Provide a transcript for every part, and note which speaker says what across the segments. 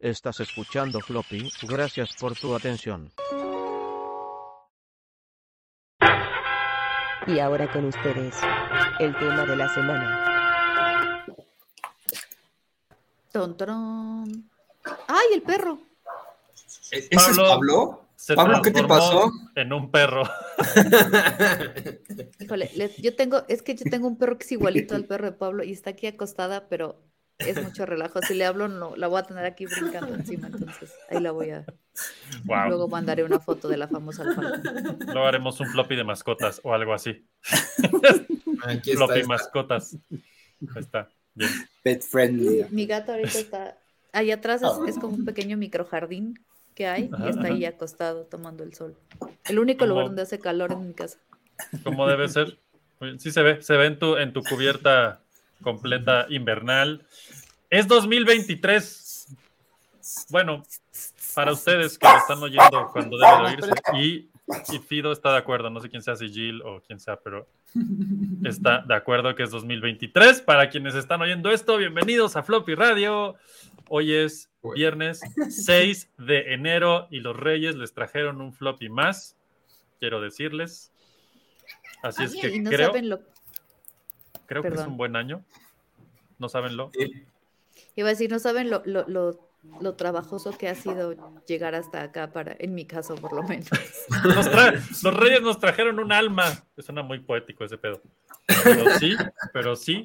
Speaker 1: Estás escuchando Floppy, gracias por tu atención.
Speaker 2: Y ahora con ustedes, el tema de la semana.
Speaker 3: Ton, tron. ¡Ay, el perro!
Speaker 4: ¿E- ¿Ese es Pablo? Pablo, ¿qué te pasó?
Speaker 5: transformó En un perro.
Speaker 3: Híjole, le- yo tengo, es que yo tengo un perro que es igualito al perro de Pablo y está aquí acostada, pero es mucho relajo. Si le hablo, no, la voy a tener aquí brincando encima, entonces ahí la voy a.
Speaker 5: Wow.
Speaker 3: Luego mandaré una foto de la famosa alfalfa.
Speaker 5: Luego haremos un floppy de mascotas o algo así.
Speaker 4: Aquí está,
Speaker 5: floppy
Speaker 4: está.
Speaker 5: mascotas. Ahí está. Bien.
Speaker 4: Pet friendly.
Speaker 3: Mi gato ahorita está allá atrás, es, es como
Speaker 5: Ah.
Speaker 3: un pequeño microjardín que hay y está ahí acostado tomando el sol. El único lugar
Speaker 5: Como-
Speaker 3: donde hace calor en mi casa.
Speaker 5: ¿Cómo debe ser? Muy bien. Sí se ve, se ve en tu, en tu cubierta completa invernal. Es 2023. Bueno, para ustedes que lo están oyendo cuando debe de oírse. Y, y Fido está de acuerdo, no sé quién sea, si Jill o quién sea, pero está de acuerdo que es 2023. Para quienes están oyendo esto, bienvenidos a Floppy Radio. Hoy es viernes 6 de enero y los Reyes les trajeron un floppy más, quiero decirles. Así es que
Speaker 3: y no
Speaker 5: creo,
Speaker 3: saben lo
Speaker 5: creo que es
Speaker 3: perdón.
Speaker 5: un buen año. No sabenlo.
Speaker 3: Iba a decir, no saben lo, lo, lo, lo trabajoso que ha sido llegar hasta acá, para, en mi caso por lo menos.
Speaker 5: Nos tra- los reyes nos trajeron un alma. Suena muy poético ese pedo. Pero sí, pero sí.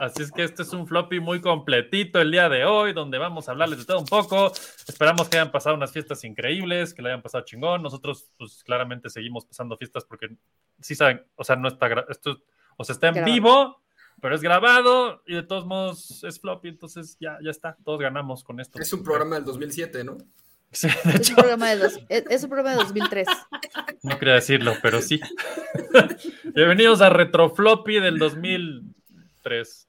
Speaker 5: Así es que este es un floppy muy completito el día de hoy, donde vamos a hablarles de todo un poco. Esperamos que hayan pasado unas fiestas increíbles, que la hayan pasado chingón. Nosotros, pues claramente seguimos pasando fiestas porque sí saben, o sea, no está gra- esto, o sea, está en
Speaker 3: Grabado.
Speaker 5: vivo, pero es grabado y de todos modos es floppy, entonces ya, ya está, todos ganamos con esto.
Speaker 4: Es un programa del 2007, ¿no?
Speaker 5: Sí, de
Speaker 3: Es
Speaker 5: hecho,
Speaker 3: un programa de, dos, es, es un programa de 2003.
Speaker 5: No quería decirlo, pero sí. Bienvenidos a Retrofloppy del 2003. Pues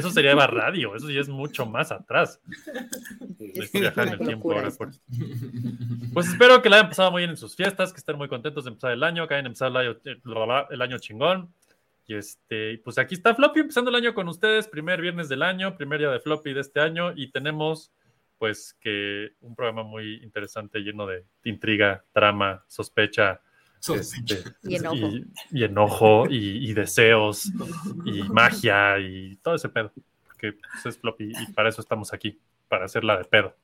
Speaker 5: eso sería más radio, eso ya es mucho más atrás. Necesito viajar en el
Speaker 3: una
Speaker 5: tiempo ahora,
Speaker 3: locura
Speaker 5: pues. Pues espero que la hayan pasado muy bien en sus fiestas, que estén muy contentos de empezar el año, que hayan empezado el año, eh, bla, bla, bla, el año chingón. Y este, pues aquí está Floppy empezando el año con ustedes, primer viernes del año, primer día de Floppy de este año y tenemos pues que un programa muy interesante lleno de intriga, trama, sospecha, este,
Speaker 3: Y enojo.
Speaker 5: y, y enojo, y- y deseos, y magia, y todo ese pedo. Porque pues, es floppy y para eso estamos aquí, para hacerla de pedo.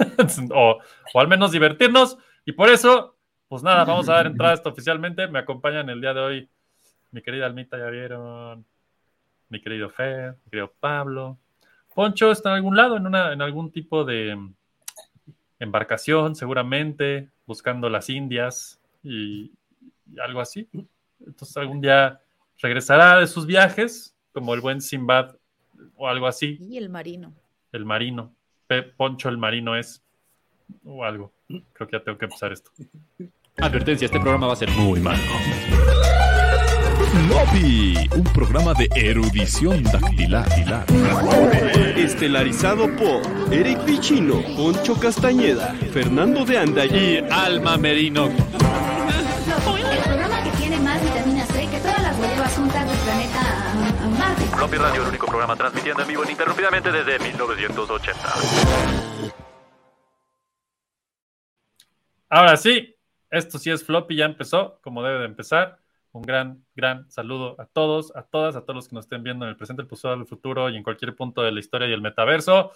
Speaker 5: o, o al menos divertirnos. Y por eso, pues nada, vamos a dar entrada a esto oficialmente. Me acompañan el día de hoy mi querida Almita, ya vieron, mi querido Fer, mi querido Pablo. Poncho está en algún lado, en, una, en algún tipo de mm, embarcación, seguramente, buscando las Indias y, y algo así. Entonces algún día regresará de sus viajes, como el buen Simbad o algo así,
Speaker 3: Y el marino.
Speaker 5: el marino. Pe- Poncho el marino es, o algo. Creo que ya tengo que empezar esto.
Speaker 6: Advertencia, este programa va a ser muy malo. Lobby, un programa de erudición dactilar.
Speaker 7: Estelarizado por Eric Vichino, Poncho Castañeda, Fernando de Anda
Speaker 6: Y Alma Merino.
Speaker 8: El programa que tiene más vitamina C que todas las huevas juntas del planeta a- a Marte.
Speaker 6: Lobby Radio, el único programa transmitiendo en vivo ininterrumpidamente desde 1980.
Speaker 5: Ahora sí, esto sí es floppy, ya empezó, como debe de empezar. Un gran, gran saludo a todos, a todas, a todos los que nos estén viendo en el presente, el pasado, el futuro y en cualquier punto de la historia y el metaverso,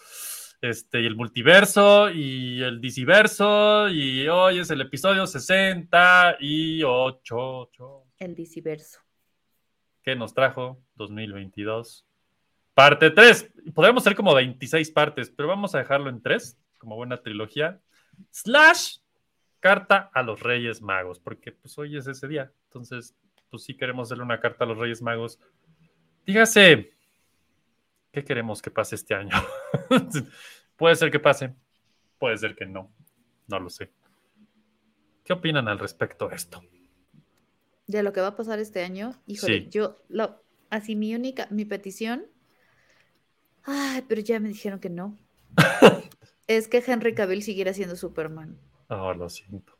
Speaker 5: este, y el multiverso y el disiverso. Y hoy es el episodio 68
Speaker 3: El disiverso.
Speaker 5: que nos trajo 2022, parte 3. Podríamos ser como 26 partes, pero vamos a dejarlo en 3, como buena trilogía. Slash carta a los Reyes Magos, porque pues hoy es ese día. Entonces, pues sí queremos hacerle una carta a los Reyes Magos. Dígase, ¿qué queremos que pase este año? puede ser que pase, puede ser que no, no lo sé. ¿Qué opinan al respecto de esto?
Speaker 3: De lo que va a pasar este año, híjole,
Speaker 5: Sí.
Speaker 3: yo, lo, así mi única, mi petición, ay, pero ya me dijeron que no, es que Henry Cavill siguiera siendo Superman.
Speaker 5: Oh, lo siento.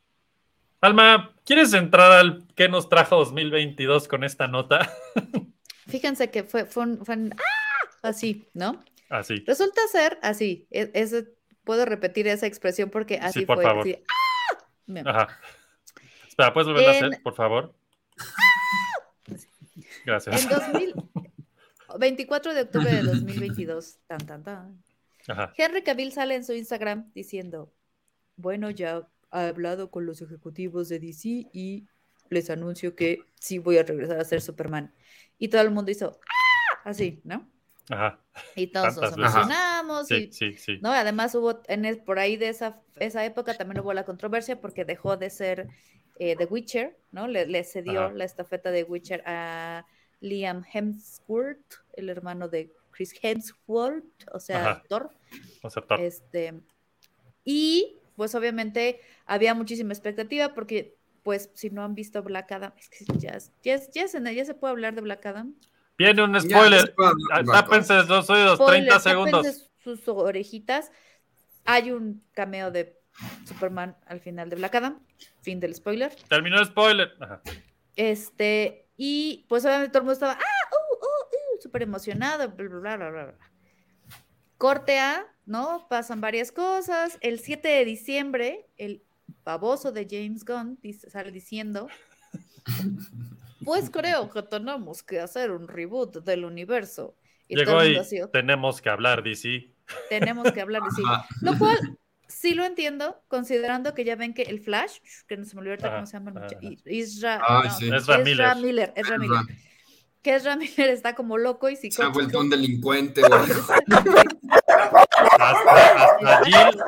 Speaker 5: Alma, ¿quieres entrar al que nos trajo 2022 con esta nota?
Speaker 3: Fíjense que fue, fue, un, fue un- ¡ah! así, ¿no?
Speaker 5: Así.
Speaker 3: Resulta ser así. e- ese- puedo repetir esa expresión porque así
Speaker 5: por
Speaker 3: fue.
Speaker 5: favor.
Speaker 3: así, ¡ah! Me-
Speaker 5: Ajá. Espera, ¿puedes volver a
Speaker 3: En-
Speaker 5: hacer, por favor? Gracias.
Speaker 3: En 2000, 24 de octubre de 2022, tan, tan, tan,
Speaker 5: Ajá.
Speaker 3: Henry Cavill sale en su Instagram diciendo, bueno, ya he hablado con los ejecutivos de DC y les anuncio que sí voy a regresar a ser Superman. Y todo el mundo hizo, "¡Ah!", así, ¿no?
Speaker 5: Ajá.
Speaker 3: Y todos nos
Speaker 5: Tantas veces.
Speaker 3: emocionamos
Speaker 5: Sí,
Speaker 3: y
Speaker 5: sí, sí.
Speaker 3: ¿no? Además hubo, en el- por ahí de esa, esa época también hubo la controversia porque dejó de ser eh, The Witcher, ¿no? Le, le cedió
Speaker 5: Ajá.
Speaker 3: la estafeta de Witcher a Liam Hemsworth, el hermano de Chris Hemsworth, o sea,
Speaker 5: Ajá. Ah.
Speaker 3: Thor.
Speaker 5: O sea, Thor.
Speaker 3: Este, y pues obviamente había muchísima expectativa porque pues si no han visto Black Adam, es que ya, es- ya, es- ya, se- ya se puede hablar de Black Adam.
Speaker 5: Viene un
Speaker 4: Ya,
Speaker 5: spoiler.
Speaker 4: pues,
Speaker 5: Ah,
Speaker 4: va, va,
Speaker 5: Tápense los oídos,
Speaker 3: Spoiler,
Speaker 5: 30
Speaker 3: tápense
Speaker 5: segundos.
Speaker 3: sus orejitas. Hay un cameo de Superman al final de Black Adam. Fin del spoiler.
Speaker 5: Terminó el spoiler. Ajá.
Speaker 3: Este, y pues obviamente todo el mundo estaba, ah, uh, uh, uh", súper emocionado, bla, bla, bla, bla, bla, bla. Corte A, ¿no? Pasan varias cosas. El 7 de diciembre, el baboso de James Gunn dice- sale diciendo, pues creo que tenemos que hacer un reboot del universo. Y todo
Speaker 5: Llegó
Speaker 3: el
Speaker 5: y
Speaker 3: mundo así,
Speaker 5: tenemos que hablar, DC.
Speaker 3: tenemos que hablar de sí.
Speaker 4: Ajá.
Speaker 3: Lo cual sí lo entiendo, considerando que ya ven que el Flash, que no se me olvidó ahorita
Speaker 5: Ajá,
Speaker 3: cómo se llama el muchacho,
Speaker 5: ajá.
Speaker 3: I- Isra,
Speaker 4: Ay,
Speaker 3: no,
Speaker 4: Ah, sí.
Speaker 5: Es
Speaker 3: Ezra
Speaker 5: Ramírez.
Speaker 3: Miller, Ezra Miller.
Speaker 4: va.
Speaker 3: Que Ezra Miller está como loco y
Speaker 4: Se ha vuelto
Speaker 3: psicótico.
Speaker 4: un delincuente, güey.
Speaker 5: Hasta, hasta Jill,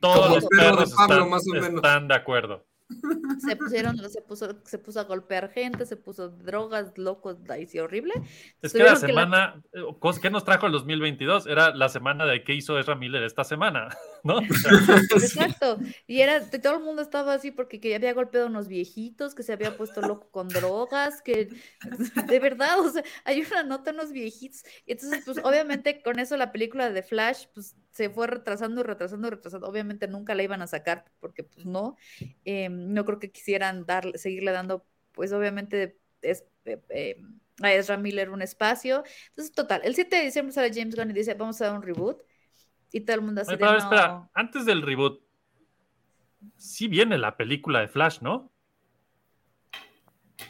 Speaker 5: todos
Speaker 4: Como
Speaker 5: los
Speaker 4: el perro de
Speaker 5: perros
Speaker 4: Pablo,
Speaker 5: están,
Speaker 4: más o menos.
Speaker 5: están de acuerdo.
Speaker 3: Se pusieron, se puso, se puso a golpear gente, se puso drogas, locos, y horrible.
Speaker 5: Es que la
Speaker 3: Tuvieron que la-
Speaker 5: semana, eh, cos- ¿qué nos trajo el 2022? Era la semana de qué hizo Ezra Miller esta semana, ¿no? O sea,
Speaker 3: Exacto. Y era, t- todo el mundo estaba así porque que había golpeado a unos viejitos, que se había puesto loco con drogas, que de verdad, o sea, hay una nota en los viejitos. Y Entonces, pues obviamente con eso la película de Flash pues, se fue retrasando y retrasando y retrasando. Obviamente nunca la iban a sacar porque pues no, eh, no creo que quisieran darle, seguirle dando, pues obviamente es... eh, eh, a Ezra Miller un espacio. Entonces, total, el 7 de diciembre sale James Gunn y dice, vamos a dar un reboot. Y todo el mundo así
Speaker 5: Oye,
Speaker 3: de,
Speaker 5: pero,
Speaker 3: "No".
Speaker 5: espera, antes del reboot, sí viene la película de Flash, ¿no?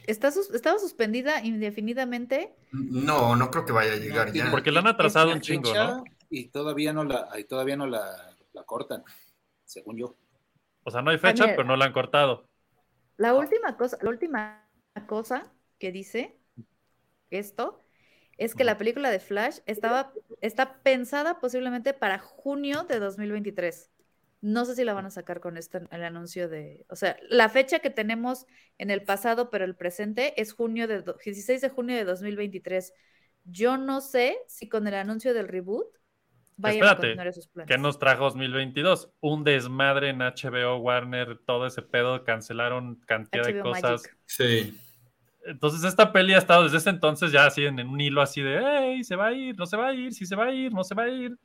Speaker 3: Está sus- estaba suspendida indefinidamente.
Speaker 4: No, no creo que vaya a llegar ya.
Speaker 5: Porque la han atrasado un
Speaker 9: Tiene
Speaker 5: chingo,
Speaker 9: fecha
Speaker 5: ¿no?
Speaker 9: Y todavía no la, y todavía no la, la cortan, según yo.
Speaker 5: O sea, no hay fecha,
Speaker 3: mira.
Speaker 5: pero no la han cortado.
Speaker 3: La última cosa, la última cosa que dice esto es que la película de Flash estaba, está pensada posiblemente para junio de 2023. No sé si la van a sacar con este, el anuncio de, o sea, la fecha que tenemos en el pasado, pero el presente es junio de do- 16 de junio de 2023. Yo no sé si con el anuncio del reboot vayan a
Speaker 5: Espérate,
Speaker 3: continuar esos planes.
Speaker 5: ¿Qué nos trajo 2022? Un desmadre en HBO, Warner, todo ese pedo, cancelaron cantidad de
Speaker 3: HBO
Speaker 5: cosas.
Speaker 3: Magic.
Speaker 4: Sí.
Speaker 5: Entonces esta peli ha estado desde ese entonces ya así en, en un hilo así de, hey, se va a ir, no se va a ir, si se va a ir, no se va a ir.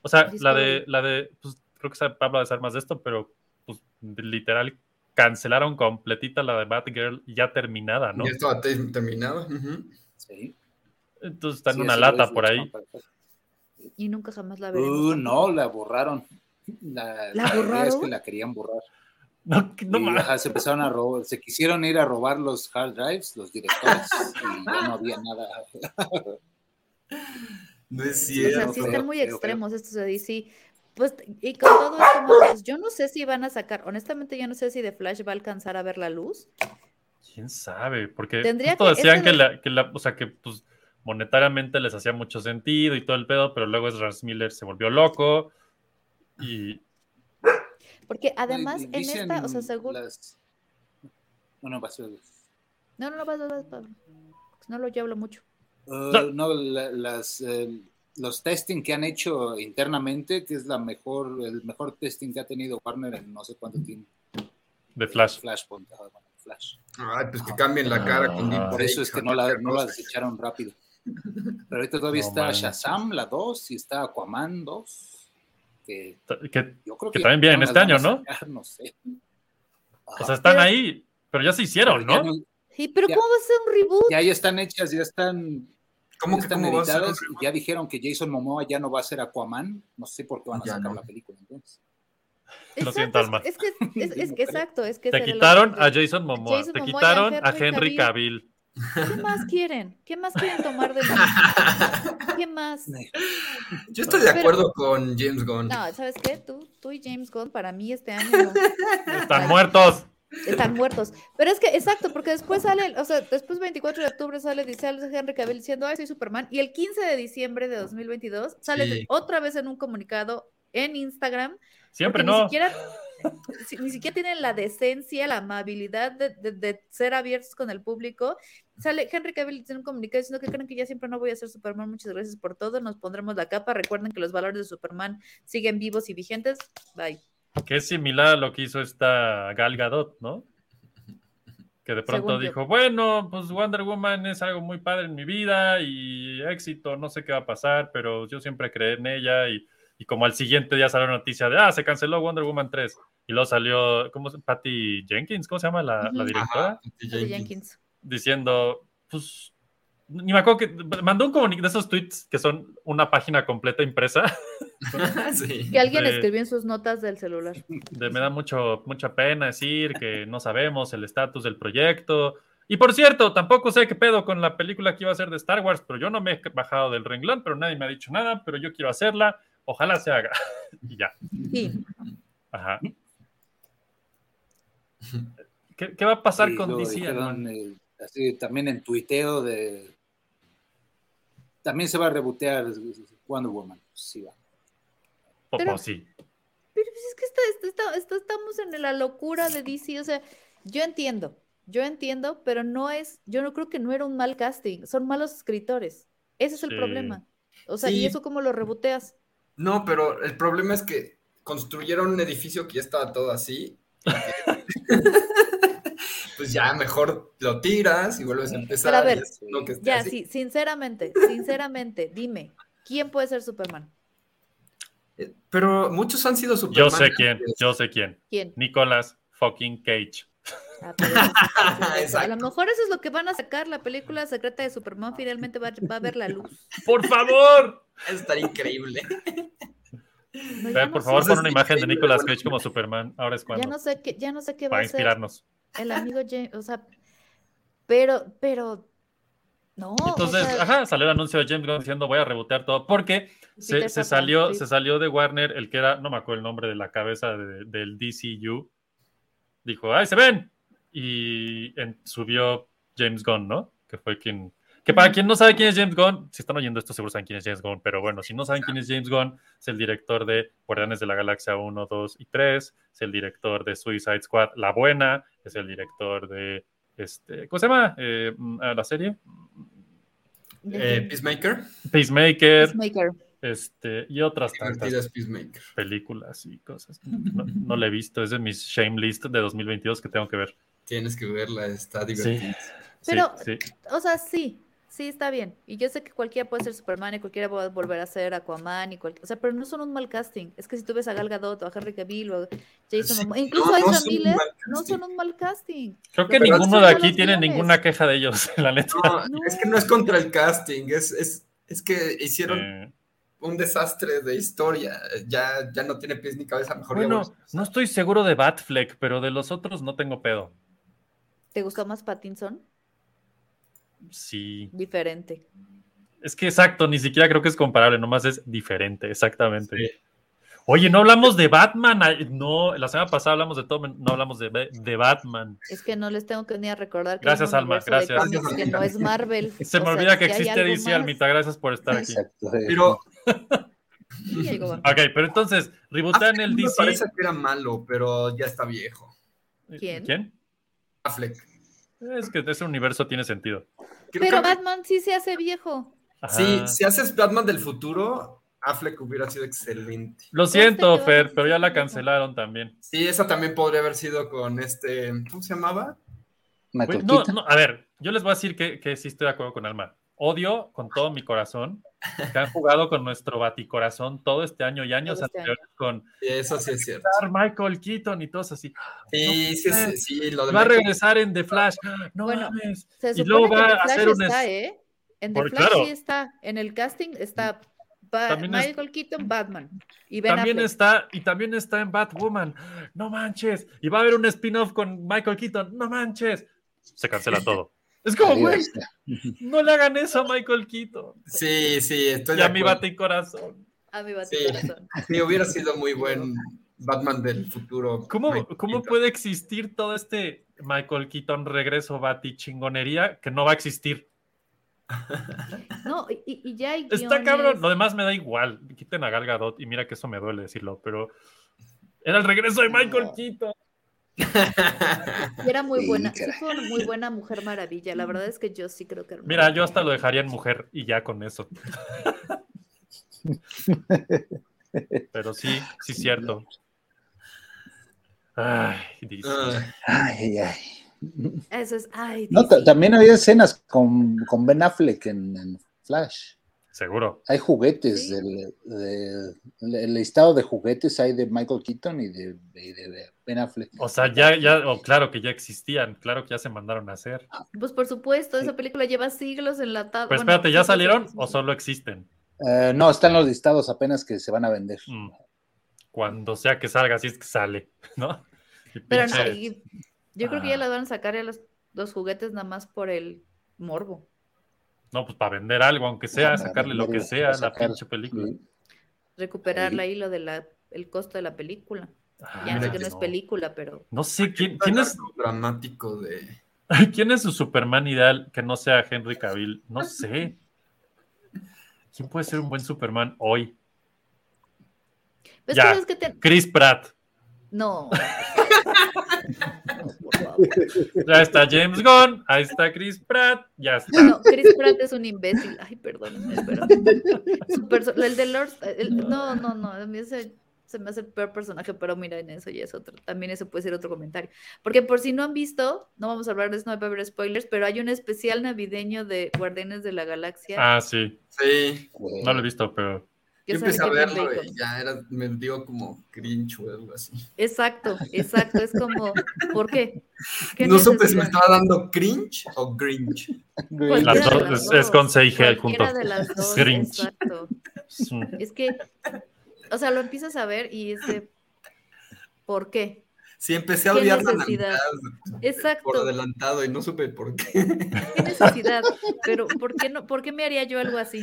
Speaker 5: O sea, la de,
Speaker 3: Discovery.
Speaker 5: la de, pues creo que sabe Pablo va a saber más de esto, pero pues de- literal cancelaron completita la de Batgirl ya terminada, ¿no?
Speaker 4: Ya estaba te- terminada. ujú.
Speaker 9: Sí.
Speaker 5: Entonces está en
Speaker 9: Sí,
Speaker 5: una
Speaker 9: eso lo
Speaker 5: lata
Speaker 9: es
Speaker 5: por
Speaker 9: la
Speaker 5: ahí.
Speaker 9: chamba, pues.
Speaker 3: Y nunca jamás la veremos.
Speaker 9: Uh,
Speaker 3: tampoco.
Speaker 9: no, la borraron. La,
Speaker 3: ¿La
Speaker 9: idea Es
Speaker 3: borraron?
Speaker 9: que la querían borrar.
Speaker 5: No, que- no
Speaker 9: Y,
Speaker 5: mames.
Speaker 9: ajá, se empezaron a robar, se quisieron ir a robar los hard drives, los directores, y ya no había nada.
Speaker 4: No es
Speaker 9: Sí,
Speaker 3: O sea,
Speaker 4: cierto.
Speaker 3: sí
Speaker 9: Feo,
Speaker 3: están muy
Speaker 9: feo, feo.
Speaker 3: extremos estos de DC. Pues, y con todo esto, Marcos, yo no sé si van a sacar, honestamente, yo no sé si The Flash va a alcanzar a ver la luz.
Speaker 5: ¿Quién sabe? Porque
Speaker 3: Tendría
Speaker 5: justo
Speaker 3: que-
Speaker 5: decían
Speaker 3: este
Speaker 5: que,
Speaker 3: de-
Speaker 5: la, que la- o sea, que pues monetariamente les hacía mucho sentido y todo el pedo, pero luego Ezra Miller se volvió loco y...
Speaker 3: Porque además,
Speaker 9: Y
Speaker 3: en
Speaker 9: dicen
Speaker 3: esta, o sea, según.
Speaker 9: las- Bueno, vas, vas, vas.
Speaker 3: No, no, no, vas, vas, vas, Pablo. Pues, No lo yo hablo mucho.
Speaker 9: Uh,
Speaker 5: No.
Speaker 9: no, la- las, eh, los testing que han hecho internamente, que es la mejor, el mejor testing que ha tenido Warner en no sé cuánto tiempo.
Speaker 5: De Flash.
Speaker 9: Flashpoint, ah, bueno, Flash.
Speaker 4: Ay, pues que cambien la cara con
Speaker 5: Ah.
Speaker 9: Por eso es que no la,
Speaker 4: las
Speaker 9: no la desecharon rápido. Pero ahorita todavía
Speaker 5: No
Speaker 9: está
Speaker 5: mames.
Speaker 9: Shazam, la 2, y está Aquaman 2. Que
Speaker 5: Que,
Speaker 9: yo creo
Speaker 5: Que
Speaker 9: que.
Speaker 5: también vienen
Speaker 9: las
Speaker 5: este
Speaker 9: van a
Speaker 5: año, ¿no?
Speaker 9: sacar, no sé.
Speaker 5: o
Speaker 9: Ajá.
Speaker 5: sea, están
Speaker 3: Pero-
Speaker 5: ahí, pero ya se hicieron,
Speaker 9: Ya
Speaker 5: ¿no?
Speaker 3: ¿Y pero
Speaker 9: Ya.
Speaker 3: cómo va a ser un reboot?
Speaker 9: Ya, ya están hechas, ya están.
Speaker 4: ¿Cómo que
Speaker 9: están
Speaker 4: cómo vas a
Speaker 9: editados
Speaker 4: sacar-
Speaker 9: y ya dijeron que Jason Momoa ya no va a ser Aquaman. No sé por qué van a
Speaker 4: Ah, Ya
Speaker 9: sacar
Speaker 4: no.
Speaker 9: la película entonces.
Speaker 5: Lo
Speaker 3: Exacto,
Speaker 5: siento,
Speaker 3: es-
Speaker 5: Alma.
Speaker 3: Es, que, es, es que exacto, es que ese
Speaker 5: Te
Speaker 3: era el
Speaker 5: quitaron
Speaker 3: asunto.
Speaker 5: a Jason Momoa,
Speaker 3: Jason
Speaker 5: te
Speaker 3: Momoa y a
Speaker 5: quitaron a
Speaker 3: Henry
Speaker 5: Henry Cavill.
Speaker 3: ¿Qué más quieren? ¿Qué más quieren tomar de mí? ¿Qué más?
Speaker 4: Yo estoy de
Speaker 3: Pero-
Speaker 4: acuerdo con James Gunn.
Speaker 3: No, ¿sabes qué? Tú, tú y James Gunn para mí este año no.
Speaker 5: Están
Speaker 3: Ay,
Speaker 5: muertos.
Speaker 3: Están muertos. Pero es que, exacto, porque después sale, o sea, después 24 de octubre sale, dice Henry Cavill diciendo, ay, soy Superman. Y el 15 de diciembre de 2022 sale
Speaker 4: Sí.
Speaker 3: otra vez en un comunicado en Instagram
Speaker 5: Siempre
Speaker 3: porque Ni
Speaker 5: no.
Speaker 3: siquiera, si- ni siquiera tienen la decencia, la amabilidad de, de- de ser abiertos con el público. Sale Henry Cavill tiene un comunicado diciendo que creen que ya siempre no voy a ser Superman. Muchas gracias por todo. Nos pondremos la capa. Recuerden que los valores de Superman siguen vivos y vigentes. Bye.
Speaker 5: Que es similar a lo que hizo esta Gal Gadot, ¿no? Que de pronto
Speaker 3: Según yo.
Speaker 5: dijo, bueno, pues Wonder Woman es algo muy padre en mi vida y éxito, no sé qué va a pasar, pero yo siempre creé en ella y, y como al siguiente día salió la noticia de, ah, se canceló Wonder Woman 3 y luego salió, ¿cómo se Patty Jenkins? ¿Cómo se llama la, la
Speaker 3: Ujú.
Speaker 5: directora?
Speaker 3: Patty Jenkins.
Speaker 5: diciendo, pues, ni me acuerdo que mandó un comunicado de esos tweets que son una página completa impresa,
Speaker 4: sí.
Speaker 3: Que alguien
Speaker 5: Sí.
Speaker 3: escribió en sus notas del celular.
Speaker 5: de me da mucho, mucha pena decir que no sabemos el estatus del proyecto. Y por cierto, tampoco sé qué pedo con la película que iba a ser de Star Wars, pero yo no me he bajado del renglón, pero nadie me ha dicho nada, pero yo quiero hacerla, ojalá se haga. y ya,
Speaker 3: Sí.
Speaker 5: ajá. ¿Qué, qué va a pasar
Speaker 9: Y
Speaker 5: con
Speaker 9: lo
Speaker 5: DC?
Speaker 9: dijeron, eh, así, también en tuiteo de. También se va a rebotear Wonder Woman. Pues Sí, va.
Speaker 5: Popo,
Speaker 3: Pero-
Speaker 5: Pues, sí.
Speaker 3: Pero pues es que está, está- está- está- estamos en la locura de DC. O sea, yo entiendo, yo entiendo, pero no es, yo no creo que no era un mal casting, son malos escritores. Ese es el
Speaker 5: Sí.
Speaker 3: problema. O sea,
Speaker 4: Sí.
Speaker 3: ¿y eso cómo lo reboteas?
Speaker 4: No, pero el problema es que construyeron un edificio que ya estaba todo así. pues ya mejor lo tiras y vuelves a empezar.
Speaker 3: Pero a ver,
Speaker 4: y es uno que esté
Speaker 3: Ya,
Speaker 4: así.
Speaker 3: sí, sinceramente, sinceramente, dime, ¿quién puede ser Superman?
Speaker 4: Eh, Pero muchos han sido Superman.
Speaker 5: Yo sé quién,
Speaker 4: antes.
Speaker 5: yo sé quién.
Speaker 3: ¿Quién?
Speaker 5: Nicolas fucking Cage.
Speaker 3: Ah, pero eso sí, sí, sí. a
Speaker 4: Exacto.
Speaker 3: lo mejor eso es lo que van a sacar, la película secreta de Superman finalmente va, a- va a ver la luz.
Speaker 5: ¡Por favor!
Speaker 4: Estaría increíble.
Speaker 3: No, ya
Speaker 5: Fer,
Speaker 3: no
Speaker 5: por
Speaker 3: sé,
Speaker 5: favor,
Speaker 4: Eso
Speaker 5: pon
Speaker 4: es
Speaker 5: una imagen de
Speaker 4: increíble,
Speaker 5: Nicolas
Speaker 4: bueno.
Speaker 5: Cage como Superman. Ahora es
Speaker 3: ya
Speaker 5: cuando.
Speaker 3: no sé qué, ya no sé qué va
Speaker 5: Para
Speaker 3: a ser.
Speaker 5: inspirarnos.
Speaker 3: el amigo James, o sea, pero, pero, no. o
Speaker 5: Entonces,
Speaker 3: sea,
Speaker 5: ajá, salió el anuncio de James Gunn diciendo voy a rebotear todo. Porque se,
Speaker 3: Peter Safran,
Speaker 5: se salió,
Speaker 3: sí.
Speaker 5: se salió de Warner el que era, no me acuerdo el nombre de la cabeza de- del DCU. Dijo, ¡ay, se ven! Y en- subió James Gunn, ¿no? Que fue quien. Que para quien no sabe quién es James Gunn, si están oyendo esto seguro saben quién es James Gunn, pero bueno, si no saben quién es James Gunn, es el director de Guardianes de la Galaxia 1, 2 y 3, es el director de Suicide Squad, La Buena, es el director de, este, ¿cómo se llama? Eh, mm, ah, la serie.
Speaker 3: de-
Speaker 4: Eh, Peacemaker.
Speaker 5: Peacemaker,
Speaker 3: Peacemaker.
Speaker 5: este, y otras tantas
Speaker 4: Divertidas Peacemaker.
Speaker 5: películas y cosas. No, no la he visto, es de mis shame list de 2022 que tengo que ver.
Speaker 4: Tienes que verla, está divertida.
Speaker 5: Sí,
Speaker 3: Pero-
Speaker 5: sí.
Speaker 3: O sea, sí, sí, está bien. Y yo sé que cualquiera puede ser Superman y cualquiera puede volver a ser Aquaman y cualquiera, o sea, pero no son un mal casting. Es que si tú ves a Gal Gadot o a Henry Cavill o a Jason
Speaker 4: Sí,
Speaker 3: Momoa, incluso
Speaker 4: no,
Speaker 3: a
Speaker 4: no
Speaker 3: Ezra
Speaker 4: son un
Speaker 3: Miller,
Speaker 4: mal
Speaker 3: no
Speaker 4: casting.
Speaker 3: son un mal casting.
Speaker 5: Creo que
Speaker 4: Pero
Speaker 5: ninguno
Speaker 3: son
Speaker 5: de
Speaker 3: malos
Speaker 5: aquí tiene
Speaker 3: guiones.
Speaker 5: ninguna queja de ellos, la neta.
Speaker 4: No,
Speaker 3: Ah, No.
Speaker 4: es que no es contra el casting, es, es, es que hicieron
Speaker 5: Eh,
Speaker 4: un desastre de historia. Ya, ya no tiene pies ni cabeza, mejor ya
Speaker 5: bueno,
Speaker 4: vamos.
Speaker 5: no estoy seguro de Batfleck, pero de los otros no tengo pedo.
Speaker 3: ¿Te gustó más Pattinson?
Speaker 5: Sí.
Speaker 3: Diferente.
Speaker 5: Es que exacto, ni siquiera creo que es comparable, nomás es diferente, exactamente. Oye, no hablamos de Batman. ay, No, la semana pasada hablamos de Tom, no hablamos de, Ba- de Batman.
Speaker 3: Es que no les tengo que ni a recordar que
Speaker 5: Gracias,
Speaker 3: es un
Speaker 5: Alma,
Speaker 3: universo de
Speaker 5: gracias.
Speaker 3: cómics que no es Marvel.
Speaker 5: Se
Speaker 3: O
Speaker 5: me
Speaker 3: sea,
Speaker 5: olvida que
Speaker 3: si hay
Speaker 5: existe
Speaker 3: algo
Speaker 5: DC
Speaker 3: más,
Speaker 5: Almita, gracias por estar aquí.
Speaker 9: Exacto. eh.
Speaker 4: Pero
Speaker 3: sí, algo más.
Speaker 5: Ok, pero entonces,
Speaker 3: Ah,
Speaker 5: rebotean el
Speaker 4: Ah,
Speaker 5: eh,
Speaker 4: me
Speaker 5: DC.
Speaker 4: parece que era malo, pero ya está viejo.
Speaker 3: ¿Quién?
Speaker 4: Affleck.
Speaker 5: Es que ese universo tiene sentido.
Speaker 4: Creo
Speaker 3: Pero
Speaker 4: que-
Speaker 3: Batman sí se hace viejo.
Speaker 5: Ajá.
Speaker 4: sí, si haces Batman del futuro, Affleck hubiera sido excelente.
Speaker 5: Lo
Speaker 3: Conste
Speaker 5: siento,
Speaker 3: que
Speaker 5: Fer,
Speaker 3: Batman
Speaker 5: pero ya
Speaker 3: sí
Speaker 5: la
Speaker 3: es viejo.
Speaker 5: cancelaron también.
Speaker 4: Sí, esa también podría haber sido con este. ¿Cómo se llamaba?
Speaker 9: Una
Speaker 5: Güey, No,
Speaker 9: coquita.
Speaker 5: no, a ver, yo les voy a decir que, que sí estoy de acuerdo con Alma. Odio con todo mi corazón que han jugado con nuestro baticorazón todo este año y años
Speaker 3: Todo este
Speaker 5: anteriores con
Speaker 4: Sí, Eso sí es cierto.
Speaker 5: Star, Michael Keaton y todos así.
Speaker 4: Sí, sí, sí, sí, lo de
Speaker 5: Va a
Speaker 4: Michael-
Speaker 5: regresar en The Flash. No
Speaker 3: Bueno,
Speaker 5: mames.
Speaker 3: Se
Speaker 5: Y
Speaker 3: supone
Speaker 5: luego
Speaker 3: que
Speaker 5: va
Speaker 3: The
Speaker 5: a
Speaker 3: Flash
Speaker 5: hacer un
Speaker 3: está,
Speaker 5: es-
Speaker 3: ¿eh? En The
Speaker 5: Porque,
Speaker 3: Flash
Speaker 5: claro.
Speaker 3: sí está, en el casting está Ba-
Speaker 5: También es-
Speaker 3: Michael Keaton, Batman y Ben
Speaker 5: También
Speaker 3: Affleck.
Speaker 5: está, y también está en Batwoman. No manches. Y va a haber un spin-off con Michael Keaton. No manches. Se cancela todo. Es como, güey,
Speaker 9: Adidas.
Speaker 5: no le hagan eso a Michael Keaton.
Speaker 4: Sí, sí, estoy
Speaker 5: Y
Speaker 4: de
Speaker 5: a mi
Speaker 4: acuerdo.
Speaker 5: bate y corazón.
Speaker 3: A mi
Speaker 4: Sí.
Speaker 3: corazón.
Speaker 4: Sí, hubiera sido muy buen Batman del futuro.
Speaker 5: ¿Cómo,
Speaker 4: Michael
Speaker 5: cómo
Speaker 4: Keaton.
Speaker 5: puede existir todo este Michael Keaton regreso, Bati chingonería que no va a existir?
Speaker 3: No, y, y ya hay
Speaker 5: Está cabrón.
Speaker 3: guiones.
Speaker 5: Lo demás me da igual. Quiten a Gal Gadot y mira que eso me duele decirlo, pero era el regreso de Michael Keaton.
Speaker 3: Y era muy
Speaker 9: Sí,
Speaker 3: buena, sí
Speaker 9: caray.
Speaker 3: fue una muy buena Mujer Maravilla. La verdad es que yo sí creo que era una
Speaker 5: Mira,
Speaker 3: buena
Speaker 5: yo hasta
Speaker 3: Mujer
Speaker 5: lo dejaría en mujer y ya con eso. Pero sí, sí, cierto. Ay, dice.
Speaker 4: Ah,
Speaker 9: Ay, ay.
Speaker 3: Maravilla. Eso es, ay,
Speaker 9: No, ta-
Speaker 3: DC.
Speaker 9: también había escenas con, con Ben Affleck en, en Flash.
Speaker 5: Seguro.
Speaker 9: Hay juguetes
Speaker 3: Sí.
Speaker 9: del, del- el listado de juguetes hay de Michael Keaton y de, y de- de Ben Affleck.
Speaker 5: O sea, ya, ya, o claro que ya existían, claro que ya se mandaron a hacer.
Speaker 3: Pues por supuesto, esa película lleva siglos enlatada.
Speaker 5: Pero
Speaker 3: bueno,
Speaker 5: espérate, ¿ya
Speaker 3: siglos
Speaker 5: salieron
Speaker 3: en-
Speaker 5: o solo existen?
Speaker 9: Eh, no, están los listados apenas que se van a vender.
Speaker 5: Mm. Cuando sea que salga, si es que sale, ¿no? Y
Speaker 3: Pero no,
Speaker 5: pinche-
Speaker 3: y- yo creo que ya
Speaker 5: Ah.
Speaker 3: las van a sacar ya los, los juguetes nada más por el morbo.
Speaker 5: no, pues para vender algo, aunque sea,
Speaker 9: Para
Speaker 5: sacarle lo que
Speaker 9: vender,
Speaker 5: sea a la
Speaker 9: sacar-
Speaker 5: pinche película.
Speaker 3: Recuperarla ahí lo de la, el costo de la película. Ya
Speaker 5: Ay,
Speaker 3: sé que no es
Speaker 5: Ah, no.
Speaker 3: película, pero
Speaker 5: No sé, ¿quién, quién es,
Speaker 4: dramático de.
Speaker 5: ¿Quién es su Superman ideal que no sea Henry Cavill? No sé. ¿Quién puede ser un buen Superman hoy?
Speaker 3: ¿Ves
Speaker 5: Ya.
Speaker 3: que sabes pues, que te-
Speaker 5: Chris Pratt.
Speaker 3: No. pues,
Speaker 5: Ya está James Gunn, ahí está Chris Pratt, ya está.
Speaker 3: No, Chris Pratt es un imbécil. Ay, perdónenme, pero. su perso- el de Lord. el- no, no, no. A mí ese se me hace el peor personaje, pero mira, en eso ya es otro. También eso puede ser otro comentario. Porque por si no han visto, no vamos a hablar de Snow Pepper spoilers, pero hay un especial navideño de Guardianes de la Galaxia.
Speaker 5: Ah, sí,
Speaker 4: Sí.
Speaker 9: eh,
Speaker 5: no lo he visto, pero
Speaker 3: que
Speaker 4: Yo
Speaker 3: sale
Speaker 4: empecé a
Speaker 3: Kevin
Speaker 4: verlo eh.
Speaker 3: Bacon.
Speaker 4: y ya era, me dio como cringe o algo así.
Speaker 3: Exacto, exacto. Es como, ¿por qué? ¿Qué
Speaker 4: No supe si me
Speaker 3: necesidad?
Speaker 4: estaba dando cringe o gringe.
Speaker 3: Cualquiera
Speaker 5: Las
Speaker 3: de
Speaker 5: dos,
Speaker 3: las
Speaker 5: es- es con C y G
Speaker 3: Cualquiera
Speaker 5: junto.
Speaker 3: de las dos,
Speaker 5: Grinch.
Speaker 3: exacto.
Speaker 5: es un-
Speaker 3: Es que, o sea, lo empiezas a ver y es de, ¿por qué?
Speaker 4: Sí, empecé a
Speaker 3: ¿Qué
Speaker 4: odiar la
Speaker 3: necesidad?
Speaker 4: Navidad por
Speaker 3: Exacto,
Speaker 4: adelantado y no supe por qué.
Speaker 3: qué necesidad, pero ¿por qué, no, ¿por qué me haría yo algo así?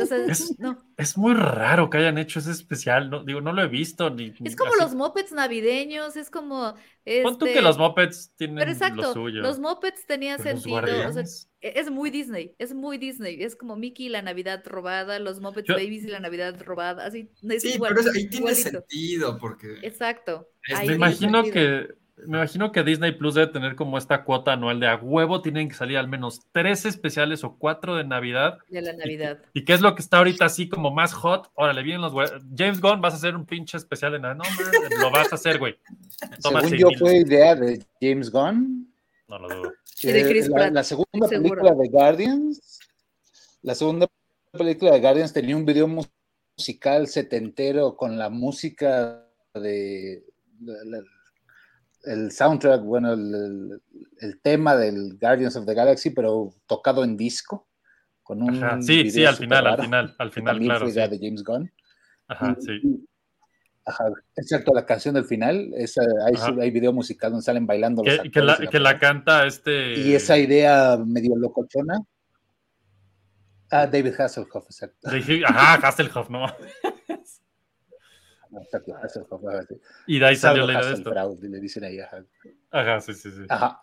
Speaker 3: O sea,
Speaker 5: Es-
Speaker 3: no.
Speaker 5: Es muy raro que hayan hecho ese especial. No, digo, no lo he visto. Ni, ni
Speaker 3: Es como
Speaker 5: así.
Speaker 3: los mopeds navideños, es como.
Speaker 5: Pon tú
Speaker 3: este,
Speaker 5: que los Muppets tienen
Speaker 3: Pero
Speaker 5: lo
Speaker 3: exacto,
Speaker 5: suyo.
Speaker 3: los mopeds tenían
Speaker 5: pero los
Speaker 3: sentido. o sea,
Speaker 5: guardianes.
Speaker 3: e- es muy Disney, es muy Disney. Es como Mickey y la Navidad robada, los mopeds
Speaker 5: Yo-
Speaker 3: babies y la Navidad robada. Así, es
Speaker 4: Sí,
Speaker 3: igual,
Speaker 4: pero ahí tiene
Speaker 3: igualito.
Speaker 4: sentido porque
Speaker 3: Exacto.
Speaker 4: Es-
Speaker 3: ahí
Speaker 5: Me
Speaker 4: Disney
Speaker 5: imagino
Speaker 3: tiene sentido.
Speaker 5: que me imagino que Disney Plus debe tener como esta cuota anual de a huevo tienen que salir al menos tres especiales o cuatro de Navidad.
Speaker 3: De la Navidad.
Speaker 5: ¿Y qué es lo que está ahorita así como más hot? Órale, vienen los güey- James Gunn, vas a hacer un pinche especial de Navidad. No, man, lo vas a hacer, güey. Toma
Speaker 9: Según
Speaker 5: seis
Speaker 9: yo
Speaker 5: mil.
Speaker 9: fue idea de James Gunn.
Speaker 5: No lo dudo.
Speaker 3: Y de
Speaker 9: Eh,
Speaker 3: Chris
Speaker 9: la,
Speaker 3: Pratt,
Speaker 9: la segunda
Speaker 3: seguro.
Speaker 9: película de Guardians, la segunda película de Guardians tenía un video mu- musical setentero con la música de la- la- el soundtrack, bueno, el, el- el tema del Guardians of the Galaxy, pero tocado en disco. Con un
Speaker 5: Ajá, Sí, sí,
Speaker 9: video
Speaker 5: al
Speaker 9: súper
Speaker 5: final, al
Speaker 9: raro,
Speaker 5: final, al
Speaker 9: que
Speaker 5: final,
Speaker 9: también
Speaker 5: claro.
Speaker 9: fue
Speaker 5: sí.
Speaker 9: idea de James Gunn.
Speaker 5: Ajá,
Speaker 9: Y-
Speaker 5: sí.
Speaker 9: y- ajá, exacto, la canción del final, esa, hay,
Speaker 5: Ajá.
Speaker 9: hay video musical donde salen bailando los
Speaker 5: Que, que la,
Speaker 9: actores y
Speaker 5: que la canta este.
Speaker 9: y esa idea medio locochona. Ah, David Hasselhoff, exacto.
Speaker 5: de- Ajá, Hasselhoff, ¿no?
Speaker 9: Exacto, Hasselhoff. ajá, sí.
Speaker 5: Y de ahí salió la idea de esto.
Speaker 9: Hasselhoff, Ah, le dicen ahí. Ajá.
Speaker 5: Ajá, sí, sí, sí.
Speaker 9: Ajá.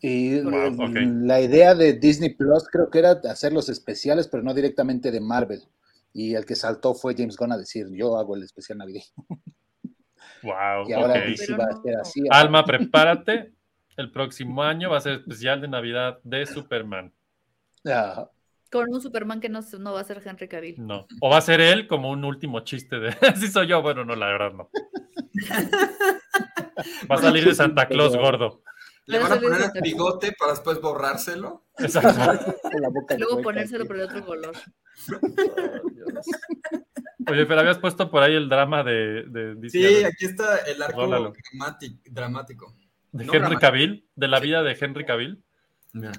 Speaker 9: Y
Speaker 5: Wow,
Speaker 9: eh,
Speaker 5: ok.
Speaker 9: la idea de Disney Plus creo que era hacer los especiales, pero no directamente de Marvel. Y el que saltó fue James Gunn a decir, yo hago el especial navideño.
Speaker 5: Wow,
Speaker 9: Y ahora
Speaker 5: Oh, ok.
Speaker 9: DC
Speaker 3: Pero
Speaker 9: va a
Speaker 3: no.
Speaker 9: hacer así.
Speaker 5: Alma, prepárate. El próximo año va a ser especial de Navidad de Superman.
Speaker 9: Ajá.
Speaker 3: Con un Superman que no, se- no va a ser Henry Cavill.
Speaker 5: No. O va a ser él como un último chiste de si soy yo. Bueno, no, la verdad no. Va a salir de Santa Claus gordo.
Speaker 4: le
Speaker 3: Pero
Speaker 4: van a
Speaker 3: eso le
Speaker 4: poner
Speaker 3: dicen
Speaker 4: el bigote para después borrárselo.
Speaker 5: Exacto.
Speaker 9: Con la boca
Speaker 3: Y Luego
Speaker 9: chueca,
Speaker 3: ponérselo
Speaker 9: sí.
Speaker 3: por el otro color.
Speaker 5: Oye, pero habías puesto por ahí el drama de, de, DC,
Speaker 4: Sí, aquí está el arco
Speaker 5: Rólalo.
Speaker 4: dramati- dramático.
Speaker 5: de
Speaker 4: no
Speaker 5: Henry
Speaker 4: dramático.
Speaker 5: Cavill, de la vida de Henry Cavill.
Speaker 4: Mira.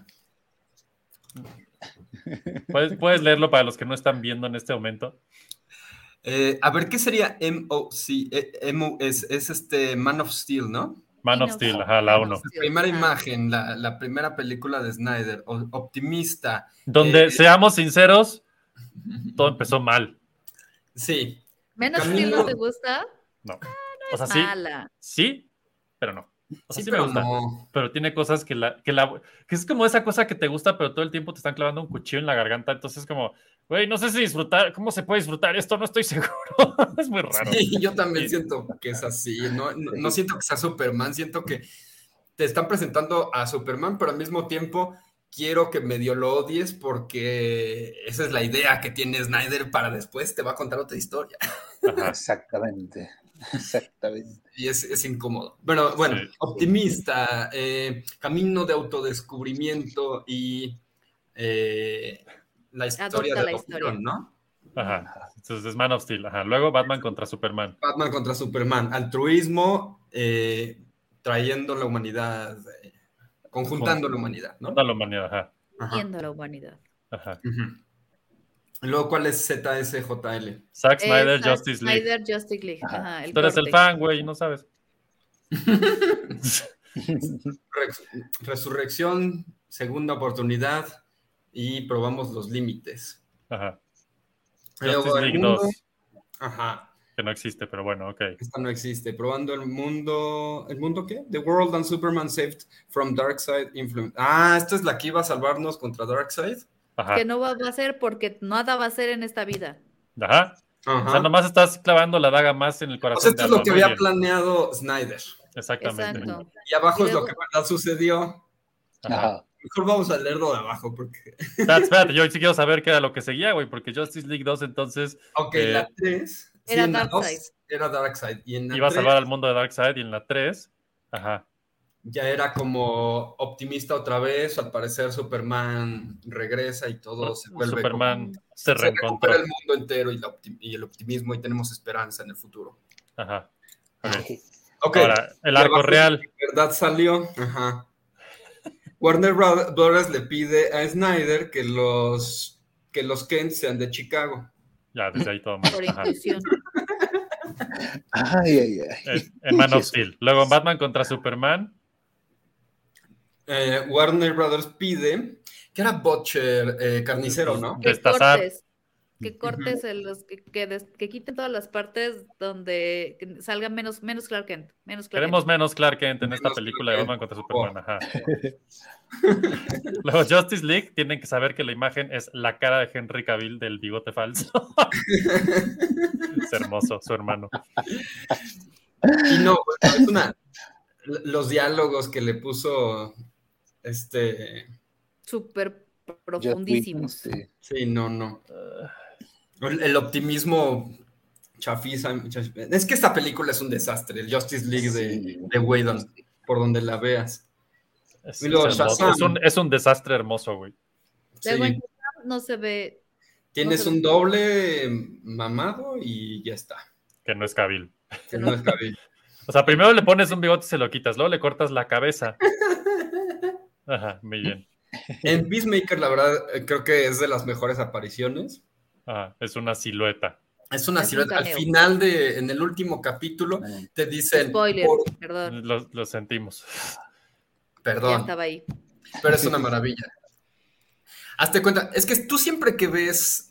Speaker 5: ¿Puedes, puedes leerlo para los que no están viendo en este momento.
Speaker 4: Eh, a ver, ¿qué sería MOC? Eh, MO es, es este Man of Steel, ¿no?
Speaker 5: Man of Steel, ajá, la 1.
Speaker 4: La primera imagen, la, la primera película de Snyder, o- optimista.
Speaker 5: Donde,
Speaker 4: Eh,
Speaker 5: seamos sinceros, todo empezó mal.
Speaker 4: Sí,
Speaker 3: Menos que
Speaker 4: Camilo-
Speaker 3: no te gusta,
Speaker 5: No. O sea, ¿Ah, sí,
Speaker 3: mala.
Speaker 5: sí, pero no. O sea, sí, me
Speaker 4: pero
Speaker 5: gusta.
Speaker 4: no.
Speaker 5: Pero tiene cosas que la, que la. que es como esa cosa que te gusta, pero todo el tiempo te están clavando un cuchillo en la garganta. Entonces, como, güey, no sé si disfrutar. ¿Cómo se puede disfrutar esto? No estoy seguro. es muy raro.
Speaker 4: Sí, yo también
Speaker 5: Sí.
Speaker 4: siento que es así. No, no, no siento que sea Superman, siento que te están presentando a Superman, pero al mismo tiempo quiero que medio lo odies porque esa es la idea que tiene Snyder para después te va a contar otra historia.
Speaker 5: Ajá.
Speaker 9: Exactamente. Exactamente.
Speaker 4: Y es, es incómodo. Bueno, bueno,
Speaker 5: Sí.
Speaker 4: optimista, eh, camino de autodescubrimiento y eh, la historia
Speaker 3: Adopta
Speaker 4: de
Speaker 3: la
Speaker 4: adopción,
Speaker 3: historia.
Speaker 4: ¿no?
Speaker 5: Ajá. Entonces es Man of Steel. Ajá. Luego Batman contra Superman.
Speaker 4: Batman contra Superman, altruismo, eh, trayendo la humanidad, eh, conjuntando la humanidad, ¿no?
Speaker 5: Toda la humanidad. Ajá.
Speaker 4: Ajá.
Speaker 3: viendo a la humanidad.
Speaker 5: Ajá.
Speaker 4: Ujú. Y Luego, ¿cuál es ZSJL?
Speaker 5: Zack Snyder,
Speaker 3: Es Zack
Speaker 5: Justice League.
Speaker 3: Snyder, Justice League.
Speaker 9: Ajá.
Speaker 3: Ajá,
Speaker 5: Tú eres el
Speaker 3: corte.
Speaker 5: fan, güey, no sabes.
Speaker 4: Rex- Resurrección, segunda oportunidad y probamos los límites.
Speaker 5: Ajá.
Speaker 4: Luego,
Speaker 5: Justice
Speaker 4: el
Speaker 5: League
Speaker 4: mundo-
Speaker 5: 2,
Speaker 4: Ajá.
Speaker 5: que no existe, pero bueno, ok.
Speaker 4: Esta no existe. Probando el mundo. ¿El mundo qué? The World and Superman Saved from Darkseid Influence. Ah, esta es la que iba a salvarnos contra Darkseid.
Speaker 5: Ajá.
Speaker 3: Que no va a ser porque nada va a ser en esta vida.
Speaker 5: Ajá. O sea,
Speaker 4: Ajá.
Speaker 5: nomás estás clavando la daga más en el
Speaker 4: O
Speaker 5: corazón.
Speaker 4: sea, esto
Speaker 5: de
Speaker 4: es lo
Speaker 5: algo,
Speaker 4: que
Speaker 5: muy
Speaker 4: había
Speaker 5: bien.
Speaker 4: planeado Snyder.
Speaker 5: Exactamente.
Speaker 3: Exacto.
Speaker 4: Y abajo
Speaker 3: Y
Speaker 4: es lo
Speaker 3: luego-
Speaker 4: que en verdad sucedió.
Speaker 5: Ajá.
Speaker 9: Ajá.
Speaker 4: Mejor vamos a leerlo de abajo porque.
Speaker 5: Espérate, espérate, yo sí quiero saber qué era lo que seguía, güey, porque Justice League 2 entonces
Speaker 4: Ok,
Speaker 5: Eh,
Speaker 4: la 3.
Speaker 3: era
Speaker 4: en la
Speaker 3: Darkseid.
Speaker 4: dos Era Darkseid. Y en la
Speaker 5: iba a
Speaker 4: tres
Speaker 5: salvar al mundo de Darkseid y en la 3, ajá,
Speaker 4: ya era como optimista otra vez. Al parecer, Superman regresa y todo se vuelve. como-
Speaker 5: Superman se
Speaker 4: se recupera
Speaker 5: reencontró.
Speaker 4: el mundo entero y, la optim- y el optimismo y tenemos esperanza en el futuro.
Speaker 5: Ajá.
Speaker 4: Ok,
Speaker 5: Ahora, el arco
Speaker 4: abajo-
Speaker 5: real.
Speaker 4: verdad salió. Ajá. Warner Bro- Brothers le pide a Snyder que los que los Kent sean de Chicago.
Speaker 5: Ya, desde ahí todo mal.
Speaker 3: Por
Speaker 5: Ajá.
Speaker 3: inclusión.
Speaker 9: Ay, ay, ay.
Speaker 5: En, en Man of Steel. Luego en Batman contra Superman.
Speaker 4: Eh, Warner Brothers pide que era Butcher, eh, carnicero, ¿no?
Speaker 3: Que
Speaker 5: Destazar.
Speaker 3: cortes. Que cortes el- los que, que des- que quiten todas las partes donde que salga menos, menos Clark Kent. Menos Clark
Speaker 5: Queremos
Speaker 3: Kent.
Speaker 5: menos Clark Kent en esta
Speaker 4: Menos
Speaker 5: película de
Speaker 4: Clark Oh.
Speaker 5: Batman contra Superman. Ajá. Luego Justice League tienen que saber que la imagen es la cara de Henry Cavill del bigote falso. es hermoso, su hermano.
Speaker 4: Y no, es una- los diálogos que le puso este
Speaker 3: Súper
Speaker 9: Jeff Whitman,
Speaker 3: profundísimos.
Speaker 9: sí.
Speaker 4: sí, no, no. El, el optimismo chafiza. chaf- Es que esta película es un desastre, el Justice League de,
Speaker 9: Sí.
Speaker 4: de Whedon, por donde la veas.
Speaker 5: Es,
Speaker 4: Y luego
Speaker 5: es hermoso.
Speaker 4: Shazam.
Speaker 5: Es un, es un desastre hermoso, güey.
Speaker 3: Luego
Speaker 4: Sí.
Speaker 3: en Shazam no se ve.
Speaker 4: Tienes
Speaker 3: No sé.
Speaker 4: un doble mamado y ya está.
Speaker 5: Que no es Cavill.
Speaker 4: Que no es cabello.
Speaker 5: O sea, primero le pones un bigote y se lo quitas, luego le cortas la cabeza. Ajá, muy bien.
Speaker 4: En Peacemaker, la verdad, eh, creo que es de las mejores apariciones.
Speaker 5: Ajá, es una silueta.
Speaker 4: Es una
Speaker 3: Es un
Speaker 4: silueta. Al
Speaker 3: cameo.
Speaker 4: final de, en el último capítulo, te dicen,
Speaker 3: Spoiler,
Speaker 4: por-
Speaker 3: perdón.
Speaker 5: Lo, lo sentimos.
Speaker 3: Ya
Speaker 4: perdón,
Speaker 3: estaba ahí.
Speaker 4: pero es una maravilla. Hazte cuenta, es que tú siempre que ves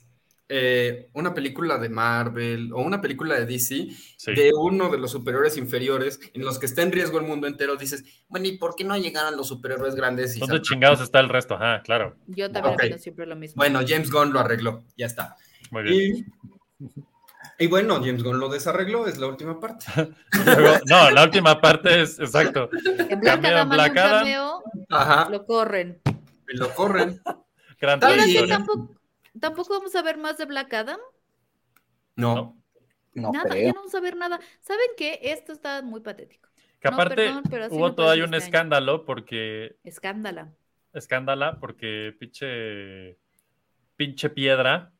Speaker 4: eh, una película de Marvel o una película de DC,
Speaker 5: Sí.
Speaker 4: de uno de los superiores inferiores, en los que está en riesgo el mundo entero, dices, bueno, ¿y por qué no llegaron los superhéroes grandes? Y
Speaker 5: ¿Dónde
Speaker 4: salvaron?"
Speaker 5: chingados está el resto? Ajá, claro.
Speaker 3: Yo también
Speaker 4: Ok.
Speaker 3: opino siempre lo mismo.
Speaker 4: bueno, James Gunn lo arregló, ya está.
Speaker 5: Muy bien.
Speaker 4: Y, y bueno, James Gunn lo desarregló, es la última parte.
Speaker 5: Luego- no, la última parte es, exacto.
Speaker 3: en Black
Speaker 5: cameo,
Speaker 3: Adam,
Speaker 5: Black
Speaker 3: en un
Speaker 5: Adam.
Speaker 3: cameo,
Speaker 4: Ajá,
Speaker 3: lo corren.
Speaker 4: y lo corren.
Speaker 5: Gran
Speaker 4: Tal vez
Speaker 3: Ahora sí,
Speaker 5: trayectoria.
Speaker 4: Adam.
Speaker 3: tampoco, tampoco vamos a ver más de Black Adam.
Speaker 4: No.
Speaker 9: No
Speaker 3: nada, ya
Speaker 9: creo.
Speaker 3: no vamos a ver nada. ¿Saben qué? Esto está muy patético.
Speaker 5: Que
Speaker 3: No,
Speaker 5: aparte
Speaker 3: perdón, pero así
Speaker 5: hubo
Speaker 3: no
Speaker 5: todo ahí
Speaker 3: puede ser
Speaker 5: un
Speaker 3: este año.
Speaker 5: escándalo porque
Speaker 3: Escándala.
Speaker 5: escándala porque pinche pinche piedra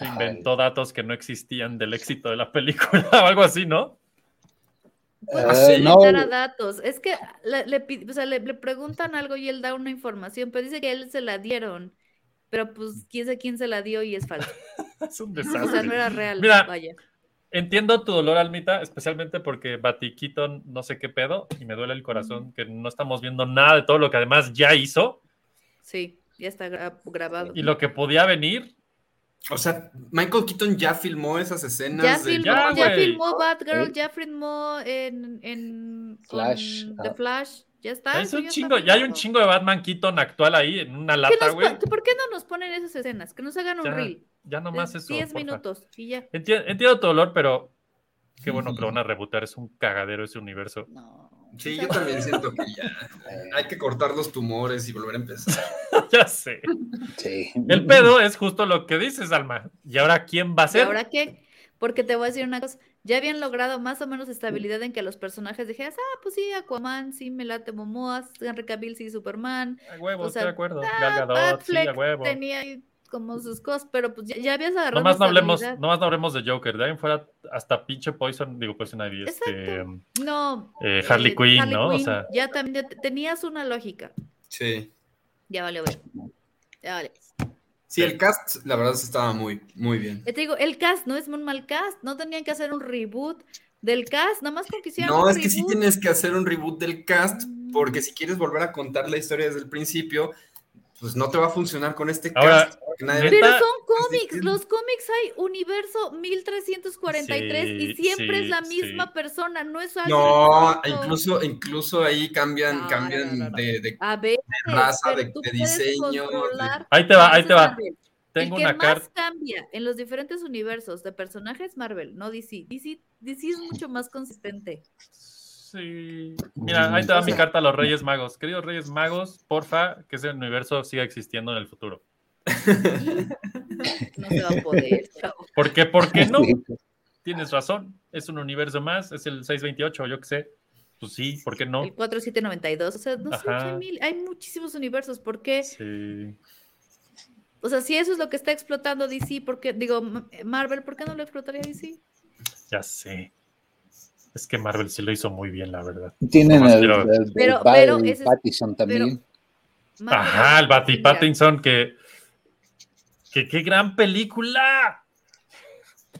Speaker 9: Ay.
Speaker 3: ah,
Speaker 5: inventó datos que no existían del éxito de la película o algo así, ¿no?
Speaker 3: Pues,
Speaker 9: Ah,
Speaker 3: sí,
Speaker 9: no.
Speaker 3: dar a datos. Es que la- le, pi- o sea, le- le preguntan algo y él da una información, pero dice que a él se la dieron. pero pues quién sabe quién se la dio y es falso.
Speaker 5: Es un
Speaker 3: O sea, no
Speaker 5: desastre.
Speaker 3: era real.
Speaker 5: Mira.
Speaker 3: Vaya.
Speaker 5: Entiendo tu dolor, Almita, especialmente porque Batiquiton no sé qué pedo y me duele el corazón que no estamos viendo nada de todo lo que además ya hizo
Speaker 3: Sí, ya está gra- grabado.
Speaker 5: y lo que podía venir.
Speaker 4: O sea, Michael Keaton ya filmó esas escenas.
Speaker 3: Ya
Speaker 4: de-
Speaker 3: filmó,
Speaker 5: ya,
Speaker 3: ya,
Speaker 5: güey.
Speaker 3: filmó Batgirl,
Speaker 9: ¿Eh?
Speaker 3: ya filmó en, en con
Speaker 9: Flash,
Speaker 3: The
Speaker 9: ah.
Speaker 3: Flash. Ya está.
Speaker 5: es
Speaker 3: eso
Speaker 5: un
Speaker 3: ya está
Speaker 5: chingo, ya hay un
Speaker 3: filmado.
Speaker 5: chingo de Batman Keaton actual ahí en una
Speaker 3: ¿Qué
Speaker 5: lata,
Speaker 3: nos
Speaker 5: güey.
Speaker 3: pon- ¿Por qué no nos ponen esas escenas? Que nos hagan un
Speaker 5: Ya,
Speaker 3: reel.
Speaker 5: Ya nomás eso.
Speaker 3: 10
Speaker 5: porfa.
Speaker 3: minutos y ya.
Speaker 5: Enti- entiendo tu dolor, pero qué bueno que lo van a rebotar. Es un cagadero ese universo.
Speaker 3: No.
Speaker 4: Sí, yo también siento que ya hay que cortar los tumores y volver a empezar.
Speaker 5: ya sé.
Speaker 9: Sí.
Speaker 5: El pedo es justo lo que dices, Alma. ¿Y ahora quién va a
Speaker 3: ¿Y
Speaker 5: ser?
Speaker 3: ahora qué? Porque te voy a decir una cosa. Ya habían logrado más o menos estabilidad en que los personajes dijeras, ah, pues sí, Aquaman, sí, me late Momoa, Henry Cavill, sí, Superman.
Speaker 5: A
Speaker 3: o
Speaker 5: huevo,
Speaker 3: sea,
Speaker 5: estoy de acuerdo.
Speaker 3: Ah,
Speaker 5: Gal Gadot, sí,
Speaker 3: Batfleck
Speaker 5: a huevo.
Speaker 3: tenía ahí como sus cosas, pero pues ya, ya habías agarrado
Speaker 5: Nomás no hablemos,
Speaker 3: estabilidad.
Speaker 5: nomás no hablemos de Joker. De ahí en fuera hasta pinche Poison, digo Poison Ivy, este,
Speaker 3: Exacto. No.
Speaker 5: eh, Harley
Speaker 3: eh,
Speaker 5: Quinn,
Speaker 3: Harley
Speaker 5: ¿no?
Speaker 3: Quinn,
Speaker 5: O sea,
Speaker 3: Ya también ya te- tenías una lógica.
Speaker 4: Sí.
Speaker 3: Ya vale, güey. Ya vale.
Speaker 4: Sí, el cast, la verdad, sí estaba muy, muy bien.
Speaker 3: Ya te digo, el cast no es un mal cast. No tenían que hacer un reboot del cast, nada más porque hicieron
Speaker 4: No,
Speaker 3: un
Speaker 4: es que sí
Speaker 3: reboot.
Speaker 4: tienes que hacer un reboot del cast, porque si quieres volver a contar la historia desde el principio, pues no te va a funcionar con este
Speaker 5: Ahora,
Speaker 4: cast. porque nadie-
Speaker 5: neta,
Speaker 3: Pero
Speaker 5: Está-
Speaker 3: son cómics,
Speaker 4: sí.
Speaker 3: los cómics hay universo 1343 y
Speaker 5: Sí,
Speaker 3: siempre es la
Speaker 5: sí, sí.
Speaker 3: misma persona, no es alguien
Speaker 4: No,
Speaker 3: nuevo.
Speaker 4: incluso, incluso ahí cambian,
Speaker 3: No,
Speaker 4: cambian
Speaker 3: no, no, no.
Speaker 4: de, de-
Speaker 3: a ver,
Speaker 4: raza,
Speaker 3: pero
Speaker 4: de-
Speaker 3: tú
Speaker 4: de
Speaker 3: puedes
Speaker 4: diseño, de-
Speaker 3: controlar
Speaker 5: ahí te va, ahí
Speaker 3: ese
Speaker 5: te va.
Speaker 3: Marvel.
Speaker 5: Tengo
Speaker 3: el que
Speaker 5: una
Speaker 3: más
Speaker 5: carta.
Speaker 3: cambia en los diferentes universos de personajes es Marvel, no DC. DC, DC es mucho más consistente.
Speaker 5: Sí. Mira, ahí te va mi carta a los Reyes Magos. Queridos Reyes Magos, porfa, que ese universo siga existiendo en el futuro.
Speaker 3: No se va a poder. chavo.
Speaker 5: Porque, ¿por qué no?
Speaker 9: Sí.
Speaker 5: Tienes razón. Es un universo más, es el 628, yo qué sé. Pues sí, ¿por qué no?
Speaker 3: El 4792, o sea, no sé
Speaker 5: Ajá.
Speaker 3: qué mil, hay muchísimos universos, ¿por qué?
Speaker 5: Sí.
Speaker 3: O sea, si eso es lo que está explotando DC, ¿por qué? Digo, Ma- Marvel, ¿por qué no lo explotaría DC?
Speaker 5: Ya sé. Es que Marvel sí lo hizo muy bien, la verdad.
Speaker 9: Tienen
Speaker 5: Nomás
Speaker 9: el,
Speaker 5: quiero-
Speaker 9: el, el
Speaker 3: Pero-
Speaker 9: Val
Speaker 3: pero ese es-
Speaker 9: Pattinson también.
Speaker 3: Marvel-
Speaker 5: Ajá, el Bati
Speaker 3: Mira,
Speaker 5: Pattinson, que, que. ¡Qué gran película!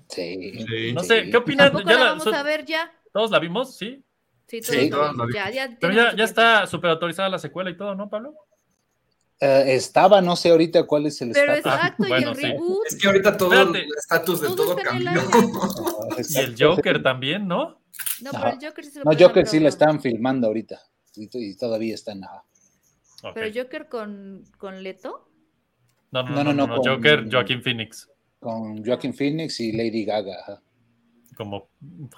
Speaker 9: Sí.
Speaker 4: Sí.
Speaker 5: No sé,
Speaker 9: Sí.
Speaker 5: ¿qué opinan?
Speaker 3: Tampoco
Speaker 5: Ya
Speaker 3: la
Speaker 5: la-
Speaker 3: vamos
Speaker 5: so-
Speaker 3: a ver ya.
Speaker 5: ¿Todos la vimos? Sí.
Speaker 3: Sí, todos la
Speaker 4: Sí,
Speaker 9: todos
Speaker 3: vimos,
Speaker 4: la
Speaker 3: ya, ya
Speaker 5: Pero
Speaker 3: tiene
Speaker 5: ya,
Speaker 3: mucho
Speaker 5: ya
Speaker 3: tiempo.
Speaker 5: está súper autorizada la secuela y todo, ¿no, Pablo?
Speaker 9: Eh, estaba, no sé ahorita cuál es el
Speaker 3: Pero
Speaker 9: estatus.
Speaker 3: exacto, y
Speaker 5: bueno,
Speaker 3: el
Speaker 5: sí.
Speaker 3: reboot.
Speaker 4: Es que ahorita todo
Speaker 5: Espérate.
Speaker 4: el estatus de
Speaker 3: Todo
Speaker 4: todo
Speaker 3: está en el
Speaker 4: cambió.
Speaker 3: aire.
Speaker 5: Y el Joker también, ¿no?
Speaker 3: No,
Speaker 9: Ajá.
Speaker 3: pero
Speaker 5: Ah.
Speaker 3: el Joker sí se lo
Speaker 9: No,
Speaker 3: podrían
Speaker 9: Joker sí
Speaker 3: haber
Speaker 9: la
Speaker 3: ahorrado.
Speaker 9: están filmando ahorita. Y, t- y todavía están. ajá.
Speaker 5: Ok.
Speaker 3: Pero Joker con, con Leto.
Speaker 5: No, no, no, no, no,
Speaker 9: con-
Speaker 5: Joker, Joaquin Phoenix,
Speaker 9: Con Joaquin Phoenix y Lady Gaga. ajá.
Speaker 5: como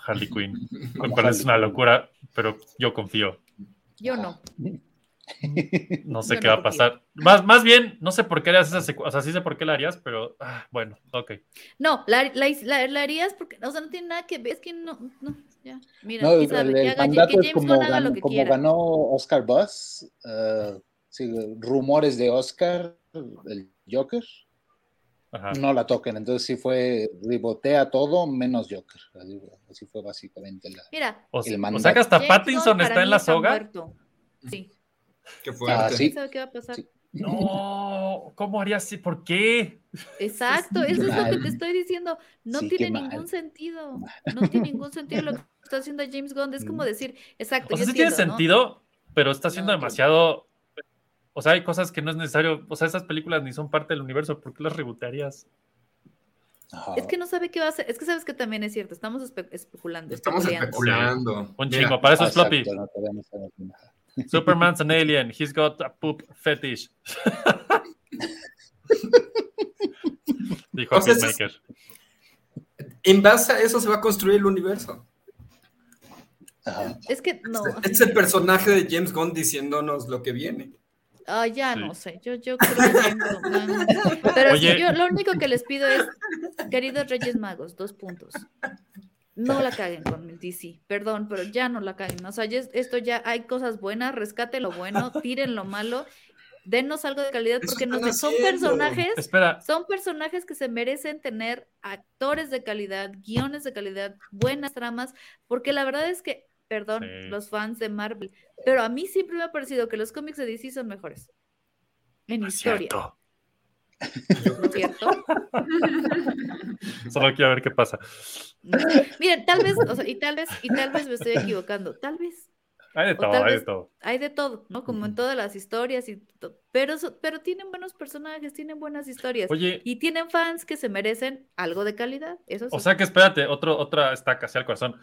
Speaker 5: Harley Quinn. Me
Speaker 9: Como
Speaker 5: parece
Speaker 9: Harley
Speaker 5: una
Speaker 9: Quinn.
Speaker 5: locura, pero yo confío.
Speaker 3: Yo
Speaker 9: Ajá.
Speaker 3: no.
Speaker 5: No sé
Speaker 3: Yo
Speaker 5: qué
Speaker 3: no
Speaker 5: va a pasar. Más, más bien, no sé por qué harías esa secuela. O sea, sí sé por qué la harías, pero ah, bueno, ok.
Speaker 3: No, la, la, la- la harías porque, o sea, no tiene nada que ver. Es que no, no, ya. Mira,
Speaker 9: No,
Speaker 3: quién
Speaker 9: el,
Speaker 3: sabe,
Speaker 9: el-
Speaker 3: que
Speaker 9: el
Speaker 3: haga- que
Speaker 9: mandato es
Speaker 3: James
Speaker 9: como,
Speaker 3: Gunn haga lo
Speaker 9: gan-
Speaker 3: que
Speaker 9: como
Speaker 3: quiera.
Speaker 9: ganó Oscar Buzz. eh, sí, rumores de Oscar, el Joker.
Speaker 5: Ajá.
Speaker 9: No la toquen. Entonces sí fue ribotea todo menos Joker. Así, así fue básicamente la.
Speaker 3: Mira,
Speaker 5: O, sea-
Speaker 9: el
Speaker 5: o
Speaker 9: mandato.
Speaker 5: sea que hasta
Speaker 3: James Gunn
Speaker 5: Pattinson
Speaker 3: para
Speaker 5: está en
Speaker 3: mí
Speaker 5: la soga.
Speaker 3: muerto. Sí.
Speaker 4: Qué fuerte.
Speaker 9: Ah, sí.
Speaker 3: ¿Quién sabe qué va a pasar?
Speaker 9: Sí.
Speaker 5: No, ¿cómo harías así? ¿Por qué?
Speaker 3: Exacto, eso es lo que
Speaker 9: mal.
Speaker 3: te estoy diciendo. No
Speaker 9: Sí, qué
Speaker 3: tiene
Speaker 9: mal. Mm.
Speaker 3: ningún sentido. No tiene ningún sentido lo que está haciendo James Gunn. Es como decir, exacto.
Speaker 5: O sea,
Speaker 3: yo
Speaker 5: sí tiene
Speaker 3: entiendo, ¿no?
Speaker 5: sentido, pero está siendo
Speaker 3: No, yo-
Speaker 5: demasiado. O sea, hay cosas que no es necesario. O sea, esas películas ni son parte del universo. ¿Por qué las rebotearías?
Speaker 9: Ajá.
Speaker 3: Es que no sabe qué va a hacer. Es que sabes que también es cierto. Estamos espe- especulando.
Speaker 4: Estamos
Speaker 3: especuleando.
Speaker 4: especulando.
Speaker 5: Un
Speaker 4: Mira,
Speaker 5: chingo. Para eso es
Speaker 9: Exacto,
Speaker 5: floppy.
Speaker 9: no, todavía no sabemos nada.
Speaker 5: Superman's an alien. He's got a poop fetish. Dijo
Speaker 4: O sea, eso es-
Speaker 5: Peacemaker.
Speaker 4: En base a eso se va a construir el universo.
Speaker 9: Ajá.
Speaker 3: Es que no.
Speaker 4: Este Es el personaje de James Gunn diciéndonos lo que viene.
Speaker 3: Ah, ya
Speaker 5: Sí.
Speaker 3: no sé. Yo, yo creo que tengo, man. Pero sí,
Speaker 5: Oye.
Speaker 3: yo lo único que les pido es, queridos Reyes Magos, dos puntos. No la caguen con el DC, perdón, pero ya no la caguen. O sea, ya es- esto ya hay cosas buenas, rescaten lo bueno, tiren lo malo, dennos algo de calidad
Speaker 4: Eso
Speaker 3: porque
Speaker 4: están
Speaker 3: nos, son
Speaker 4: haciendo.
Speaker 3: personajes,
Speaker 5: Espera,
Speaker 3: son personajes que se merecen tener actores de calidad, guiones de calidad, buenas tramas, porque la verdad es que, perdón,
Speaker 5: Sí.
Speaker 3: los fans de Marvel, pero a mí siempre me ha parecido que los cómics de DC son mejores en
Speaker 5: no es
Speaker 3: historia.
Speaker 5: cierto.
Speaker 3: ¿no es cierto?
Speaker 5: Solo quiero ver qué pasa.
Speaker 3: No. Miren, tal vez, o sea, y tal vez, y tal vez me estoy equivocando, tal vez
Speaker 5: Hay de
Speaker 3: O
Speaker 5: todo,
Speaker 3: tal
Speaker 5: hay de
Speaker 3: vez-
Speaker 5: todo.
Speaker 3: hay de todo, ¿no? Como en todas las historias, y to- pero, so- pero tienen buenos personajes, tienen buenas historias.
Speaker 5: Oye,
Speaker 3: Y tienen fans que se merecen algo de calidad. Eso sí.
Speaker 5: o sea que espérate, otro, otra estaca hacia el corazón.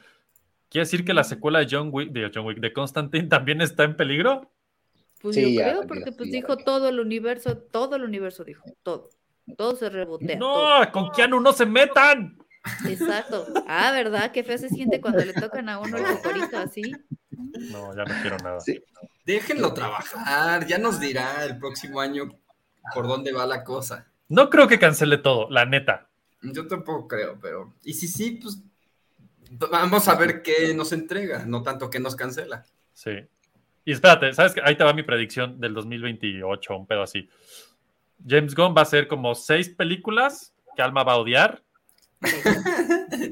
Speaker 5: ¿Quiere decir que la secuela de John Wick, de John Wick, de Constantine también está en peligro?
Speaker 3: pues
Speaker 9: sí,
Speaker 3: yo
Speaker 9: ya,
Speaker 3: creo,
Speaker 9: ya,
Speaker 3: porque pues
Speaker 9: ya,
Speaker 3: dijo
Speaker 9: ya.
Speaker 3: todo el universo, todo el universo dijo, todo. Todo se rebotea. Eh, todo.
Speaker 5: ¡No! ¡Con Keanu no se metan!
Speaker 3: Exacto. Ah, ¿verdad? Qué feo se siente cuando le tocan a uno el cocorito así.
Speaker 5: No, ya no quiero nada.
Speaker 9: Sí.
Speaker 4: Déjenlo trabajar, ya nos dirá el próximo año por dónde va la cosa.
Speaker 5: No creo que cancele todo, la neta.
Speaker 4: Yo tampoco creo, pero. Y si sí, pues. Vamos a ver qué nos entrega, no tanto qué nos cancela.
Speaker 5: Sí. Y espérate, ¿sabes qué? Ahí te va mi predicción del 2028, un pedo así. James Gunn va a hacer como seis películas que Alma va a odiar.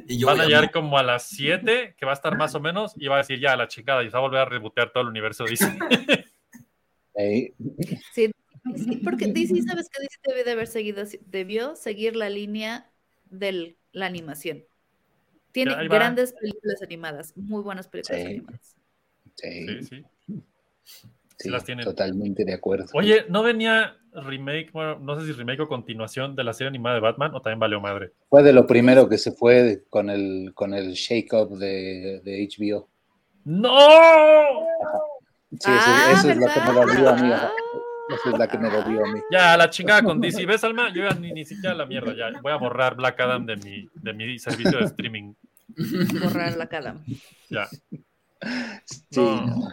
Speaker 4: Y yo
Speaker 5: van a
Speaker 4: voy a-
Speaker 5: llegar como a las siete, que va a estar más o menos, y va a decir ya a la chingada, y se va a volver a rebotear todo el universo. Dice.
Speaker 9: Ahí,
Speaker 3: Sí, porque DC, ¿sabes qué? DC debe de haber seguido, así- debió seguir la línea de la animación. Tiene
Speaker 5: Ahí va.
Speaker 3: grandes películas animadas, muy buenas películas
Speaker 9: Sí.
Speaker 3: animadas.
Speaker 9: sí,
Speaker 5: Sí, sí.
Speaker 9: sí,
Speaker 5: las tienen.
Speaker 9: totalmente de acuerdo.
Speaker 5: Oye, ¿no venía remake, bueno, no sé si remake o continuación de la serie animada de Batman o también valió madre?
Speaker 9: Fue de lo primero que se fue de- con el, con el shake-up de, de HBO.
Speaker 5: ¡No!
Speaker 9: Sí, eso,
Speaker 3: Ah,
Speaker 9: eso es la que me lo dio a mí. Esa es la que me lo dio a mí.
Speaker 5: Ya, a la chingada con DC. ¿Ves, Alma? Yo ya ni, ni siquiera la mierda. Ya voy a borrar Black Adam de mi, de mi servicio de streaming.
Speaker 3: Borrar la cara.
Speaker 5: Ya.
Speaker 9: Sí,
Speaker 5: No.
Speaker 9: no.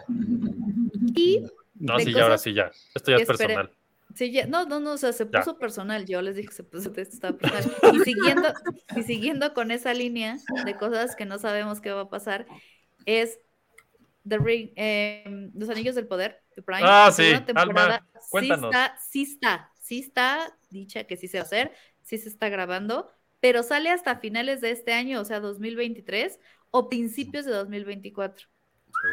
Speaker 3: Y
Speaker 5: No,
Speaker 3: De
Speaker 5: sí, ya, ahora
Speaker 3: cosas
Speaker 5: sí, ya. Esto ya
Speaker 3: que
Speaker 5: es personal.
Speaker 3: Sí, ya- no, no, no, o sea, se
Speaker 5: Ya.
Speaker 3: puso personal. Yo les dije que se puso esto estaba personal. Y siguiendo, y siguiendo con esa línea de cosas que no sabemos qué va a pasar, es The Ring, eh, Los Anillos del Poder, de Prime.
Speaker 5: Ah,
Speaker 3: la
Speaker 5: sí,
Speaker 3: segunda
Speaker 5: Alma, cuéntanos.
Speaker 3: Sí está, sí está, sí está dicha que sí se va a hacer, sí se está grabando, pero sale hasta finales de este año, o sea, 2023 o principios de 2024.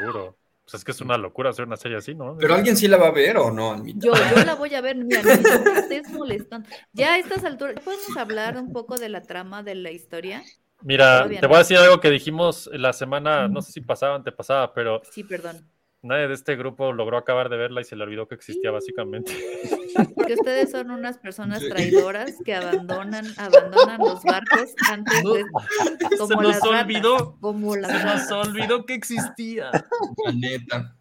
Speaker 5: Seguro. Pues es que es una locura hacer una serie así, ¿no?
Speaker 4: Pero alguien sí la va a ver o no, Almita?
Speaker 3: Yo, yo la voy a ver, mira, no, no me estés molestando. Ya a estas alturas, ¿ya ¿podemos hablar un poco de la trama de la historia?
Speaker 5: Mira,
Speaker 3: Todavía
Speaker 5: te
Speaker 3: no.
Speaker 5: voy a decir algo que dijimos la semana, no sé si pasada o antepasada, pero
Speaker 3: Sí, perdón.
Speaker 5: nadie de este grupo logró acabar de verla y se le olvidó que existía, básicamente.
Speaker 3: Porque ustedes son unas personas
Speaker 4: Sí.
Speaker 3: traidoras que abandonan, abandonan los barcos antes
Speaker 5: No,
Speaker 3: de
Speaker 5: se
Speaker 3: como
Speaker 5: nos
Speaker 3: las ratas,
Speaker 5: olvidó.
Speaker 3: como las
Speaker 5: Se nos
Speaker 3: ratas.
Speaker 5: olvidó que existía.
Speaker 4: La neta.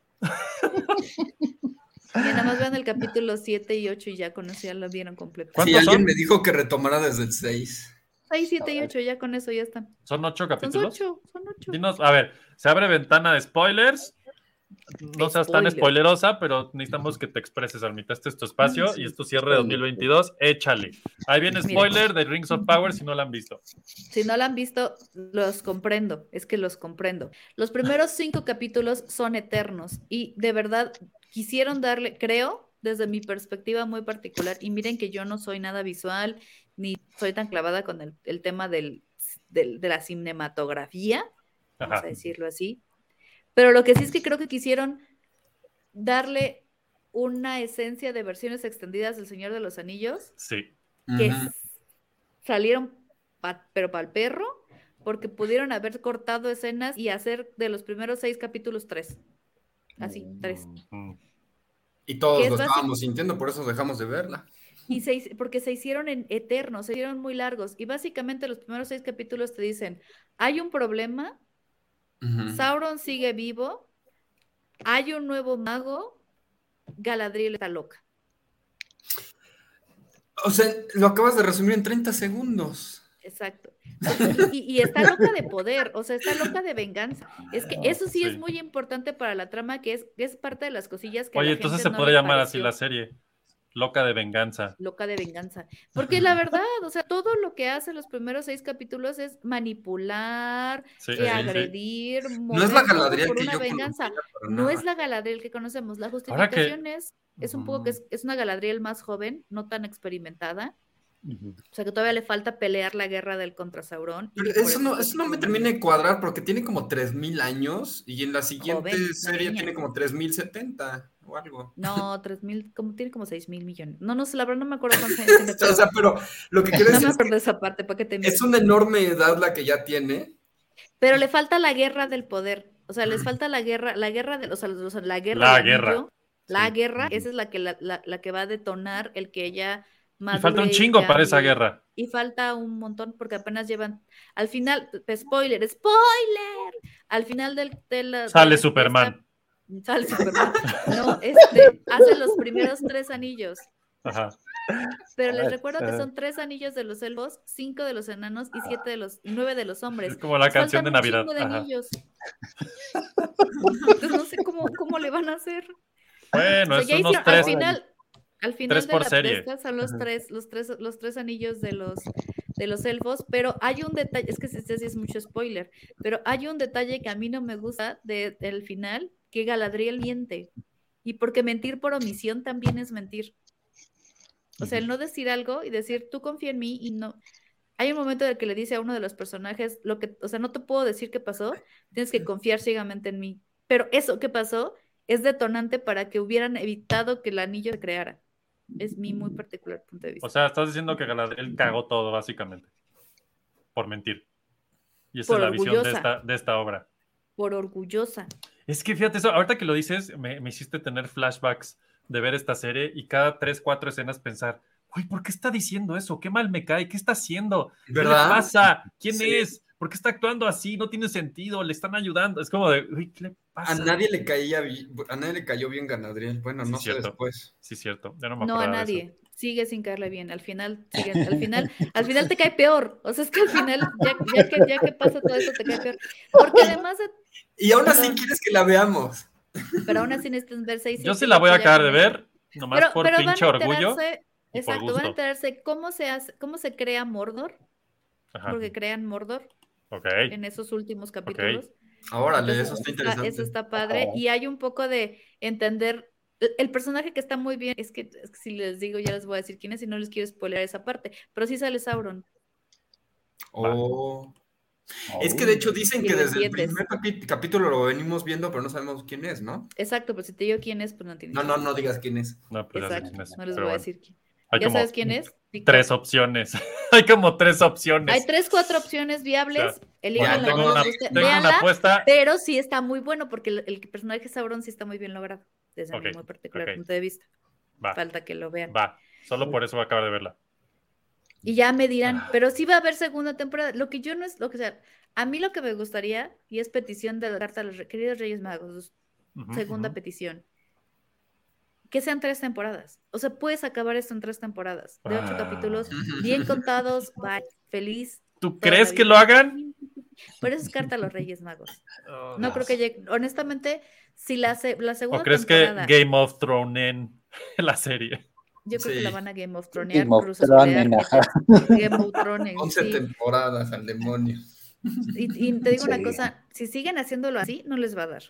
Speaker 3: Y nada más vean el capítulo 7 y 8 y ya con eso ya lo vieron completo.
Speaker 4: Sí,
Speaker 5: ¿Cuántos
Speaker 4: alguien
Speaker 5: son?
Speaker 4: me dijo que retomara desde el 6.
Speaker 3: 6, 7 y 8, ya con eso ya están.
Speaker 5: ¿Son ocho
Speaker 3: Son
Speaker 5: capítulos?
Speaker 3: 8, son 8.
Speaker 5: Dinos, a ver, se abre ventana de spoilers. No seas tan
Speaker 3: Spoiler.
Speaker 5: spoilerosa, pero necesitamos que te expreses, Almita. Este es tu espacio y es tu cierre de 2022. Échale. Ahí viene
Speaker 3: Mira.
Speaker 5: spoiler de Rings of Power si no la han visto.
Speaker 3: Si no la han visto, los comprendo, es que los comprendo. Los primeros cinco capítulos son eternos y de verdad quisieron darle, creo, desde mi perspectiva muy particular, y miren que yo no soy nada visual, ni soy tan clavada con el, el tema del, del- de la cinematografía, vamos
Speaker 5: Ajá.
Speaker 3: a decirlo así, pero lo que sí es que creo que quisieron darle una esencia de versiones extendidas del Señor de los Anillos
Speaker 5: Sí.
Speaker 3: que salieron pa- pero para el perro, porque pudieron haber cortado escenas y hacer de los primeros seis capítulos tres. Así, tres.
Speaker 5: Mm.
Speaker 4: Y todos
Speaker 3: Que
Speaker 4: lo
Speaker 3: es básico.
Speaker 4: estábamos sintiendo, por eso dejamos de verla.
Speaker 3: Y se hic- porque se hicieron en eternos, se hicieron muy largos. Y básicamente los primeros seis capítulos te dicen, hay un problema,
Speaker 4: Ujú.
Speaker 3: Sauron sigue vivo, hay un nuevo mago, Galadriel está loca.
Speaker 4: O sea, lo acabas de resumir en 30 segundos.
Speaker 3: Exacto. Y, y- y está loca de poder, o sea, está loca de venganza. Es que eso sí, es
Speaker 5: Sí.
Speaker 3: muy importante para la trama, que es, que es parte de las cosillas que a la
Speaker 5: Oye, entonces
Speaker 3: gente
Speaker 5: se
Speaker 3: no
Speaker 5: puede
Speaker 3: le
Speaker 5: llamar así
Speaker 3: pareció
Speaker 5: la serie. Loca de venganza.
Speaker 3: loca de venganza. Porque la verdad, o sea, todo lo que hace los primeros seis capítulos es manipular,
Speaker 5: Sí,
Speaker 3: que
Speaker 5: sí, sí.
Speaker 3: agredir,
Speaker 4: No es la
Speaker 3: mover todo
Speaker 4: Galadriel
Speaker 3: por
Speaker 4: que
Speaker 3: una
Speaker 4: yo
Speaker 3: venganza.
Speaker 4: conocía, para
Speaker 3: No
Speaker 4: nada.
Speaker 3: es la Galadriel que conocemos. La
Speaker 5: Ahora que-
Speaker 3: justificación es, es un poco que es, es una Galadriel más joven, no tan experimentada. O sea, que todavía le falta pelear la guerra del contra Sauron. y
Speaker 4: Pero
Speaker 3: que por
Speaker 4: eso no,
Speaker 3: está
Speaker 4: eso no me
Speaker 3: súper-
Speaker 4: termina de cuadrar porque tiene como 3000 años y en la siguiente
Speaker 3: Joven, una
Speaker 4: serie
Speaker 3: niña.
Speaker 4: tiene como 3070. o algo.
Speaker 3: No, 3 mil, como, tiene como 6 mil millones. No, no sé, la verdad no me acuerdo cuántos años tiene,
Speaker 4: O sea,
Speaker 3: pero
Speaker 4: pero lo que quiero
Speaker 3: no
Speaker 4: decir
Speaker 3: me
Speaker 4: es que
Speaker 3: acuerdo de esa parte, ¿para qué te miento?
Speaker 4: es una enorme edad la que ya tiene.
Speaker 3: Pero le falta la guerra del poder. O sea, les falta la guerra, la guerra de, o sea, los- la guerra.
Speaker 5: La
Speaker 3: del
Speaker 5: guerra.
Speaker 3: anillo, la
Speaker 5: Sí.
Speaker 3: guerra, esa es la que, la, la- la que va a detonar el que ella
Speaker 5: Y falta un
Speaker 3: madure,
Speaker 5: chingo para esa
Speaker 3: cambie.
Speaker 5: guerra.
Speaker 3: Y falta un montón porque apenas llevan. Al final, spoiler, spoiler. Al final del. de la-
Speaker 5: Sale
Speaker 3: de-
Speaker 5: Superman.
Speaker 3: esta- sale Superman. No, este, hace los primeros tres anillos.
Speaker 5: Ajá.
Speaker 3: Pero les
Speaker 9: Ay,
Speaker 3: recuerdo que
Speaker 9: ah.
Speaker 3: son tres anillos de los elfos, cinco de los enanos y siete de los, nueve de los hombres.
Speaker 5: Es como la
Speaker 3: Faltan
Speaker 5: canción de
Speaker 3: un
Speaker 5: Navidad.
Speaker 3: chingo de
Speaker 5: Ajá.
Speaker 3: anillos. Entonces, no sé cómo, cómo le van a hacer.
Speaker 5: Bueno,
Speaker 3: O sea,
Speaker 5: es
Speaker 3: ya
Speaker 5: unos
Speaker 3: hicieron-
Speaker 5: tres.
Speaker 3: Al final, al final
Speaker 5: tres
Speaker 3: de
Speaker 5: por
Speaker 3: la
Speaker 5: serie.
Speaker 3: pesca son los tres, los tres, los tres anillos de los de los elfos, pero hay un detalle, es que si este sí es mucho spoiler, pero hay un detalle que a mí no me gusta de- del final, que Galadriel miente. Y porque mentir por omisión también es mentir. O sea, el no decir algo y decir, tú confía en mí y no. Hay un momento en el que le dice a uno de los personajes, lo que, o sea, no te puedo decir qué pasó, tienes que confiar ciegamente en mí. Pero eso que pasó es detonante para que hubieran evitado que el anillo se creara. Es mi muy particular punto de vista.
Speaker 5: O sea, estás diciendo que Galadriel cagó todo, básicamente. Por mentir. Y esa
Speaker 3: Por
Speaker 5: es la visión de
Speaker 3: orgullosa.
Speaker 5: esta, de esta obra.
Speaker 3: por orgullosa.
Speaker 5: Es que fíjate eso, ahorita que lo dices, me, me hiciste tener flashbacks de ver esta serie y cada tres, cuatro escenas pensar, güey, ¿por qué está diciendo eso? ¿Qué mal me cae? ¿Qué está haciendo? ¿Qué le
Speaker 4: ¿Verdad?
Speaker 5: pasa? ¿Quién
Speaker 4: Sí.
Speaker 5: es? ¿Por qué está actuando así? No tiene sentido, le están ayudando. Es como de, güey, ¿qué le
Speaker 4: A
Speaker 5: pasa?
Speaker 4: nadie le caía bi- a nadie le cayó bien Ganadriel. Bueno,
Speaker 5: Sí,
Speaker 4: no
Speaker 5: es
Speaker 4: sé
Speaker 5: cierto.
Speaker 4: después.
Speaker 5: Sí, cierto, ya no me
Speaker 3: No
Speaker 5: acordaba
Speaker 3: a
Speaker 5: de eso.
Speaker 3: nadie. Sigue sin caerle bien. Al final, sigue- al final, al final te cae peor. O sea, es que al final, ya, ya que, ya que pasa todo eso, te cae peor. Porque además, de-
Speaker 4: Y aún así
Speaker 3: Perdón.
Speaker 4: quieres que la veamos.
Speaker 3: pero aún así necesitan verse y
Speaker 5: Yo
Speaker 3: sí
Speaker 5: sí la voy a
Speaker 3: ya
Speaker 5: acabar de
Speaker 3: tienen-
Speaker 5: ver, nomás por pinche orgullo.
Speaker 3: enterarse-
Speaker 5: y por
Speaker 3: Exacto, van
Speaker 5: gusto.
Speaker 3: a enterarse cómo se hace, cómo se crea Mordor,
Speaker 5: Ajá,
Speaker 3: porque crean Mordor
Speaker 5: ok.
Speaker 3: en esos últimos capítulos.
Speaker 4: Órale,
Speaker 3: Entonces,
Speaker 4: eso está
Speaker 3: está-
Speaker 4: interesante.
Speaker 3: Eso está padre.
Speaker 9: Ajá.
Speaker 3: Y hay un poco de entender. el- El personaje que está muy bien, es que, es que si les digo ya les voy a decir quién es y no les quiero spoiler esa parte, pero sí sale Sauron.
Speaker 4: Oh. Es que de hecho dicen
Speaker 3: Y
Speaker 4: que
Speaker 3: lo
Speaker 4: desde el
Speaker 3: entiendes.
Speaker 4: primer capi- capítulo lo venimos viendo, pero no sabemos quién es, ¿no?
Speaker 3: Exacto, pero si te digo quién es, pues no tienes.
Speaker 4: No, no, no digas quién es.
Speaker 5: No, pues ya sé
Speaker 3: Exacto,
Speaker 5: quién es,
Speaker 3: no les
Speaker 5: pero
Speaker 3: voy a
Speaker 5: bueno.
Speaker 3: decir quién.
Speaker 5: Hay
Speaker 3: ¿Ya
Speaker 5: como
Speaker 3: sabes quién es? Dicto.
Speaker 5: Tres opciones. Hay como tres opciones.
Speaker 3: Hay tres, cuatro opciones viables. Elijan la
Speaker 4: Bueno,
Speaker 3: que
Speaker 4: tengo
Speaker 3: más
Speaker 4: una-
Speaker 3: les guste. este,
Speaker 5: Tengo una
Speaker 3: Véanla,
Speaker 5: apuesta.
Speaker 3: pero sí está muy bueno porque el, el personaje Sauron sí está muy bien logrado, desde
Speaker 5: Ok,
Speaker 3: mi muy particular
Speaker 5: ok.
Speaker 3: punto de vista.
Speaker 5: Va,
Speaker 3: Falta que lo vean.
Speaker 5: va. Solo por eso voy a acabar de verla.
Speaker 3: Y ya me dirán,
Speaker 5: Ah.
Speaker 3: pero sí va a haber segunda temporada. Lo que yo no es, lo que o sea, a mí lo que me gustaría, y es petición de la carta a los re- queridos Reyes Magos,
Speaker 5: Ujú,
Speaker 3: segunda
Speaker 5: ujú.
Speaker 3: petición, que sean tres temporadas. O sea, puedes acabar esto en tres temporadas, de ocho
Speaker 5: Ah.
Speaker 3: capítulos, bien contados, bye, feliz.
Speaker 5: ¿Tú
Speaker 3: toda la
Speaker 5: crees que
Speaker 3: vida.
Speaker 5: lo hagan?
Speaker 3: Pero eso es carta a los Reyes Magos. No creo que llegue, honestamente, si la, se- la segunda
Speaker 5: ¿O crees que
Speaker 3: temporada,
Speaker 5: Game of Thrones en la serie?
Speaker 3: yo creo que la
Speaker 4: Sí.
Speaker 3: van a Game of Thronear,
Speaker 9: Game of
Speaker 3: Cruz
Speaker 9: Thrones,
Speaker 3: Escudear,
Speaker 9: ajá.
Speaker 3: Game of Thrones,
Speaker 4: 11
Speaker 3: sí.
Speaker 4: temporadas al demonio.
Speaker 3: Y, y te digo una
Speaker 9: Sí.
Speaker 3: cosa, si siguen haciéndolo así, no les va a dar.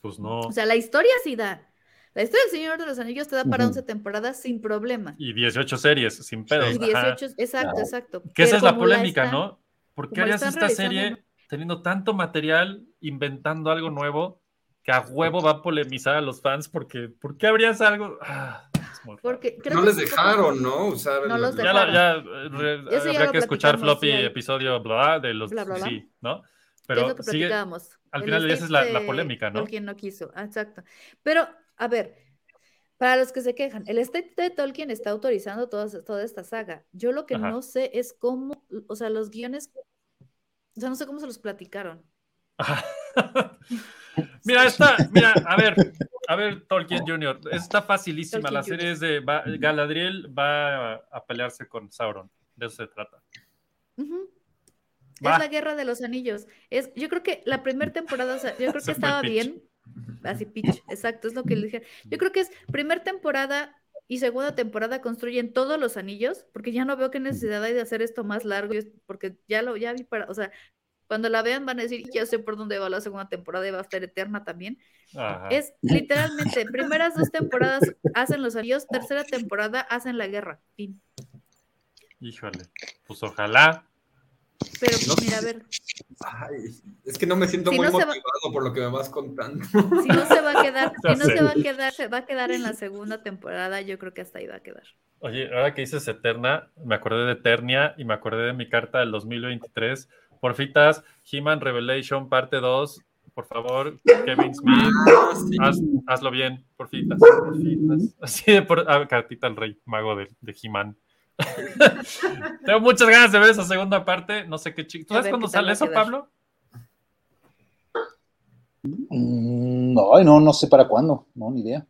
Speaker 5: Pues no.
Speaker 3: O sea, la historia sí da. La historia del Señor de los Anillos te da para
Speaker 9: Ujú.
Speaker 3: 11 temporadas sin problema.
Speaker 5: Y 18 series, sin pedos.
Speaker 3: Y
Speaker 5: ajá.
Speaker 3: 18, exacto,
Speaker 9: Ah.
Speaker 3: exacto.
Speaker 5: Que esa
Speaker 3: Pero
Speaker 5: es la
Speaker 3: como la
Speaker 5: polémica,
Speaker 3: están-
Speaker 5: ¿no? ¿Por qué
Speaker 3: como la
Speaker 5: harías
Speaker 3: están
Speaker 5: esta
Speaker 3: realizando,
Speaker 5: serie teniendo tanto material, inventando algo nuevo, que a huevo va a polemizar a los fans? Porque, ¿Por qué habrías algo? Ah, es muy raro.
Speaker 3: Porque creo
Speaker 4: No
Speaker 3: que
Speaker 4: les
Speaker 3: es un poco-
Speaker 4: dejaron, ¿no? Usar
Speaker 3: No
Speaker 4: el-
Speaker 3: los
Speaker 5: ya, la- ya, eh, re-
Speaker 3: Eso ya
Speaker 5: habría
Speaker 3: lo
Speaker 5: que escuchar
Speaker 3: platicamos,
Speaker 5: floppy
Speaker 3: sí, ahí.
Speaker 5: episodio bla de los
Speaker 3: Bla, bla, bla.
Speaker 5: sí, ¿no?
Speaker 3: que es lo
Speaker 5: Pero
Speaker 3: que
Speaker 5: sigue
Speaker 3: platicábamos. este
Speaker 5: al
Speaker 3: el
Speaker 5: final del día esa es la-
Speaker 3: sketch
Speaker 5: la
Speaker 3: de
Speaker 5: polémica, ¿no?
Speaker 3: Tolkien no quiso, ah, exacto. Pero, a ver, para los que se quejan, el estate de Tolkien está autorizando todas- toda esta saga. Yo lo que
Speaker 5: Ajá.
Speaker 3: no sé es cómo, o sea, los guiones, o sea, no sé cómo se los platicaron.
Speaker 5: mira, esta, mira, a ver, a ver, Tolkien Jr., está facilísima.
Speaker 3: Oh. Tolkien Jr..
Speaker 5: la serie es de va- Galadriel va a, a pelearse con Sauron. De eso se trata.
Speaker 3: Ujú.
Speaker 5: Va.
Speaker 3: Es la guerra de los anillos. Es, yo creo que la primera temporada, o sea, yo creo
Speaker 5: Ese
Speaker 3: que
Speaker 5: fue el
Speaker 3: estaba
Speaker 5: pitch.
Speaker 3: bien. Así pitch, exacto, es lo que le dije. Yo creo que es primera temporada y segunda temporada construyen todos los anillos, porque ya no veo qué necesidad hay de hacer esto más largo, yo- porque ya lo ya vi para, o sea, cuando la vean van a decir, ya sé por dónde va la segunda temporada y va a estar eterna también.
Speaker 5: Ajá.
Speaker 3: Es literalmente, primeras dos temporadas hacen los anillos, tercera temporada hacen la guerra. Fin.
Speaker 5: Híjole. Pues ojalá.
Speaker 3: Pero
Speaker 4: No
Speaker 3: mira, a ver,
Speaker 4: Ay, es que no me siento
Speaker 3: Si
Speaker 4: muy
Speaker 3: no se va-
Speaker 4: motivado por lo que me vas contando.
Speaker 3: Si no se va a quedar,
Speaker 5: Ya
Speaker 3: si no se
Speaker 5: sé.
Speaker 3: va a quedar, se va a quedar en la segunda temporada, yo creo que hasta ahí va a quedar.
Speaker 5: Oye, ahora que dices Eterna, me acordé de Eternia y me acordé de mi carta del 2023. Porfitas, He-Man Revelation, parte 2. Por favor, Kevin Smith,
Speaker 4: Ah, sí.
Speaker 5: haz- hazlo bien, porfitas. porfitas. Así de por, ah, cartita al rey, mago de, de He-Man. Tengo muchas ganas de ver esa segunda parte. No sé qué chico. ¿Tú
Speaker 3: A
Speaker 5: sabes
Speaker 3: ver
Speaker 5: cuándo
Speaker 3: qué tal va
Speaker 5: sale
Speaker 3: a
Speaker 5: eso,
Speaker 3: quedar.
Speaker 5: Pablo?
Speaker 9: Mm, No, ay, no, no sé para cuándo, no, ni idea.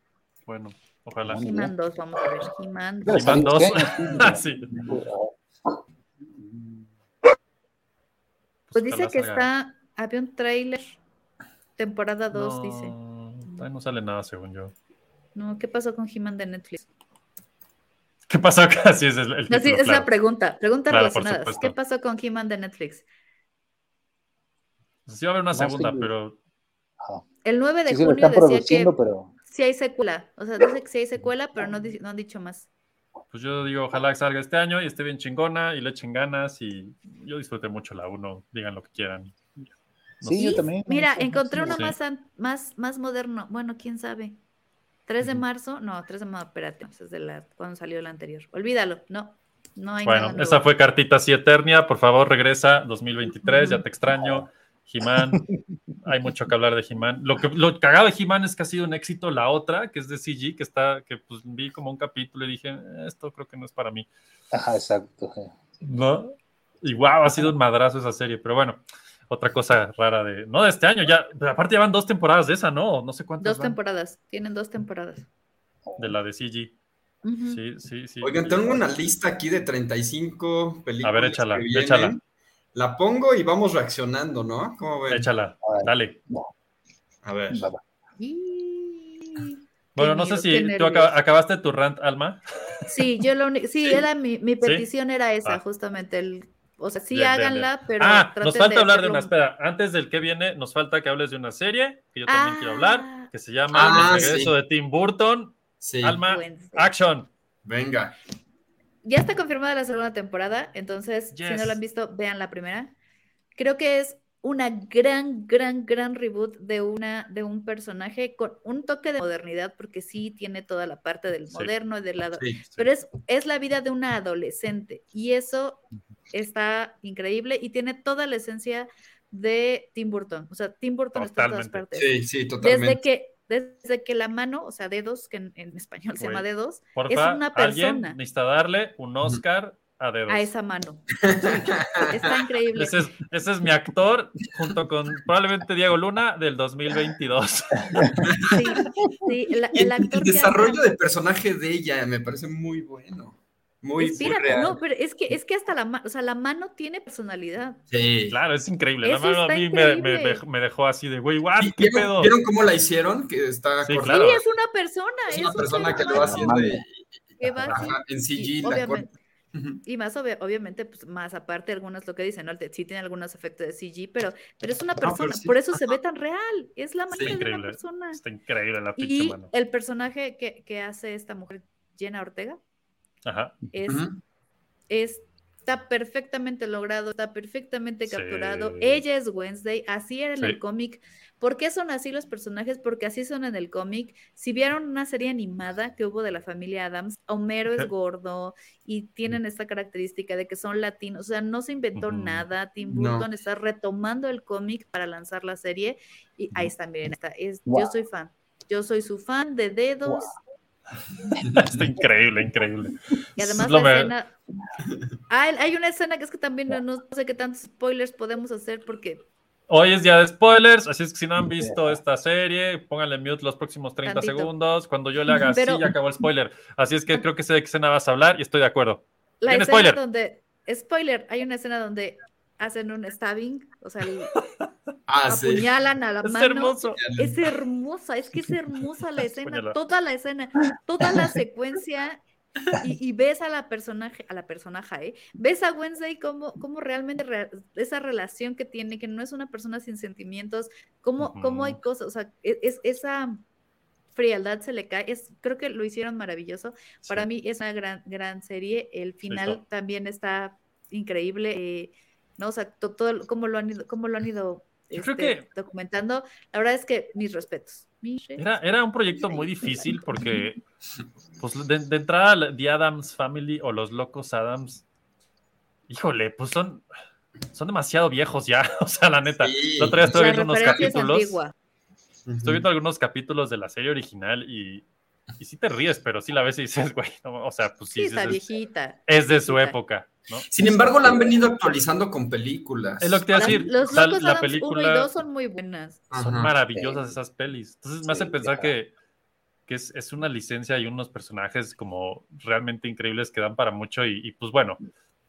Speaker 5: Bueno, ojalá.
Speaker 9: Muy
Speaker 3: He-Man 2, vamos a ver. He-Man
Speaker 9: Pero
Speaker 5: He-Man
Speaker 9: está bien,
Speaker 5: 2. sí.
Speaker 3: Pues dice
Speaker 5: ojalá
Speaker 3: que
Speaker 5: salga.
Speaker 3: está, había un tráiler, temporada 2, dice.
Speaker 5: No, todavía no sale nada, según yo.
Speaker 3: No, ¿qué pasó con He-Man de Netflix?
Speaker 5: ¿Qué pasó acá? Sí, ese es el, el
Speaker 3: No, sí,
Speaker 5: título,
Speaker 3: es
Speaker 5: claro.
Speaker 3: la pregunta, preguntas
Speaker 5: Claro, por
Speaker 3: relacionadas.
Speaker 5: supuesto.
Speaker 3: ¿Qué pasó con He-Man de Netflix?
Speaker 5: Sí va a haber una
Speaker 9: Más que
Speaker 5: segunda,
Speaker 9: ningún-
Speaker 5: pero
Speaker 3: El 9 de
Speaker 9: Ah, Sí, se lo
Speaker 3: junio
Speaker 9: están
Speaker 3: decía que
Speaker 9: produciendo, pues. pero
Speaker 3: sí hay secuela. O sea, dice que sí hay secuela, pero no, di- no han dicho más.
Speaker 5: pues yo digo, ojalá salga este año y esté bien chingona y le echen ganas y yo disfruté mucho la 1, digan lo que quieran. No
Speaker 9: sí,
Speaker 5: sé.
Speaker 9: yo también.
Speaker 3: Mira, encontré uno
Speaker 5: Sí.
Speaker 3: más, an- más, más moderno. Bueno, quién sabe. 3 de
Speaker 5: Ujú.
Speaker 3: marzo, no, 3 de marzo, espérate, ese es de la, cuando salió la anterior. Olvídalo, no, no hay nada.
Speaker 5: Bueno,
Speaker 3: nuevo.
Speaker 5: esa fue Cartita así Eternia, por favor regresa 2023, ya te extraño. Jimán, hay mucho que hablar de Jimán. Lo que lo cagado de Jimán es que ha sido un éxito la otra, que es de CG, que está, que pues vi como un capítulo y dije, "Eh, esto creo que no es para mí.
Speaker 9: Ajá, exacto. sí.
Speaker 5: ¿no? Y wow, ha sido un madrazo esa serie, pero bueno, otra cosa rara de, no de este año, ya, pero aparte ya van dos temporadas de esa, ¿no? No sé cuántas
Speaker 3: Dos
Speaker 5: van
Speaker 3: temporadas, tienen dos temporadas.
Speaker 5: de la de CG.
Speaker 3: Ujú.
Speaker 5: Sí, sí, sí.
Speaker 4: Oigan, tengo una lista aquí de 35 películas.
Speaker 5: A ver, échala,
Speaker 4: que vienen.
Speaker 5: échala.
Speaker 4: La pongo y vamos reaccionando, ¿no? ¿Cómo ven?
Speaker 5: Échala,
Speaker 9: Ay,
Speaker 5: dale.
Speaker 4: A ver.
Speaker 9: va, va.
Speaker 3: Y-
Speaker 5: Bueno,
Speaker 3: Qué
Speaker 5: no sé
Speaker 3: miedo, qué
Speaker 5: si tú
Speaker 3: nervios.
Speaker 5: acaba- acabaste tu rant, Alma.
Speaker 3: Sí, yo lo único, sí, era mi, mi petición era esa,
Speaker 5: Ah.
Speaker 3: justamente el, o sea, sí
Speaker 5: Bien, bien,
Speaker 3: háganla, pero
Speaker 5: ah, nos
Speaker 3: traten
Speaker 5: falta hablar de
Speaker 3: hacerlo-
Speaker 5: una, espera, antes del que viene, nos falta que hables de una serie que yo también quiero
Speaker 3: Ah.
Speaker 5: hablar, que se llama
Speaker 4: Ah,
Speaker 5: El regreso
Speaker 4: sí.
Speaker 5: de Tim Burton.
Speaker 4: Sí,
Speaker 5: Alma,
Speaker 3: Wednesday.
Speaker 5: action.
Speaker 4: venga.
Speaker 3: Ya está confirmada la segunda temporada, entonces si no
Speaker 5: Yes.
Speaker 3: la han visto, vean la primera. Creo que es una gran, gran, gran reboot de una de un personaje con un toque de modernidad, porque sí tiene toda la parte del
Speaker 5: Sí.
Speaker 3: moderno y del lado,
Speaker 4: Sí.
Speaker 3: pero es, es la vida de una adolescente y eso está increíble y tiene toda la esencia de Tim Burton. O sea, Tim Burton está en
Speaker 5: Totalmente.
Speaker 3: todas partes.
Speaker 4: Sí, sí,
Speaker 3: desde
Speaker 4: totalmente.
Speaker 3: que desde que la mano, o sea, dedos, que en, en español se llama
Speaker 5: Güey.
Speaker 3: dedos,
Speaker 5: Porfa,
Speaker 3: es una
Speaker 5: alguien
Speaker 3: persona.
Speaker 5: necesita darle un Oscar a dedos.
Speaker 3: a esa mano. Está increíble.
Speaker 5: Ese es, ese es mi actor junto con probablemente Diego Luna del 2022.
Speaker 3: Sí, sí, la-
Speaker 4: Y
Speaker 3: el
Speaker 4: el,
Speaker 3: actor que hace-
Speaker 4: desarrollo de personaje de ella me parece muy bueno. Muy, muy
Speaker 3: Inspírate,
Speaker 4: real.
Speaker 3: no, pero es que es que hasta la mano, o sea, la mano tiene personalidad.
Speaker 4: Sí.
Speaker 5: Claro, es increíble. La
Speaker 3: Eso
Speaker 5: mano a
Speaker 3: está
Speaker 5: mí me, me-
Speaker 3: increíble.
Speaker 5: me- me dejó así de, güey, what,
Speaker 4: ¿Y
Speaker 5: Ah, qué
Speaker 4: ¿Vieron,
Speaker 5: pedo.
Speaker 4: vieron cómo la hicieron? Que está
Speaker 5: Sí,
Speaker 4: cortada.
Speaker 5: claro.
Speaker 3: Sí, es una persona,
Speaker 4: Es una
Speaker 3: un
Speaker 4: persona
Speaker 3: ser
Speaker 4: que lo va
Speaker 3: humano
Speaker 4: haciendo y-
Speaker 3: que va así.
Speaker 4: ajá, en
Speaker 3: Sí,
Speaker 4: CG la
Speaker 3: obviamente.
Speaker 4: corta. Ujú.
Speaker 3: Y más obvia- obviamente, pues, más aparte algunos lo que dicen, ¿no? Te- Sí tiene algunos efectos de CG, pero, pero es una
Speaker 4: pero
Speaker 3: persona,
Speaker 4: sí.
Speaker 3: por eso se ve tan real, es la manera de una
Speaker 5: increíble.
Speaker 3: persona.
Speaker 5: Está increíble la pinche
Speaker 3: Y
Speaker 5: mano.
Speaker 3: el personaje que, que hace esta mujer, Jenna Ortega,
Speaker 5: Ajá.
Speaker 3: es,
Speaker 4: Ujú.
Speaker 3: es- está perfectamente logrado, está perfectamente
Speaker 5: Sí.
Speaker 3: capturado. Ella es Wednesday, así era en
Speaker 5: Sí.
Speaker 3: el cómic. ¿Por qué son así los personajes? Porque así son en el cómic. Si vieron una serie animada que hubo de la familia Adams, Homero es
Speaker 5: Ujú.
Speaker 3: gordo y tienen esta característica de que son latinos. O sea, no se inventó
Speaker 5: Mm. Ujú.
Speaker 3: nada. Tim
Speaker 4: No.
Speaker 3: Burton está retomando el cómic para lanzar la serie. Y ahí está, miren, está. Es, Yo
Speaker 9: Guau.
Speaker 3: soy fan. Yo soy su fan de dedos.
Speaker 5: Está increíble, increíble.
Speaker 3: Y
Speaker 5: Es
Speaker 3: además
Speaker 5: lo
Speaker 3: la
Speaker 5: me-
Speaker 3: escena. Ah, el- hay una escena que es que también no, no sé qué tantos spoilers podemos hacer porque
Speaker 5: Hoy es día de spoilers, así es que si no han visto esta serie, pónganle mute los próximos 30
Speaker 3: Tantito.
Speaker 5: segundos. Cuando yo le haga así,
Speaker 3: Pero-
Speaker 5: ya acabó el spoiler. Así es que creo que sé de qué escena vas a hablar y estoy de acuerdo.
Speaker 3: la
Speaker 5: Bien,
Speaker 3: escena
Speaker 5: spoiler.
Speaker 3: donde. Spoiler, hay una escena donde hacen un stabbing, o sea, le
Speaker 4: Ah, sí.
Speaker 3: apuñalan a la
Speaker 5: Es
Speaker 3: mano.
Speaker 5: hermoso.
Speaker 3: Es hermosa, es que es hermosa la escena,
Speaker 5: Apuñalada.
Speaker 3: toda la escena, toda la secuencia. Y, y ves a la personaje, a la personaje, ¿eh? ves a Wednesday como, como realmente re- esa relación que tiene, que no es una persona sin sentimientos, cómo, cómo hay
Speaker 5: Ujú.
Speaker 3: cosas, o sea, e- es, esa frialdad se le cae, es, creo que lo hicieron maravilloso. Para
Speaker 5: Sí.
Speaker 3: mí es una gran, gran serie, el final también está increíble. eh, ¿no? O sea, to- todo, el- cómo lo han ido, cómo lo han ido
Speaker 5: Yo creo
Speaker 3: este,
Speaker 5: que-
Speaker 3: documentando. La verdad es que mis respetos. Mis
Speaker 5: Era, era un proyecto muy difícil porque, pues, de, de entrada, la- The Adams Family o los Locos Adams, híjole, pues son, son demasiado viejos ya, o sea, la neta.
Speaker 4: Sí.
Speaker 5: La otra vez estoy
Speaker 3: La
Speaker 5: viendo unos
Speaker 3: referencia es
Speaker 5: capítulos.
Speaker 3: antigua.
Speaker 5: Estoy viendo algunos capítulos de la serie original y, y sí te ríes, pero sí la ves y dices, güey, no, o sea, pues sí,
Speaker 3: Sí,
Speaker 5: sí,
Speaker 3: está
Speaker 5: es,
Speaker 3: viejita.
Speaker 5: es de su época, ¿no?
Speaker 4: Sin embargo, la han venido actualizando con películas.
Speaker 5: Es lo que te iba a
Speaker 3: Las-
Speaker 5: decir.
Speaker 3: los
Speaker 5: o sea,
Speaker 3: locos
Speaker 5: la
Speaker 3: Adams 1 y
Speaker 5: película
Speaker 3: 2 son muy buenas.
Speaker 5: son
Speaker 4: Ajá.
Speaker 5: maravillosas
Speaker 9: Sí.
Speaker 5: esas pelis. Entonces me hace
Speaker 9: Sí,
Speaker 5: pensar
Speaker 9: ya.
Speaker 5: que, que es, es una licencia y unos personajes como realmente increíbles que dan para mucho. Y, y, pues bueno,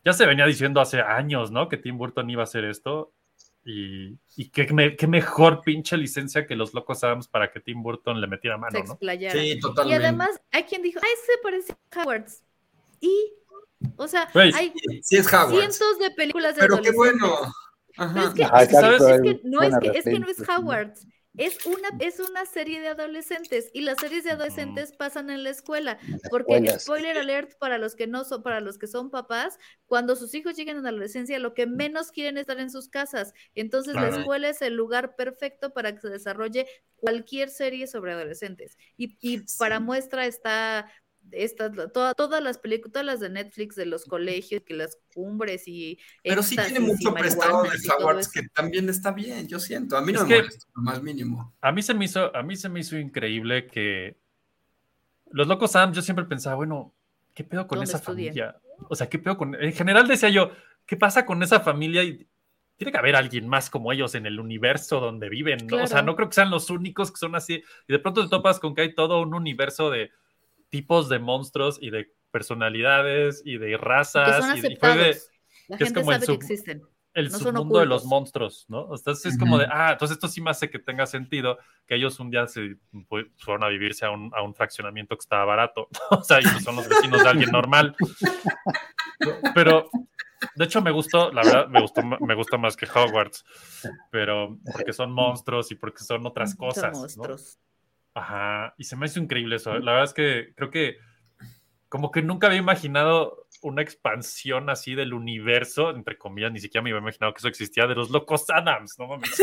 Speaker 5: ya se venía diciendo hace años, ¿no? Que Tim Burton iba a hacer esto. Y, y qué, me- qué mejor pinche licencia que los locos Adams para que Tim Burton le metiera
Speaker 3: Se
Speaker 5: mano, Ah, ¿no?
Speaker 3: explayara.
Speaker 4: Sí,
Speaker 3: Y
Speaker 4: totalmente.
Speaker 3: además, hay quien dijo, ay, se parece a Howards. Y, o sea,
Speaker 5: Güey,
Speaker 3: hay
Speaker 4: Sí, es Howard.
Speaker 3: cientos de películas de
Speaker 4: Pero qué
Speaker 3: adolescentes.
Speaker 4: bueno.
Speaker 3: Pero es
Speaker 4: Ajá.
Speaker 3: que,
Speaker 9: Ajá,
Speaker 3: es que-
Speaker 5: ¿sabes?
Speaker 3: es
Speaker 9: hay
Speaker 3: que no es
Speaker 9: buenas
Speaker 3: que, es que no es
Speaker 9: referencias, ¿no?
Speaker 3: Howard. Es una, es una serie de adolescentes y las series de adolescentes pasan en la escuela. Porque,
Speaker 9: escuelas.
Speaker 3: spoiler alert, para los que no son, para los que son papás, cuando sus hijos lleguen a la adolescencia, lo que menos quieren es estar en sus casas. Entonces, la
Speaker 5: Claro.
Speaker 3: escuela es el lugar perfecto para que se desarrolle cualquier serie sobre adolescentes. Y, y para muestra está estas toda- todas las películas, todas las de Netflix de los colegios, que las cumbres y
Speaker 4: Pero sí tiene
Speaker 3: éxtasis y
Speaker 4: mucho prestado de
Speaker 3: marihuanas y todo
Speaker 4: Howard
Speaker 3: eso.
Speaker 4: que también está bien, yo siento. A mí no
Speaker 5: Es
Speaker 4: me
Speaker 5: que-
Speaker 4: molesta lo más mínimo.
Speaker 5: A mí se me hizo, a mí se me hizo increíble que los locos Adams, yo siempre pensaba, bueno, ¿qué pedo con
Speaker 3: ¿Dónde
Speaker 5: esa
Speaker 3: estudian?
Speaker 5: familia? O sea, ¿qué pedo con? En general decía yo, ¿qué pasa con esa familia? Y tiene que haber alguien más como ellos en el universo donde viven, ¿no? O sea,
Speaker 3: Claro.
Speaker 5: no creo que sean los únicos que son así. Y de pronto te topas con que hay todo un universo de tipos de monstruos y de personalidades y de
Speaker 3: que
Speaker 5: razas.
Speaker 3: son
Speaker 5: y, y fue de-
Speaker 3: aceptados. La
Speaker 5: que es
Speaker 3: gente
Speaker 5: como el
Speaker 3: sabe que
Speaker 5: sub-
Speaker 3: existen.
Speaker 5: el
Speaker 3: No son
Speaker 5: submundo de los
Speaker 3: ocultos.
Speaker 5: monstruos, ¿no? O sea, sí es
Speaker 4: Ujú.
Speaker 5: como de, ah, entonces esto sí me hace que tenga sentido que ellos un día se fu- fueron a vivirse a un, a un fraccionamiento que estaba barato, o sea, y pues son los vecinos de alguien normal. Pero, de hecho, me gustó, la verdad, me gustó, ma- me gusta más que Hogwarts, pero porque son monstruos y porque son otras cosas.
Speaker 3: son
Speaker 5: ¿no?
Speaker 3: monstruos.
Speaker 5: Ajá, y se me hizo increíble eso. La verdad es que creo que como que nunca había imaginado una expansión así del universo, entre comillas, ni siquiera me había imaginado que eso existía de los locos Adams, ¿no mames?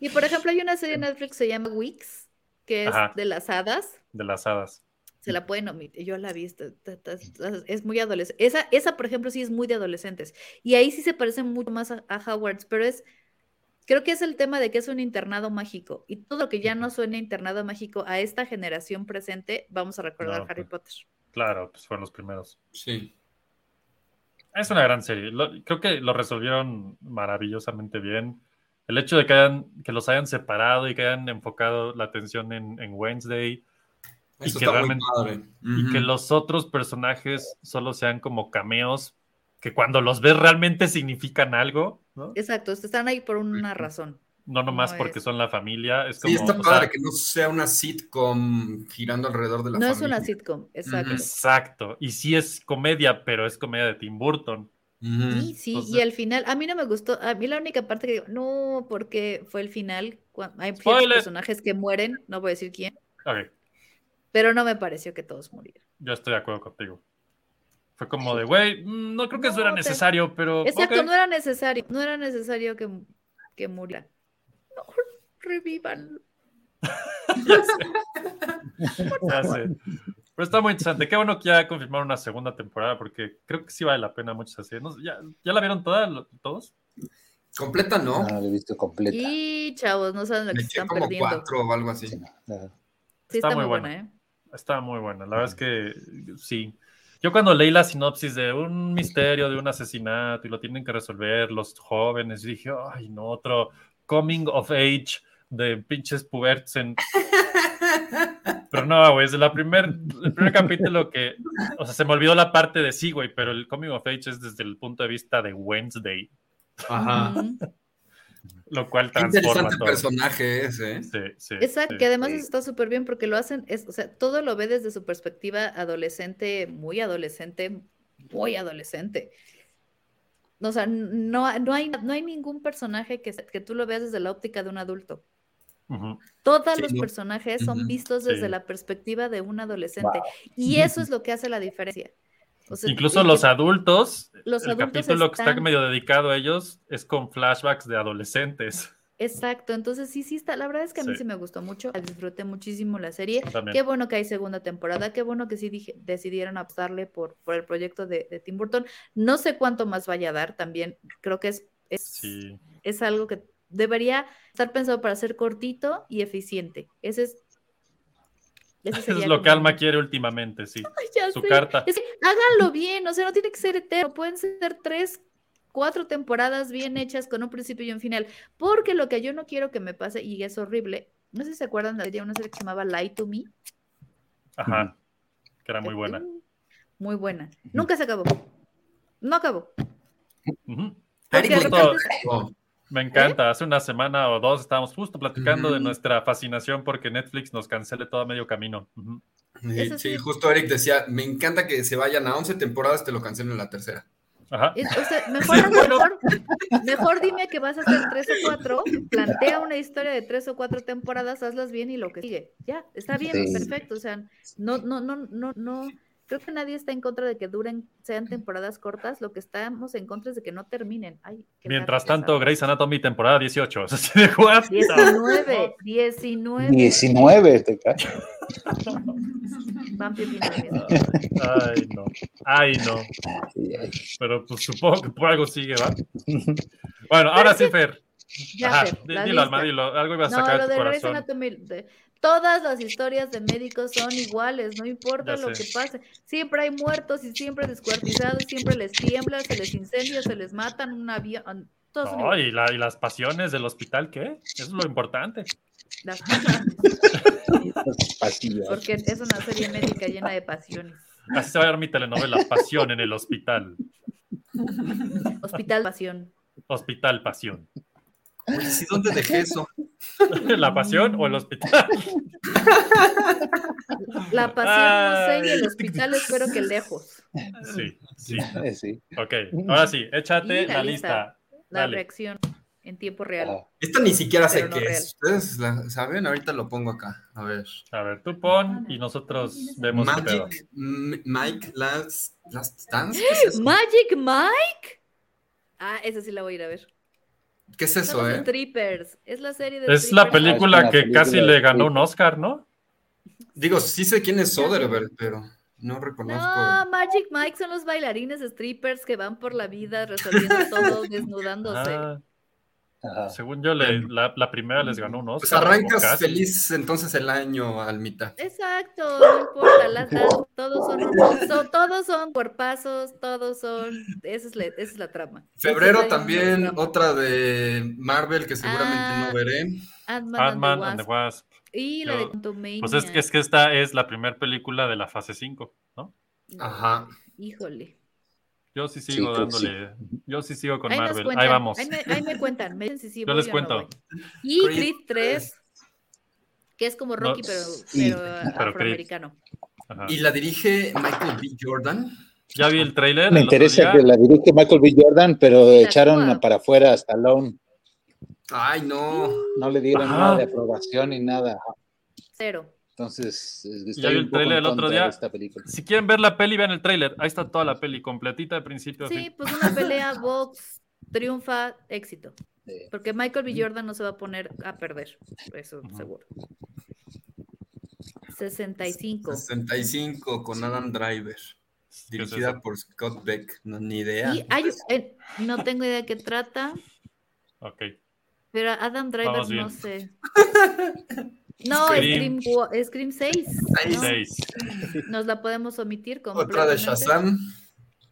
Speaker 3: Y por ejemplo, hay una serie en Netflix que se llama Wix, que es
Speaker 5: Em. Ajá.
Speaker 3: de las hadas.
Speaker 5: De las hadas.
Speaker 3: Se la pueden omitir. Yo la vi, está- está- está- está- es muy adolescente. Esa, esa, por ejemplo, sí es muy de adolescentes. Y ahí sí se parece mucho más a, a Howard's, pero es. Creo que es el tema de que es un internado mágico. Y todo lo que ya no suena a internado mágico a esta generación presente, vamos a recordar
Speaker 5: No,
Speaker 3: Harry
Speaker 5: pues.
Speaker 3: Potter.
Speaker 5: Claro, pues fueron los primeros.
Speaker 4: Sí.
Speaker 5: Es una gran serie. Lo- creo que lo resolvieron maravillosamente bien. El hecho de que, hayan, que los hayan separado y que hayan enfocado la atención en, en Wednesday, Y
Speaker 4: Eso
Speaker 5: que
Speaker 4: está
Speaker 5: realmente-
Speaker 4: muy padre.
Speaker 5: y que
Speaker 4: Ujú.
Speaker 5: los otros personajes solo sean como cameos que cuando los ves realmente significan algo, ¿no?
Speaker 3: Exacto, están ahí por una
Speaker 4: Ujú.
Speaker 3: razón.
Speaker 5: No nomás
Speaker 3: No
Speaker 5: porque
Speaker 3: es-
Speaker 5: son la familia, es como
Speaker 4: Sí, está
Speaker 5: o
Speaker 4: padre
Speaker 5: sea,
Speaker 4: que no sea una sitcom girando alrededor de la
Speaker 3: No es
Speaker 4: familia.
Speaker 3: una sitcom, exacto.
Speaker 5: exacto, y sí es comedia, pero es comedia de Tim Burton.
Speaker 4: Ujú. Pues
Speaker 3: Y sí, y
Speaker 5: Entonces-
Speaker 3: el final, a mí no me gustó, a mí la única parte que digo, no, porque fue el final, cuando hay ciertos
Speaker 5: Spoiler.
Speaker 3: personajes que mueren, no voy a decir quién,
Speaker 5: Ok,
Speaker 3: pero no me pareció que todos murieran.
Speaker 5: yo estoy de acuerdo contigo. Fue como de, güey, mm, no creo que eso
Speaker 3: No,
Speaker 5: era
Speaker 3: te-
Speaker 5: necesario, pero
Speaker 3: Exacto,
Speaker 5: ok".
Speaker 3: no era necesario, no era necesario que, que murieran. No, revivan.
Speaker 5: Ya sé. Ya sé. Pero está muy interesante. Qué bueno que ya confirmaron una segunda temporada, porque creo que sí vale la pena mucho esa serie. No sé, ¿ya, ¿Ya la vieron toda, lo- todos?
Speaker 4: Completa, ¿no?
Speaker 9: No, no lo he visto completa.
Speaker 3: Y chavos, no saben lo que
Speaker 4: Me
Speaker 3: se
Speaker 4: eché
Speaker 3: están
Speaker 4: como
Speaker 3: perdiendo.
Speaker 4: cuatro o algo así.
Speaker 9: Sí, no, no.
Speaker 3: Sí, está,
Speaker 5: Está muy
Speaker 3: muy buena, ¿eh?
Speaker 5: Está muy buena. La verdad es que sí. Yo cuando leí la sinopsis de un misterio, de un asesinato y lo tienen que resolver los jóvenes, dije, ay, no, otro coming of age de pinches puberts en... Pero no, güey, es la primer, el primer capítulo que... O sea, se me olvidó la parte de sí, güey, pero el coming of age es desde el punto de vista de Wednesday,
Speaker 4: Ajá.
Speaker 3: Ujú.
Speaker 5: lo cual
Speaker 4: Qué
Speaker 5: transforma
Speaker 4: interesante
Speaker 5: todo.
Speaker 4: personaje ese, ¿eh?
Speaker 5: Sí, sí,
Speaker 3: Exacto,
Speaker 5: sí.
Speaker 3: que además
Speaker 4: sí.
Speaker 3: eso está súper bien porque lo hacen, es, o sea, todo lo ve desde su perspectiva adolescente, muy adolescente, muy adolescente. O sea, n- no, ha- no, hay, no hay ningún personaje que, se- que tú lo veas desde la óptica de un adulto.
Speaker 5: Ujú.
Speaker 3: Todos
Speaker 4: Sí,
Speaker 3: los
Speaker 4: ¿no?
Speaker 3: personajes son
Speaker 4: Ujú,
Speaker 3: vistos desde
Speaker 5: sí.
Speaker 3: la perspectiva de un adolescente. Y eso es lo que hace la diferencia. O sea,
Speaker 5: Incluso
Speaker 3: y
Speaker 5: los
Speaker 3: que-
Speaker 5: adultos
Speaker 3: Los
Speaker 5: el
Speaker 3: adultos
Speaker 5: capítulo que está
Speaker 3: están-
Speaker 5: medio dedicado a ellos es con flashbacks de adolescentes.
Speaker 3: Exacto, entonces sí, sí está. La verdad es que a mí
Speaker 5: Sí.
Speaker 3: sí me gustó mucho, la disfruté muchísimo la serie.
Speaker 5: Yo también.
Speaker 3: Qué bueno que hay segunda temporada, qué bueno que sí dije- decidieron apostarle por, por el proyecto de, de Tim Burton. No sé cuánto más vaya a dar también, creo que es, es,
Speaker 5: Sí.
Speaker 3: es algo que debería estar pensado para ser cortito y eficiente. Ese es... ese
Speaker 5: Eso
Speaker 3: sería
Speaker 5: es lo
Speaker 3: como
Speaker 5: que Alma
Speaker 3: mi-
Speaker 5: quiere últimamente, sí.
Speaker 3: Ya
Speaker 5: Su
Speaker 3: sé.
Speaker 5: carta.
Speaker 3: Es que háganlo bien, o sea, no tiene que ser eterno, pueden ser tres, cuatro temporadas bien hechas con un principio y un final, porque lo que yo no quiero que me pase, y es horrible, no sé si se acuerdan de había una serie que se llamaba Lie to Me.
Speaker 5: Ajá. Que era muy buena.
Speaker 3: Muy buena. Nunca se acabó. No acabó.
Speaker 5: Ujú.
Speaker 3: Porque
Speaker 4: Ari, me
Speaker 5: de repente-
Speaker 4: encantó.
Speaker 5: Me encanta. Hace una semana o dos estábamos justo platicando de
Speaker 4: Ujú.
Speaker 5: nuestra fascinación porque Netflix nos cancele todo a medio camino. Ujú.
Speaker 4: Sí,
Speaker 3: Eso
Speaker 4: sí,
Speaker 3: sí.
Speaker 4: justo Eric decía, me encanta que se vayan a 11 temporadas, te lo cancelo en la tercera.
Speaker 5: Ajá.
Speaker 3: Es- o sea, mejor, mejor, mejor dime que vas a hacer tres o cuatro, plantea una historia de tres o cuatro temporadas, hazlas bien y lo que sigue. Ya, está bien,
Speaker 9: Sí.
Speaker 3: perfecto. O sea, no, no, no, no, no. Creo que nadie está en contra de que duren, sean temporadas cortas. Lo que estamos en contra es de que no terminen. Ay, qué
Speaker 5: Mientras
Speaker 3: tarde,
Speaker 5: tanto,
Speaker 3: ya
Speaker 5: Grey's Anatomy, temporada 18. Así de, "What the
Speaker 3: sabes. 19, 19.
Speaker 9: 19, te cacho.
Speaker 3: Van pidiendo lo mismo.
Speaker 5: Ay, no. Ay, no. Pero pues supongo que por algo sigue, ¿va? Bueno, ahora sí, Fer.
Speaker 3: Ya,
Speaker 5: Ajá,
Speaker 3: Fer,
Speaker 5: di-
Speaker 3: la
Speaker 5: dilo, Alma,
Speaker 3: lista.
Speaker 5: dilo. Algo iba a
Speaker 3: No,
Speaker 5: sacar
Speaker 3: lo
Speaker 5: de tu
Speaker 3: de Grey's
Speaker 5: corazón.
Speaker 3: Anatomy, de- todas las historias de médicos son iguales, no importa
Speaker 5: Ya
Speaker 3: lo
Speaker 5: sé.
Speaker 3: que pase, siempre hay muertos y siempre descuartizados, siempre les tiembla, se les incendia, se les matan un avión, todos son
Speaker 5: No,
Speaker 3: iguales.
Speaker 5: y, la- y las pasiones del hospital, ¿qué? Eso es lo importante.
Speaker 3: Las pasiones,
Speaker 9: Así ya.
Speaker 3: porque es una serie médica llena de pasiones.
Speaker 5: Así se va a ver mi telenovela, Pasión en el hospital.
Speaker 3: Hospital Pasión.
Speaker 5: Hospital Pasión.
Speaker 4: Oye, sí, ¿dónde dejé eso?
Speaker 5: ¿La pasión o el hospital?
Speaker 3: La pasión no sé y el
Speaker 5: Ay.
Speaker 3: hospital espero que lejos.
Speaker 5: Sí, sí.
Speaker 9: Eh, sí.
Speaker 5: Ok, ahora sí, échate
Speaker 3: Y la
Speaker 5: la lista.
Speaker 3: La
Speaker 5: Dale.
Speaker 3: reacción en tiempo real.
Speaker 9: Ah,
Speaker 4: Esta ni siquiera sé
Speaker 3: Pero no
Speaker 4: qué
Speaker 3: real.
Speaker 4: es. ¿Ustedes la saben? Ahorita lo pongo acá. A ver.
Speaker 5: A ver, tú
Speaker 3: Ah,
Speaker 5: pon y nosotros vemos qué pedo.
Speaker 4: Magic M- Mike Last, Last Dance. ¿Qué es eso?
Speaker 3: Magic Mike. Ah, esa sí la voy a ir a ver.
Speaker 4: ¿Qué es
Speaker 3: Son
Speaker 4: eso,
Speaker 3: los
Speaker 4: eh?
Speaker 3: strippers. Ah, Es la serie de
Speaker 5: Es la
Speaker 3: strippers.
Speaker 5: película
Speaker 9: una
Speaker 5: que
Speaker 9: película
Speaker 5: casi le
Speaker 9: de
Speaker 5: ganó un
Speaker 9: culto.
Speaker 5: Oscar, ¿no?
Speaker 4: Digo, sí sé quién es Soderbergh, pero no
Speaker 3: No,
Speaker 4: reconozco.
Speaker 3: Magic Mike son los bailarines strippers que van por la vida resolviendo todo, desnudándose.
Speaker 5: Ah,
Speaker 9: ajá.
Speaker 5: según yo, le- la, la primera les ganó un Oscar.
Speaker 4: Pues
Speaker 5: o
Speaker 4: arrancas
Speaker 5: casi.
Speaker 4: feliz entonces el año, Almita.
Speaker 3: Exacto, no importa, las dan, todos son, son- todos son cuerpazos, todos son, esa es la, esa es la trama.
Speaker 4: Febrero
Speaker 3: Esa es la
Speaker 4: también
Speaker 3: trama.
Speaker 4: otra de Marvel que seguramente
Speaker 3: Ah.
Speaker 4: no veré.
Speaker 3: Ant-Man and the
Speaker 5: Ant-Man and the
Speaker 3: Wasp.
Speaker 5: Wasp.
Speaker 3: Y la de
Speaker 5: Yo-
Speaker 3: Quantumania.
Speaker 5: Pues es, que- es que esta es la primera película de la fase 5, ¿no?
Speaker 4: Ajá.
Speaker 3: Híjole.
Speaker 5: Yo sí
Speaker 9: Sí,
Speaker 5: sigo
Speaker 9: creo que sí.
Speaker 5: dándole. Yo sí sigo con
Speaker 3: ahí nos
Speaker 5: Marvel.
Speaker 3: cuentan,
Speaker 5: Ahí vamos.
Speaker 3: Ahí me, ahí me cuentan, me dicen si sí
Speaker 5: Yo
Speaker 3: voy
Speaker 5: les
Speaker 3: o no
Speaker 5: cuento.
Speaker 3: voy. y
Speaker 4: Creed
Speaker 3: Creed 3, que es como
Speaker 5: No,
Speaker 3: Rocky, pero,
Speaker 9: sí,
Speaker 3: pero
Speaker 5: Creed.
Speaker 3: afroamericano.
Speaker 5: Ajá.
Speaker 4: Y la dirige Michael B. Jordan.
Speaker 5: Ya vi el trailer.
Speaker 9: Me interesa que la dirige Michael B. Jordan, pero
Speaker 3: Sí, la
Speaker 9: echaron
Speaker 3: actúa.
Speaker 9: para afuera a Stallone.
Speaker 4: Ay, no.
Speaker 9: No le dieron
Speaker 5: Ajá.
Speaker 9: nada de aprobación ni nada.
Speaker 3: Cero.
Speaker 9: Entonces, eh,
Speaker 5: Ya vi
Speaker 9: estoy
Speaker 5: el
Speaker 9: un poco
Speaker 5: tráiler
Speaker 9: en
Speaker 5: el otro
Speaker 9: contra
Speaker 5: día.
Speaker 9: de esta película.
Speaker 5: Si quieren ver la peli, vean el trailer. Ahí está toda la peli completita de principio a
Speaker 3: Sí,
Speaker 5: fin.
Speaker 3: pues una pelea, box, triunfa, éxito.
Speaker 9: Eh,
Speaker 3: Porque Michael B. Jordan no se va a poner a perder, eso
Speaker 5: Ujú.
Speaker 3: seguro. 65.
Speaker 5: Pues,
Speaker 4: 65 con Adam Driver.
Speaker 5: ¿Qué es
Speaker 4: Dirigida
Speaker 5: eso?
Speaker 4: por Scott Beck. No, ni idea.
Speaker 3: Y hay, eh, no tengo idea de qué trata,
Speaker 5: Ok.
Speaker 3: pero Adam Driver
Speaker 5: Vamos bien.
Speaker 3: no sé. No, Scream,
Speaker 5: Scream.
Speaker 3: gua- Scream 6.
Speaker 4: Seis.
Speaker 3: ¿no?
Speaker 5: Seis.
Speaker 3: Nos la podemos omitir completamente.
Speaker 4: Otra de Shazam.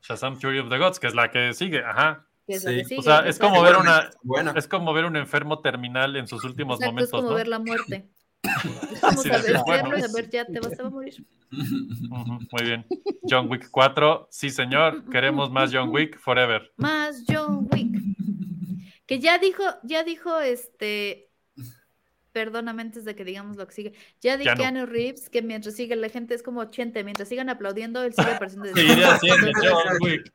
Speaker 5: Shazam Fury of the Gods, que es la que sigue. Ajá.
Speaker 3: que es la
Speaker 4: Sí.
Speaker 3: que
Speaker 4: O
Speaker 3: sigue,
Speaker 5: sea,
Speaker 3: la
Speaker 5: es
Speaker 3: cual-
Speaker 5: como ver una-
Speaker 4: Buena.
Speaker 5: Es como ver un enfermo terminal en sus últimos
Speaker 3: Exacto, es
Speaker 5: momentos,
Speaker 3: como
Speaker 5: ¿no?
Speaker 3: ver la muerte. Es como
Speaker 5: Sí,
Speaker 3: saber,
Speaker 5: sí, bueno.
Speaker 3: verlo y saber, ya te vas a morir.
Speaker 5: Ujú, Muy bien. John Wick 4. Sí, señor. Queremos más John Wick forever.
Speaker 3: Más John Wick. Que ya dijo, ya dijo este. Perdóname antes de que digamos lo que sigue. Ya dijo
Speaker 5: Ya no.
Speaker 3: Keanu Reeves que mientras sigue la gente es como 80, mientras sigan aplaudiendo, él sigue apareciendo. de-
Speaker 5: Seguiré haciendo John Wick.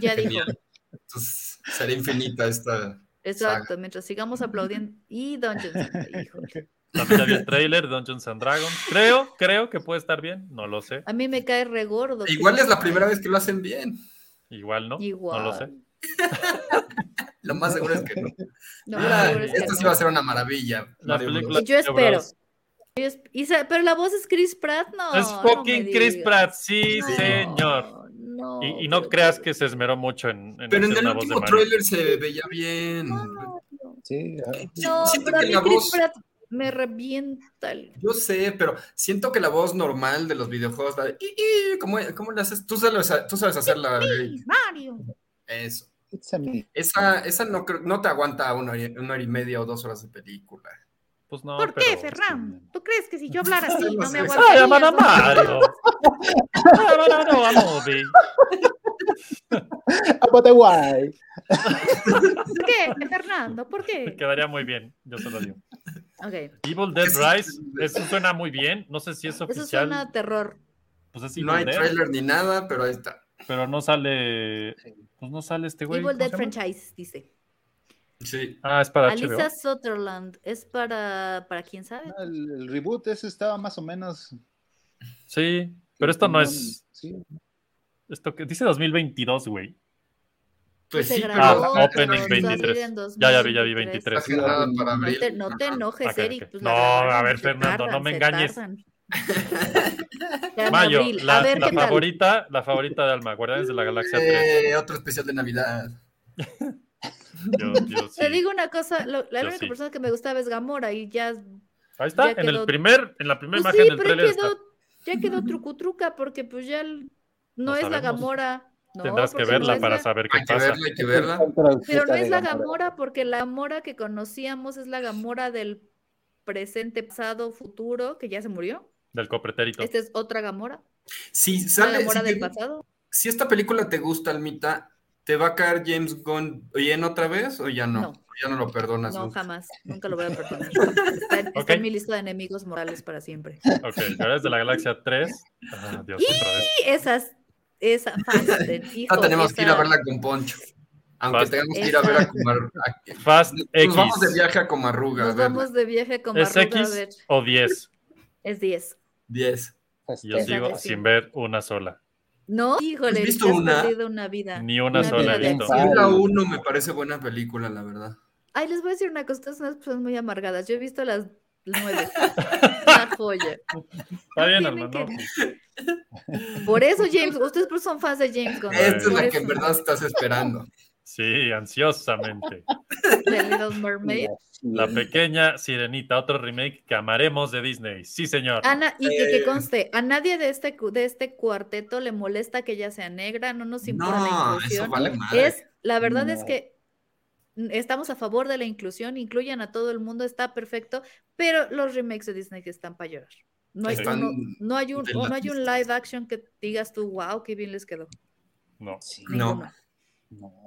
Speaker 3: ya dijo.
Speaker 4: Genial. Entonces, será infinita esta.
Speaker 3: Exacto, mientras sigamos aplaudiendo. Y Dungeons. híjole.
Speaker 5: También ya vi el trailer de Dungeons and Dragons. Creo, creo que puede estar bien. No lo sé.
Speaker 3: A mí me cae regordo.
Speaker 4: Igual es la primera vez que lo hacen bien.
Speaker 5: Igual, ¿no?
Speaker 3: Igual.
Speaker 5: No lo sé.
Speaker 4: Lo más seguro es que no.
Speaker 3: No,
Speaker 4: Ah,
Speaker 3: seguro es que
Speaker 4: esto sí
Speaker 3: no.
Speaker 4: va a ser una maravilla.
Speaker 5: La
Speaker 4: Mario Bros.
Speaker 5: película
Speaker 3: Y yo
Speaker 5: de
Speaker 3: espero.
Speaker 5: Mario Bros.
Speaker 3: Yo es- y sa- pero la voz es Chris Pratt, no.
Speaker 5: es
Speaker 3: no
Speaker 5: fucking
Speaker 3: me
Speaker 5: Chris
Speaker 3: digas.
Speaker 5: Pratt, sí,
Speaker 3: No,
Speaker 5: señor.
Speaker 3: no,
Speaker 5: Y, y no
Speaker 3: pero-
Speaker 5: creas que se esmeró mucho en, en
Speaker 4: Pero en
Speaker 5: hacer
Speaker 4: el
Speaker 5: la voz de
Speaker 4: último
Speaker 5: Mario.
Speaker 4: tráiler se veía bien.
Speaker 9: Sí, ah,
Speaker 3: No,
Speaker 4: Siento
Speaker 3: pero a
Speaker 4: que
Speaker 3: mí
Speaker 4: la
Speaker 3: Chris
Speaker 4: voz-
Speaker 3: Pratt me revienta. el-
Speaker 4: Yo sé, pero siento que la voz normal de los videojuegos, la de, "Y, y", ¿cómo, cómo le haces? Tú sabes, tú sabes hacerla. güey.
Speaker 3: Mario.
Speaker 4: Eso.
Speaker 9: it's a me.
Speaker 4: Esa, esa no, creo- no te aguanta una hora, y- una hora y media o dos horas de película.
Speaker 5: Pues no,
Speaker 3: ¿Por qué,
Speaker 5: pero-
Speaker 3: Ferran? ¿Tú crees que si yo hablara así
Speaker 4: No
Speaker 3: no me
Speaker 4: sé.
Speaker 5: ¡Ah,
Speaker 3: aguantaría?
Speaker 5: llaman a Mario! ¡Ah, no, no, no, vamos, vi.
Speaker 9: Ah, But why?
Speaker 3: ¿Por qué, Fernando? ¿Por qué?
Speaker 5: Quedaría muy bien, yo se lo digo.
Speaker 3: Ok,
Speaker 5: Evil Dead
Speaker 4: Eso-
Speaker 5: Rise, eso suena muy bien. No sé si es
Speaker 3: eso
Speaker 5: oficial.
Speaker 3: suena a terror.
Speaker 5: Pues es
Speaker 4: no
Speaker 5: Evil
Speaker 4: hay
Speaker 5: Dead,
Speaker 4: tráiler ni nada, pero ahí está.
Speaker 5: pero no sale. Pues no sale este güey.
Speaker 3: Evil
Speaker 5: ¿cómo se
Speaker 3: Dead
Speaker 5: llama?
Speaker 3: Franchise, dice.
Speaker 4: Sí.
Speaker 5: Ah, es para HBO.
Speaker 3: Alisa Sutherland es para, para quién sabe.
Speaker 9: No, El, el reboot ese estaba más o menos.
Speaker 5: Sí, pero esto no es.
Speaker 9: Sí,
Speaker 5: Esto que dice 2022, güey.
Speaker 4: Pues
Speaker 3: Se
Speaker 4: sí, pero
Speaker 5: Ah,
Speaker 3: grabó,
Speaker 5: Opening
Speaker 3: pero
Speaker 4: pero-
Speaker 5: 23.
Speaker 3: salió en
Speaker 5: Ya, ya vi, ya vi,
Speaker 3: 2023.
Speaker 4: Más que nada para
Speaker 3: No
Speaker 4: abril.
Speaker 3: te, no te enojes,
Speaker 5: Ok, ok.
Speaker 3: Eric. pues, la
Speaker 5: No,
Speaker 3: grabaron,
Speaker 5: a ver,
Speaker 3: se
Speaker 5: Fernando, no me
Speaker 3: se
Speaker 5: engañes.
Speaker 3: tardan. Ya en
Speaker 5: Mayo,
Speaker 3: abril,
Speaker 5: la,
Speaker 3: a ver
Speaker 5: la
Speaker 3: qué tal.
Speaker 5: favorita, la favorita de Alma, Guardianes de la Galaxia 3.
Speaker 4: Eh, otro especial de Navidad.
Speaker 5: Yo- yo sí.
Speaker 3: Te digo una cosa, lo- la
Speaker 5: Yo
Speaker 3: única
Speaker 5: sí.
Speaker 3: persona que me gustaba es Gamora y ya...
Speaker 5: Ahí está,
Speaker 3: ya
Speaker 5: en, el
Speaker 3: quedó-
Speaker 5: primer, en la primera
Speaker 3: Pues sí,
Speaker 5: imagen del
Speaker 3: pero
Speaker 5: trailer
Speaker 3: ya quedó, ya quedó trucutruca porque pues ya el- no,
Speaker 5: No
Speaker 3: es la
Speaker 5: sabemos.
Speaker 3: Gamora. No,
Speaker 5: Tendrás que
Speaker 3: porque no
Speaker 5: verla
Speaker 3: es
Speaker 5: para
Speaker 3: la-
Speaker 5: saber qué
Speaker 4: Hay que
Speaker 5: pasa.
Speaker 4: verla, hay que verla.
Speaker 3: Pero no es la
Speaker 9: Gamora.
Speaker 3: Gamora porque la Gamora que conocíamos es la Gamora del presente, pasado, futuro, que ya se murió.
Speaker 5: Del copreterito.
Speaker 3: Esta es otra Gamora.
Speaker 4: Si
Speaker 3: La
Speaker 4: sale,
Speaker 3: Gamora
Speaker 4: si
Speaker 3: del
Speaker 4: te-
Speaker 3: pasado.
Speaker 4: si esta película te gusta, Almita, ¿te va a caer James Gunn bien otra vez o ya no?
Speaker 3: No.
Speaker 4: Ya no lo perdonas.
Speaker 3: No,
Speaker 4: nunca.
Speaker 3: jamás. Nunca lo voy a perdonar. Está, en- está
Speaker 5: Ok.
Speaker 3: en mi lista de enemigos morales para siempre.
Speaker 5: Ok, Guardianes de la Galaxia 3. Ah, Dios, otra vez.
Speaker 3: Y esas, esa Fasten, hijo,
Speaker 4: Ya tenemos que ir a
Speaker 3: esa-
Speaker 4: verla con Poncho. Aunque
Speaker 5: Basta.
Speaker 4: tengamos que ir a ver a Comar- a-
Speaker 5: Fast X.
Speaker 4: Nos vamos de viaje a Comarruga.
Speaker 3: Nos
Speaker 4: a ver,
Speaker 3: vamos de viaje con
Speaker 5: ¿Es
Speaker 3: Barruga a ver.
Speaker 5: X o 10?
Speaker 3: Es 10.
Speaker 4: 10.
Speaker 5: Yo
Speaker 9: Este,
Speaker 3: Exacto,
Speaker 5: sigo
Speaker 3: sí.
Speaker 5: sin ver una sola.
Speaker 3: ¿No? Híjole,
Speaker 4: ¿Has visto
Speaker 3: te has
Speaker 4: una?
Speaker 3: perdido una vida.
Speaker 5: Ni una
Speaker 3: Una
Speaker 5: sola he
Speaker 3: vida de
Speaker 5: visto.
Speaker 9: acción.
Speaker 4: La 1 me parece buena película, la verdad.
Speaker 3: Ay, les voy a decir una cosa, ustedes son unas personas muy amargadas. Yo he visto las nueve. Una joya.
Speaker 5: Está bien,
Speaker 3: Tienen
Speaker 5: hermano.
Speaker 3: que- Por eso, James, ustedes por eso son fans de James Gunn.
Speaker 4: Esta es
Speaker 3: Por
Speaker 4: la que en
Speaker 3: eso.
Speaker 4: verdad estás esperando.
Speaker 5: Sí, ansiosamente.
Speaker 3: The Little Mermaid.
Speaker 5: La pequeña sirenita, otro remake que amaremos de Disney. Sí, señor.
Speaker 3: Ana, y que,
Speaker 4: Eh.
Speaker 3: que conste, a nadie de este, cu- de este cuarteto le molesta que ella sea negra, no nos importa la
Speaker 4: No, eso
Speaker 3: inclusión.
Speaker 4: vale madre.
Speaker 3: es, la verdad es
Speaker 9: No.
Speaker 3: que mm, estamos a favor de la inclusión, incluyan a todo el mundo, está perfecto, pero los remakes de Disney que están para llorar. No hay,
Speaker 4: Están
Speaker 3: uno- no hay un,
Speaker 4: de
Speaker 3: no
Speaker 4: las
Speaker 3: hay un live action que digas tú, wow, qué bien les quedó.
Speaker 5: No.
Speaker 9: Sí,
Speaker 4: No.
Speaker 3: Ninguno.
Speaker 9: no.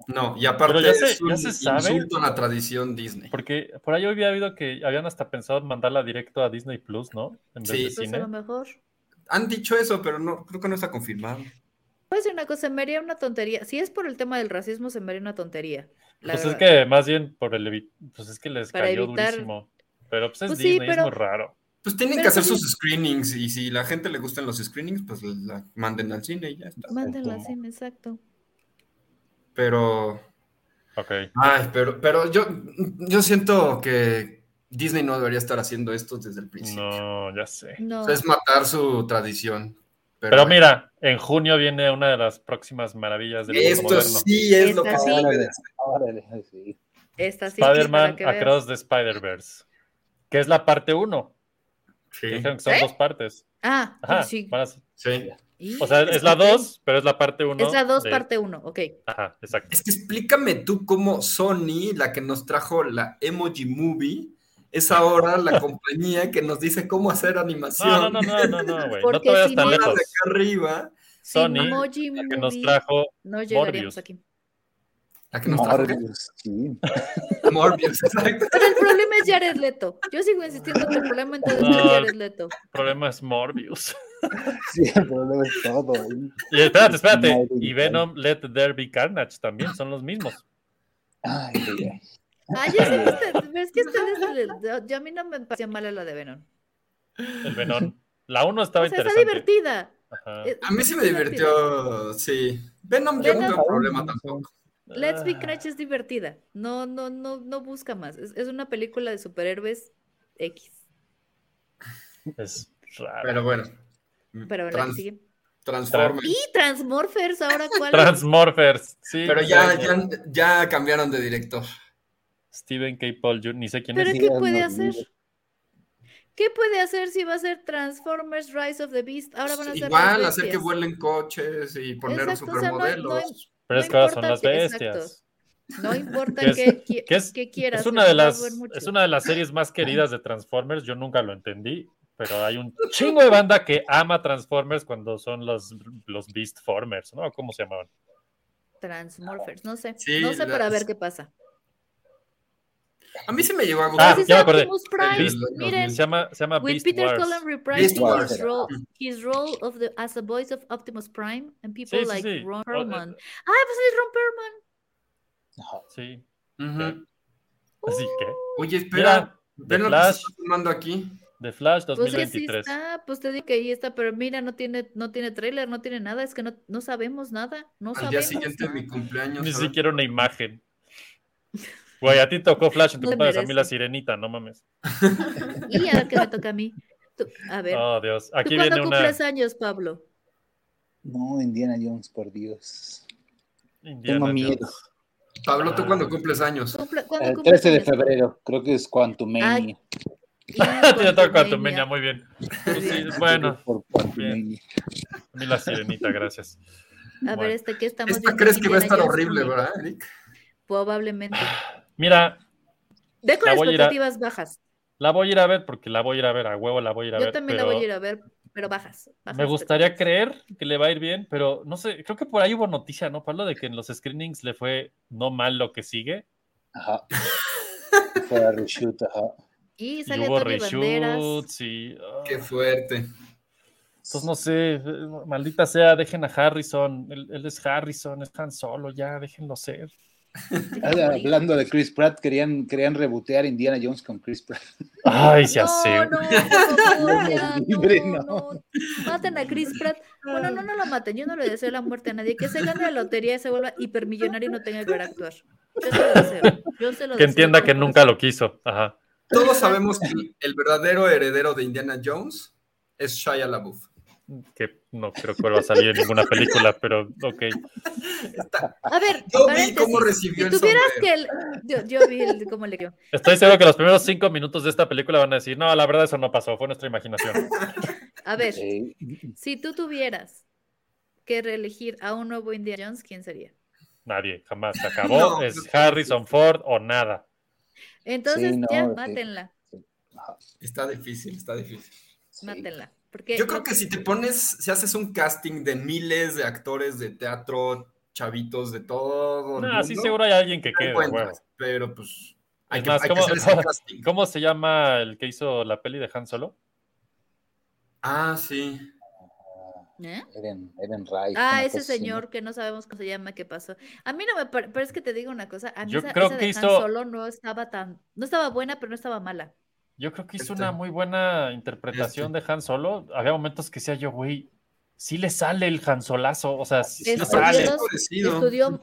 Speaker 4: No, y aparte
Speaker 5: Pero ya se-
Speaker 4: es un
Speaker 5: ya se sabe.
Speaker 4: insulto a la tradición Disney.
Speaker 5: Porque por ahí había habido que habían hasta pensado en mandarla directo a Disney Plus, ¿no? En vez
Speaker 4: Sí.
Speaker 5: de
Speaker 3: Pues a lo
Speaker 5: cine.
Speaker 3: mejor.
Speaker 4: Han dicho eso, pero no, creo que no está confirmado.
Speaker 3: Puede ser una cosa, se me haría una tontería. Si es por el tema del racismo, se me haría una tontería. la
Speaker 5: Pues es
Speaker 3: verdad.
Speaker 5: que más bien por el evi- pues es que les
Speaker 3: Para
Speaker 5: cayó
Speaker 3: evitar-
Speaker 5: durísimo. Pero pues es
Speaker 3: Pues sí,
Speaker 5: Disney,
Speaker 3: pero-
Speaker 5: es muy raro.
Speaker 4: Pues tienen que
Speaker 3: Pero
Speaker 4: hacer
Speaker 3: también-
Speaker 4: sus screenings y si la gente le gustan los screenings, pues la manden al cine y ya está.
Speaker 3: Mándenla
Speaker 9: Ujú.
Speaker 3: así, exacto.
Speaker 4: Pero,
Speaker 5: Ok.
Speaker 4: ay, Ah, pero, pero yo, yo siento que Disney no debería estar haciendo esto desde el principio.
Speaker 5: No, ya sé.
Speaker 3: No.
Speaker 4: O sea, es matar su tradición. Pero,
Speaker 5: Pero
Speaker 4: bueno,
Speaker 5: mira, en junio viene una de las próximas maravillas del mundo
Speaker 4: esto
Speaker 5: moderno.
Speaker 4: sí es lo
Speaker 3: Esta
Speaker 4: que
Speaker 3: sí.
Speaker 4: se
Speaker 9: Órale,
Speaker 4: merece.
Speaker 9: órale, sí.
Speaker 3: Esta sí, para
Speaker 5: Spider-Man
Speaker 3: que veas.
Speaker 5: Across the Spider-Verse. Que es la parte 1.
Speaker 4: Sí,
Speaker 5: Dijeron que son
Speaker 3: ¿Eh?
Speaker 5: dos partes.
Speaker 3: Ah,
Speaker 5: Ajá.
Speaker 3: sí.
Speaker 5: van a ser-
Speaker 4: sí.
Speaker 3: Y-
Speaker 5: O sea, es la 2, pero es la parte 1.
Speaker 3: Es la 2, parte 1, ok.
Speaker 5: Ajá, exacto.
Speaker 4: Es que explícame tú cómo Sony, la que nos trajo la Emoji Movie, es ahora la compañía que nos dice cómo hacer animación.
Speaker 5: No, no, no, no, no, no, güey. No
Speaker 3: Porque
Speaker 5: te vayas
Speaker 3: si
Speaker 5: tan
Speaker 3: no-
Speaker 4: Ahora
Speaker 5: lejos.
Speaker 4: de acá arriba,
Speaker 3: Sin
Speaker 5: Sony,
Speaker 3: Emoji
Speaker 5: la que nos
Speaker 3: Movie,
Speaker 5: trajo
Speaker 3: no llegaríamos
Speaker 5: Morbius.
Speaker 3: aquí.
Speaker 4: la que nos trajo ¿qué?
Speaker 9: Morbius, sí.
Speaker 4: Morbius, exacto.
Speaker 3: Pero el problema es Jared Leto. Yo sigo insistiendo que el problema entonces
Speaker 5: No,
Speaker 3: es Jared Leto.
Speaker 5: el problema es Morbius.
Speaker 9: Sí, el problema es todo. ¿eh?
Speaker 5: Y espérate, espérate.
Speaker 9: Morbius.
Speaker 5: Y Venom, Let There Be Carnage también son los mismos.
Speaker 9: Ay, ay, ay.
Speaker 3: Ay, es Ah, que, usted- es que ustedes, le- yo a mí no me parecía mala la de Venom.
Speaker 5: El Venom. La 1 estaba
Speaker 3: O sea, está
Speaker 5: interesante. Ah.
Speaker 3: divertida.
Speaker 5: Ajá.
Speaker 3: Eh,
Speaker 4: A mí sí me
Speaker 3: es divertida.
Speaker 4: divirtió, sí. Venom yo no
Speaker 3: Venom.
Speaker 4: tengo problema tampoco.
Speaker 3: Let's Be
Speaker 5: Ah,
Speaker 3: Crutch es divertida. No, no, no, no busca más. Es, es una película de superhéroes X.
Speaker 5: Es raro.
Speaker 4: Pero bueno.
Speaker 3: Pero la que
Speaker 4: Trans-
Speaker 3: sigue.
Speaker 4: Transformers.
Speaker 3: Y Transmorphers, ahora cuál es?
Speaker 5: Transmorphers, sí.
Speaker 4: Pero ya,
Speaker 5: sí.
Speaker 4: ya, ya cambiaron de director.
Speaker 5: Steven K. Paul Jr., ni sé quién
Speaker 3: Pero
Speaker 5: es.
Speaker 3: ¿qué
Speaker 9: Sí,
Speaker 3: puede
Speaker 9: no,
Speaker 3: hacer? ¿Qué puede hacer si va a ser Transformers Rise of the Beast? Ahora van a ser las
Speaker 4: Igual hacer que
Speaker 3: bestias.
Speaker 4: vuelen coches y poner
Speaker 3: Exacto, o sea, no- no
Speaker 4: supermodelos.
Speaker 5: Pero
Speaker 3: No
Speaker 5: es que ahora son
Speaker 3: importa
Speaker 5: las
Speaker 3: que-
Speaker 5: bestias.
Speaker 3: exacto. No importa
Speaker 5: Que es-
Speaker 3: que, qui-
Speaker 5: que es-
Speaker 3: que quieras.
Speaker 5: Es
Speaker 3: se
Speaker 5: una, de
Speaker 3: va a
Speaker 5: las,
Speaker 3: ver mucho.
Speaker 5: es una de las series más queridas de Transformers. Yo nunca lo entendí, pero hay un chingo de banda que ama Transformers cuando son los, los Beastformers, ¿no? ¿Cómo se llamaban?
Speaker 3: Transmorphers, no sé.
Speaker 4: Sí,
Speaker 3: no sé para
Speaker 4: las-
Speaker 3: ver qué pasa.
Speaker 4: A mí sí me llegó a
Speaker 5: Ah,
Speaker 4: gustar.
Speaker 3: Ese es
Speaker 5: ya me acordé.
Speaker 3: Optimus Prime,
Speaker 5: Beast-
Speaker 3: miren.
Speaker 5: Se llama, se llama
Speaker 3: With
Speaker 5: Beast
Speaker 3: Peter
Speaker 5: Wars.
Speaker 3: Cullen
Speaker 4: Beast
Speaker 3: reprising
Speaker 9: Wars.
Speaker 3: his role, his role of the as a voice of Optimus Prime and people
Speaker 5: Sí, sí,
Speaker 3: like
Speaker 5: sí.
Speaker 3: Ron
Speaker 5: O- eh,
Speaker 3: Perlman. Ah, va a salir Ron Perlman.
Speaker 5: Sí.
Speaker 4: Ujú.
Speaker 5: Así que,
Speaker 3: Uh,
Speaker 4: Oye, espera.
Speaker 5: mira,
Speaker 4: Ven
Speaker 5: The
Speaker 4: lo que se
Speaker 5: Flash.
Speaker 4: está filmando aquí.
Speaker 5: The Flash
Speaker 3: Pues que sí
Speaker 5: 2023.
Speaker 3: está, pues te digo que ahí está, pero mira, no tiene, no tiene trailer, no tiene nada, es que no, no sabemos nada, no
Speaker 4: Al
Speaker 3: sabemos.
Speaker 4: día siguiente es
Speaker 3: nada.
Speaker 4: mi cumpleaños.
Speaker 5: Ni
Speaker 4: ¿sabes?
Speaker 5: siquiera una imagen. Güey, a ti tocó Flash en tu
Speaker 3: No
Speaker 5: cumpleaños, a mí
Speaker 3: merece.
Speaker 5: la sirenita, no mames.
Speaker 3: Y a ver qué me toca a mí. Tú- a ver,
Speaker 5: Oh, Dios.
Speaker 3: ¿tú
Speaker 5: Aquí
Speaker 3: cuándo
Speaker 5: viene una
Speaker 3: cumples años, Pablo?
Speaker 9: No, Indiana Jones, por Dios.
Speaker 5: Indiana
Speaker 9: Tengo
Speaker 5: Jones.
Speaker 9: miedo.
Speaker 4: Pablo, ¿tú
Speaker 5: Ah.
Speaker 4: cuando cumples años?
Speaker 3: ¿Cumple- ¿Cuándo
Speaker 9: El
Speaker 3: cumples
Speaker 9: 13 Eh, de
Speaker 3: años?
Speaker 9: febrero, creo que es Quantumania.
Speaker 3: Y
Speaker 5: Ah, Te toca a tu
Speaker 3: Quantumania.
Speaker 5: meña, muy bien.
Speaker 3: Muy
Speaker 5: Pues Sí,
Speaker 3: bien.
Speaker 5: bueno,
Speaker 9: Por Quantumania.
Speaker 5: a mí la sirenita, gracias.
Speaker 3: A ver,
Speaker 5: Bueno.
Speaker 3: este que estamos
Speaker 4: Esta
Speaker 3: viendo?
Speaker 4: crees que va a
Speaker 3: Indiana
Speaker 4: estar
Speaker 3: Jones
Speaker 4: horrible,
Speaker 3: Comic.
Speaker 4: ¿verdad, Eric?
Speaker 3: Probablemente.
Speaker 5: Mira,
Speaker 3: Ve con
Speaker 5: Ah, La voy a ir a-
Speaker 3: expectativas bajas.
Speaker 5: la voy a ir a ver porque la voy a ir a ver a huevo, la voy a ir a
Speaker 3: Yo
Speaker 5: ver.
Speaker 3: también la
Speaker 5: pero
Speaker 3: voy a ir a ver, pero bajas. bajas
Speaker 5: Me gustaría
Speaker 3: expectativas.
Speaker 5: creer que le va a ir bien, pero no sé, creo que por ahí hubo noticia, ¿no, Pablo? De que en los screenings le fue no mal lo que sigue.
Speaker 9: Ajá. Fue a reshoot, ajá.
Speaker 3: Y
Speaker 5: Y
Speaker 3: sale
Speaker 5: hubo
Speaker 3: Antonio Banderas.
Speaker 5: reshoots y. ah.
Speaker 4: Qué fuerte.
Speaker 5: Entonces, no sé, eh, maldita sea, dejen a Harrison. Él, él es Harrison, es Han Solo, ya, déjenlo ser.
Speaker 9: Ah, Hablando de Chris Pratt, querían, querían rebotear Indiana Jones con Chris Pratt.
Speaker 5: Ay, se
Speaker 3: No,
Speaker 5: hace.
Speaker 3: no, por favor,
Speaker 9: No,
Speaker 3: ya,
Speaker 9: libre,
Speaker 3: no,
Speaker 9: no.
Speaker 3: no. Maten a Chris Pratt. Bueno, no, no lo maten. Yo no le deseo la muerte a nadie. Que se gane la lotería y se vuelva hipermillonario y no tenga que ver actuar. Yo se lo deseo. Yo se lo
Speaker 5: Que
Speaker 3: deseo
Speaker 5: entienda
Speaker 3: con
Speaker 5: que
Speaker 3: todo
Speaker 5: nunca lo quiso. Ajá.
Speaker 4: Todos sabemos que el- el verdadero heredero de Indiana Jones es Shia LaBeouf.
Speaker 5: Que no creo que vuelva a salir en ninguna película, pero ok.
Speaker 3: A ver,
Speaker 4: Yo vi
Speaker 3: paréntesis.
Speaker 4: cómo recibió
Speaker 3: si
Speaker 4: el
Speaker 3: tuvieras
Speaker 4: sombrero.
Speaker 3: que el- yo, yo vi el- cómo le quedó.
Speaker 5: Estoy seguro que los primeros cinco minutos de esta película van a decir, no, la verdad eso no pasó, fue nuestra imaginación.
Speaker 3: A ver,
Speaker 9: Eh,
Speaker 3: si tú tuvieras que reelegir a un nuevo Indiana Jones, ¿quién sería?
Speaker 5: Nadie, jamás. Se acabó.
Speaker 4: No,
Speaker 5: es
Speaker 4: no puede
Speaker 5: Harrison Ford o nada.
Speaker 3: Entonces
Speaker 9: Sí, no,
Speaker 3: ya
Speaker 9: sí.
Speaker 3: mátenla,
Speaker 4: Está difícil, está difícil.
Speaker 9: sí.
Speaker 3: mátenla. Porque
Speaker 4: Yo creo que si te pones, si haces un casting de miles de actores de teatro, chavitos de todo. el
Speaker 5: No, sí,
Speaker 4: mundo,
Speaker 5: seguro hay alguien que
Speaker 4: te
Speaker 5: quede,
Speaker 4: encuentras,
Speaker 5: huevo.
Speaker 4: Pero pues hay,
Speaker 5: Es
Speaker 4: que,
Speaker 5: más,
Speaker 4: hay que
Speaker 5: ¿cómo-
Speaker 4: hacer ese casting.
Speaker 5: ¿Cómo se llama el que hizo la peli de Han Solo?
Speaker 4: Ah, sí.
Speaker 9: ah,
Speaker 3: ¿Eh?
Speaker 9: Eren, Eren Reich,
Speaker 3: Ah,
Speaker 9: una
Speaker 3: ese
Speaker 9: cosa así, ¿no?
Speaker 3: señor que no sabemos cómo se llama, qué pasó. A mí no me parece, pero es que te digo una cosa, a mí
Speaker 5: Yo
Speaker 3: esa,
Speaker 5: creo
Speaker 3: esa
Speaker 5: que
Speaker 3: de Han
Speaker 5: hizo-
Speaker 3: Solo no estaba tan, no estaba buena, pero no estaba mala.
Speaker 5: Yo creo que hizo
Speaker 4: Este.
Speaker 5: una muy buena interpretación de Han Solo. Había momentos que decía yo, güey, sí le sale el Han Solazo. O sea, sí
Speaker 3: Ah, Es-
Speaker 5: le sale.
Speaker 3: Estudió- Estudió,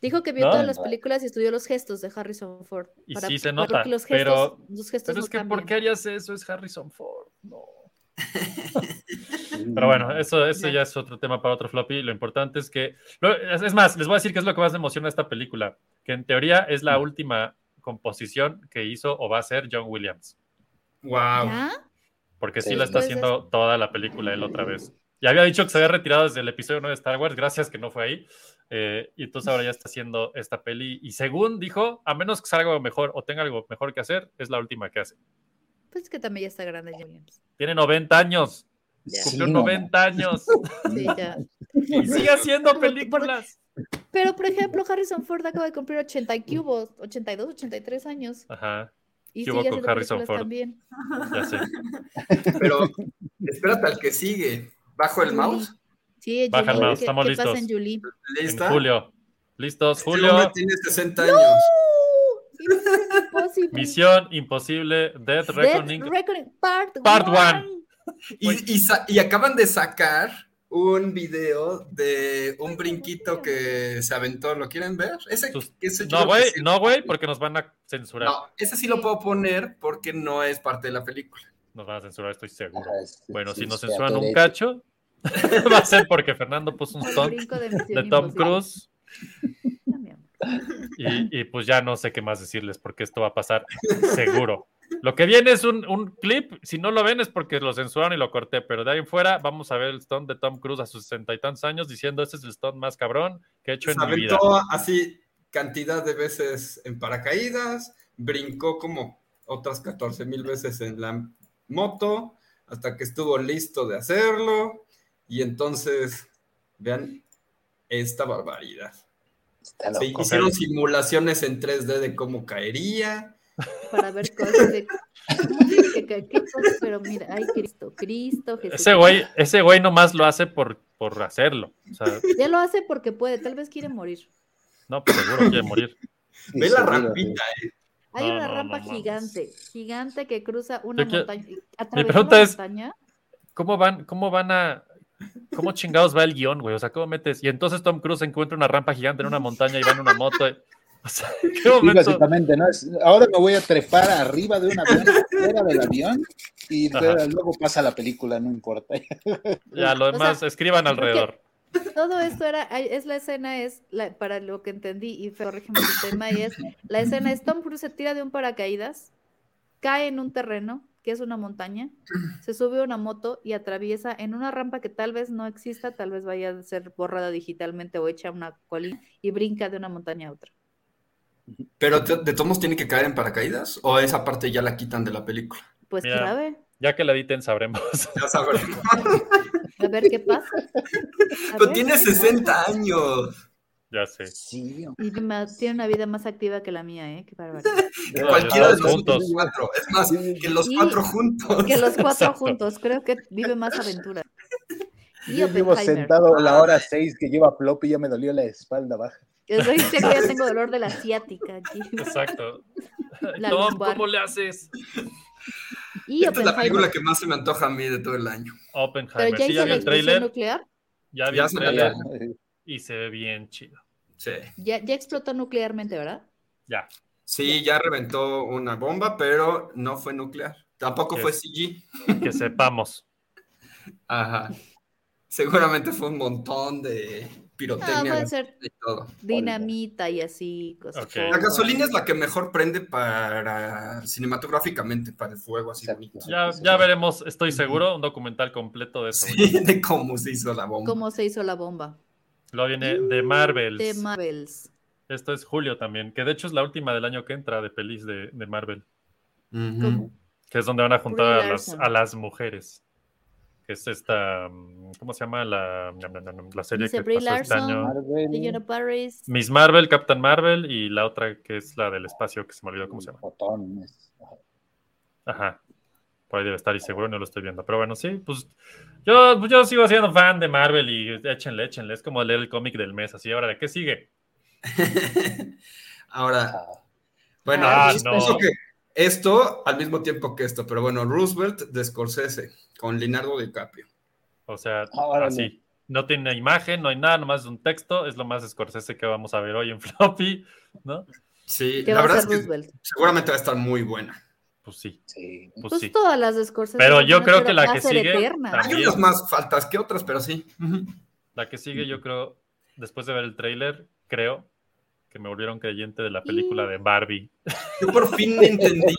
Speaker 3: dijo que vio
Speaker 5: No.
Speaker 3: todas las películas y estudió los gestos de Harrison Ford.
Speaker 5: Y sí se
Speaker 3: para
Speaker 5: nota,
Speaker 3: que los gestos,
Speaker 5: pero-
Speaker 3: los gestos
Speaker 5: Pero
Speaker 3: no
Speaker 5: es que, ¿por
Speaker 3: cambien.
Speaker 5: qué harías eso? Es Harrison Ford. No.
Speaker 9: Sí,
Speaker 5: Pero bueno, eso, eso
Speaker 3: Ya.
Speaker 5: ya es otro tema para otro floppy. Lo importante es que. lo- es es más, les voy a decir qué es lo que más me emociona de esta película. Que en teoría es la última composición que hizo o va a hacer John Williams.
Speaker 4: Wow.
Speaker 3: ¿Ya?
Speaker 5: Porque sí,
Speaker 9: Sí.
Speaker 5: la está
Speaker 3: Pues es-
Speaker 5: haciendo toda la película él otra vez. Ya había dicho que se había retirado desde el episodio 9 de Star Wars, gracias que no fue ahí. Eh, y entonces ahora ya está haciendo esta peli. Y según dijo, a menos que salga algo mejor o tenga algo mejor que hacer, es la última que hace.
Speaker 3: Pues es que también ya está grande John Williams.
Speaker 5: Tiene 90 años.
Speaker 9: sí,
Speaker 5: Cumplió
Speaker 9: no,
Speaker 5: 90 años.
Speaker 3: Sí, ya.
Speaker 5: Y sigue haciendo
Speaker 3: Como por-
Speaker 5: películas.
Speaker 3: Pero por ejemplo, Harrison Ford acaba de cumplir 80 y cubos, 82, 83 años
Speaker 5: Ajá,
Speaker 3: y
Speaker 5: ¿Qué hubo
Speaker 3: sigue
Speaker 5: con
Speaker 3: haciendo
Speaker 5: Harrison
Speaker 3: películas
Speaker 5: Ford?
Speaker 3: también.
Speaker 5: ya sé.
Speaker 4: Pero espérate al que sigue. Bajo el
Speaker 3: Uy.
Speaker 4: mouse.
Speaker 3: Sí,
Speaker 5: Baja
Speaker 9: el
Speaker 3: Julie,
Speaker 9: mouse,
Speaker 3: ¿qué-
Speaker 5: estamos
Speaker 3: ¿qué pasa
Speaker 5: listos.
Speaker 3: en Julie?
Speaker 5: En
Speaker 4: Lista.
Speaker 5: julio. Listos,
Speaker 4: Este hombre
Speaker 5: Julio.
Speaker 4: tiene 60 años.
Speaker 3: Impossible.
Speaker 5: Misión imposible, Death
Speaker 3: Death
Speaker 5: Reckoning.
Speaker 3: Reckoning Part
Speaker 5: Part
Speaker 3: 1.
Speaker 4: Y, y sa- y acaban de sacar un video de un brinquito que se aventó. ¿Lo quieren ver? Ese,
Speaker 5: Sus-
Speaker 4: ese yo
Speaker 5: No,
Speaker 4: creo que
Speaker 5: güey,
Speaker 4: sí.
Speaker 5: no, güey, porque nos van a censurar.
Speaker 4: No, ese sí lo puedo poner porque no es parte de la película.
Speaker 5: Nos van a censurar, estoy seguro.
Speaker 9: Ajá, es-
Speaker 5: Bueno,
Speaker 9: es-
Speaker 5: si nos
Speaker 9: es
Speaker 5: censuran un
Speaker 9: aleatorio.
Speaker 5: cacho, va a ser porque Fernando puso un
Speaker 3: El
Speaker 5: stunt
Speaker 3: brinco de,
Speaker 5: de
Speaker 3: Misión
Speaker 5: Tom
Speaker 3: Imposible.
Speaker 5: Cruise.
Speaker 3: Ah, mi amor.
Speaker 5: Y, y pues ya no sé qué más decirles porque esto va a pasar seguro. Lo que viene es un, un clip. Si no lo ven es porque lo censuraron y lo corté. Pero de ahí en fuera vamos a ver el stunt de Tom Cruise a sus sesenta y tantos años diciendo este es el stunt más cabrón que he hecho
Speaker 4: Se
Speaker 5: en mi vida.
Speaker 4: aventó así cantidad de veces en paracaídas, brincó como otras 14 mil veces en la moto, hasta que estuvo listo de hacerlo. Y entonces, vean esta barbaridad.
Speaker 9: Está
Speaker 4: Se
Speaker 9: loco.
Speaker 4: hicieron simulaciones en 3D de cómo caería.
Speaker 3: Para ver cosas de. ¿Cómo dice que- que- qué cosas? Pero mira, ay, Cristo, Cristo, Jesús.
Speaker 5: Ese güey, ese güey nomás lo hace por, por hacerlo. O sea,
Speaker 3: Ya lo hace porque puede, tal vez quiere morir.
Speaker 5: no, pues seguro quiere morir.
Speaker 9: Sí,
Speaker 4: Ve la
Speaker 9: seguro,
Speaker 4: rampita,
Speaker 3: Hay
Speaker 5: No,
Speaker 3: una
Speaker 5: no, no
Speaker 3: rampa
Speaker 5: mames.
Speaker 3: gigante, gigante que cruza una
Speaker 5: Yo quiero-
Speaker 3: montaña. ¿Atravesó
Speaker 5: pregunta
Speaker 3: la
Speaker 5: es-
Speaker 3: montaña?
Speaker 5: ¿Cómo van, cómo van a. ¿Cómo chingados va el guión, güey? O sea, ¿cómo metes? Y entonces Tom Cruise encuentra una rampa gigante en una montaña y va en una moto. y- O sea, ¿qué
Speaker 9: Sí,
Speaker 5: momento?
Speaker 9: básicamente, ¿no? Es- ahora me voy a trepar arriba de un avión, fuera del avión, y
Speaker 5: Ajá.
Speaker 9: fuera- luego pasa la película, no importa.
Speaker 5: Ya, lo
Speaker 3: O sea,
Speaker 5: demás, escriban
Speaker 3: creo que-
Speaker 5: alrededor.
Speaker 3: Todo esto era, ay, es la escena, es la- para lo que entendí, y Fer, corrígeme el tema, y es la escena es Tom Cruise se tira de un paracaídas, cae en un terreno, que es una montaña, se sube a una moto y atraviesa en una rampa que tal vez no exista, tal vez vaya a ser borrada digitalmente o hecha una colina, y brinca de una montaña a otra.
Speaker 4: pero te- de todos modos tiene que caer en paracaídas o esa parte ya la quitan de la película.
Speaker 3: Pues
Speaker 5: Mira.
Speaker 3: quién sabe,
Speaker 5: Ya que la editen, sabremos.
Speaker 4: Ya sabremos.
Speaker 3: a ver qué pasa. A
Speaker 4: Pero
Speaker 3: ver
Speaker 4: tiene
Speaker 3: qué
Speaker 4: 60
Speaker 3: pasa.
Speaker 4: años.
Speaker 5: ya sé.
Speaker 9: Sí,
Speaker 3: Y ma- tiene una vida más activa que la mía, ¿eh? Qué barbaridad.
Speaker 5: No,
Speaker 4: Cualquiera de
Speaker 5: todos
Speaker 4: los
Speaker 5: juntos.
Speaker 4: otros cuatro. Es más, que los
Speaker 3: Sí.
Speaker 4: cuatro juntos.
Speaker 3: Que los cuatro
Speaker 5: Exacto.
Speaker 3: juntos, creo que vive más aventuras. Y
Speaker 9: yo llevo
Speaker 3: Oppenheimer.
Speaker 9: sentado la
Speaker 5: Ah.
Speaker 9: hora 6 que lleva Floppy, ya me dolió la espalda baja.
Speaker 3: Yo soy sé que ya tengo dolor de la ciática aquí.
Speaker 5: Exacto.
Speaker 3: La
Speaker 5: Tom,
Speaker 3: lumbar.
Speaker 5: ¿cómo le haces?
Speaker 3: Y
Speaker 4: Esta es la película
Speaker 3: Oppenheimer.
Speaker 4: que más se me antoja a mí de todo el año.
Speaker 5: Oppenheimer.
Speaker 3: Pero ya hizo
Speaker 5: Sí, ya vi
Speaker 3: la
Speaker 5: el
Speaker 3: explosión
Speaker 5: trailer.
Speaker 3: nuclear.
Speaker 5: Ya vi
Speaker 4: Ya
Speaker 5: el
Speaker 4: se me
Speaker 5: trailer.
Speaker 4: había-
Speaker 5: Y se ve bien chido.
Speaker 4: Sí.
Speaker 3: Ya, ya explotó nuclearmente, ¿verdad?
Speaker 5: Ya.
Speaker 4: Sí, ya reventó una bomba, pero no fue nuclear. Tampoco fue CG.
Speaker 5: Que sepamos.
Speaker 4: Ajá. Seguramente fue un montón de
Speaker 3: Ah,
Speaker 4: pirotecnia
Speaker 3: puede ser
Speaker 4: y todo.
Speaker 3: dinamita y así, cosas.
Speaker 5: Ok.
Speaker 4: La gasolina es la que mejor prende para cinematográficamente, para el fuego así
Speaker 9: Exacto.
Speaker 4: bonito.
Speaker 5: Ya, ya veremos, estoy seguro, un documental completo de eso. güey.
Speaker 4: Sí, de cómo se hizo la bomba.
Speaker 3: Cómo se hizo la bomba.
Speaker 5: Luego viene The Marvels.
Speaker 3: De Marvels.
Speaker 5: Esto es julio también, que de hecho es la última del año que entra de pelis de, de Marvel,
Speaker 4: Ujú.
Speaker 3: ¿Cómo?
Speaker 5: que es donde van a juntar
Speaker 3: Brie
Speaker 5: a las,
Speaker 3: Larson.
Speaker 5: a las mujeres. Que es esta, mm, ¿cómo se llama? La, no, no, no, no, la serie
Speaker 3: Dice
Speaker 5: que
Speaker 3: Brie
Speaker 5: pasó este
Speaker 3: Larson.
Speaker 5: año.
Speaker 9: Marvel,
Speaker 3: Señora Paris.
Speaker 5: Miss Marvel, Captain Marvel y la otra que es la del espacio, que se me olvidó cómo se llama.
Speaker 9: botones. Ajá.
Speaker 5: Ajá. Por ahí debe estar y seguro no lo estoy viendo. Pero bueno, sí, pues yo, pues, yo sigo siendo fan de Marvel y échenle, échenle. Es como leer el cómic del mes, así. Ahora, ¿de qué sigue?
Speaker 4: Ahora, bueno,
Speaker 3: Ah,
Speaker 4: es-
Speaker 5: no.
Speaker 4: eso que esto al mismo tiempo que esto, pero bueno, Roosevelt de Scorsese con Leonardo DiCaprio.
Speaker 5: O sea,
Speaker 9: Órale.
Speaker 5: así. No tiene imagen, no hay nada, nomás es un texto. Es lo más Scorsese que vamos a ver hoy en Floppy, ¿no?
Speaker 4: Sí,
Speaker 3: ¿Qué
Speaker 4: la
Speaker 3: va a
Speaker 4: verdad es
Speaker 3: hacer
Speaker 4: que
Speaker 3: Roosevelt?
Speaker 4: seguramente va a estar muy buena.
Speaker 5: Pues sí,
Speaker 9: Sí.
Speaker 5: pues,
Speaker 3: Pues
Speaker 5: sí.
Speaker 3: todas las de Scorsese
Speaker 5: Pero
Speaker 3: van
Speaker 5: yo
Speaker 3: a
Speaker 5: creo
Speaker 3: ser-
Speaker 5: que la
Speaker 3: va a
Speaker 5: que
Speaker 3: ser
Speaker 5: sigue
Speaker 3: eterna.
Speaker 5: también.
Speaker 4: Hay unas más faltas que otras, pero sí. Ujú.
Speaker 5: La que sigue, yo creo, después de ver el tráiler, creo que me volvieron creyente de la película de Barbie.
Speaker 4: Yo por fin entendí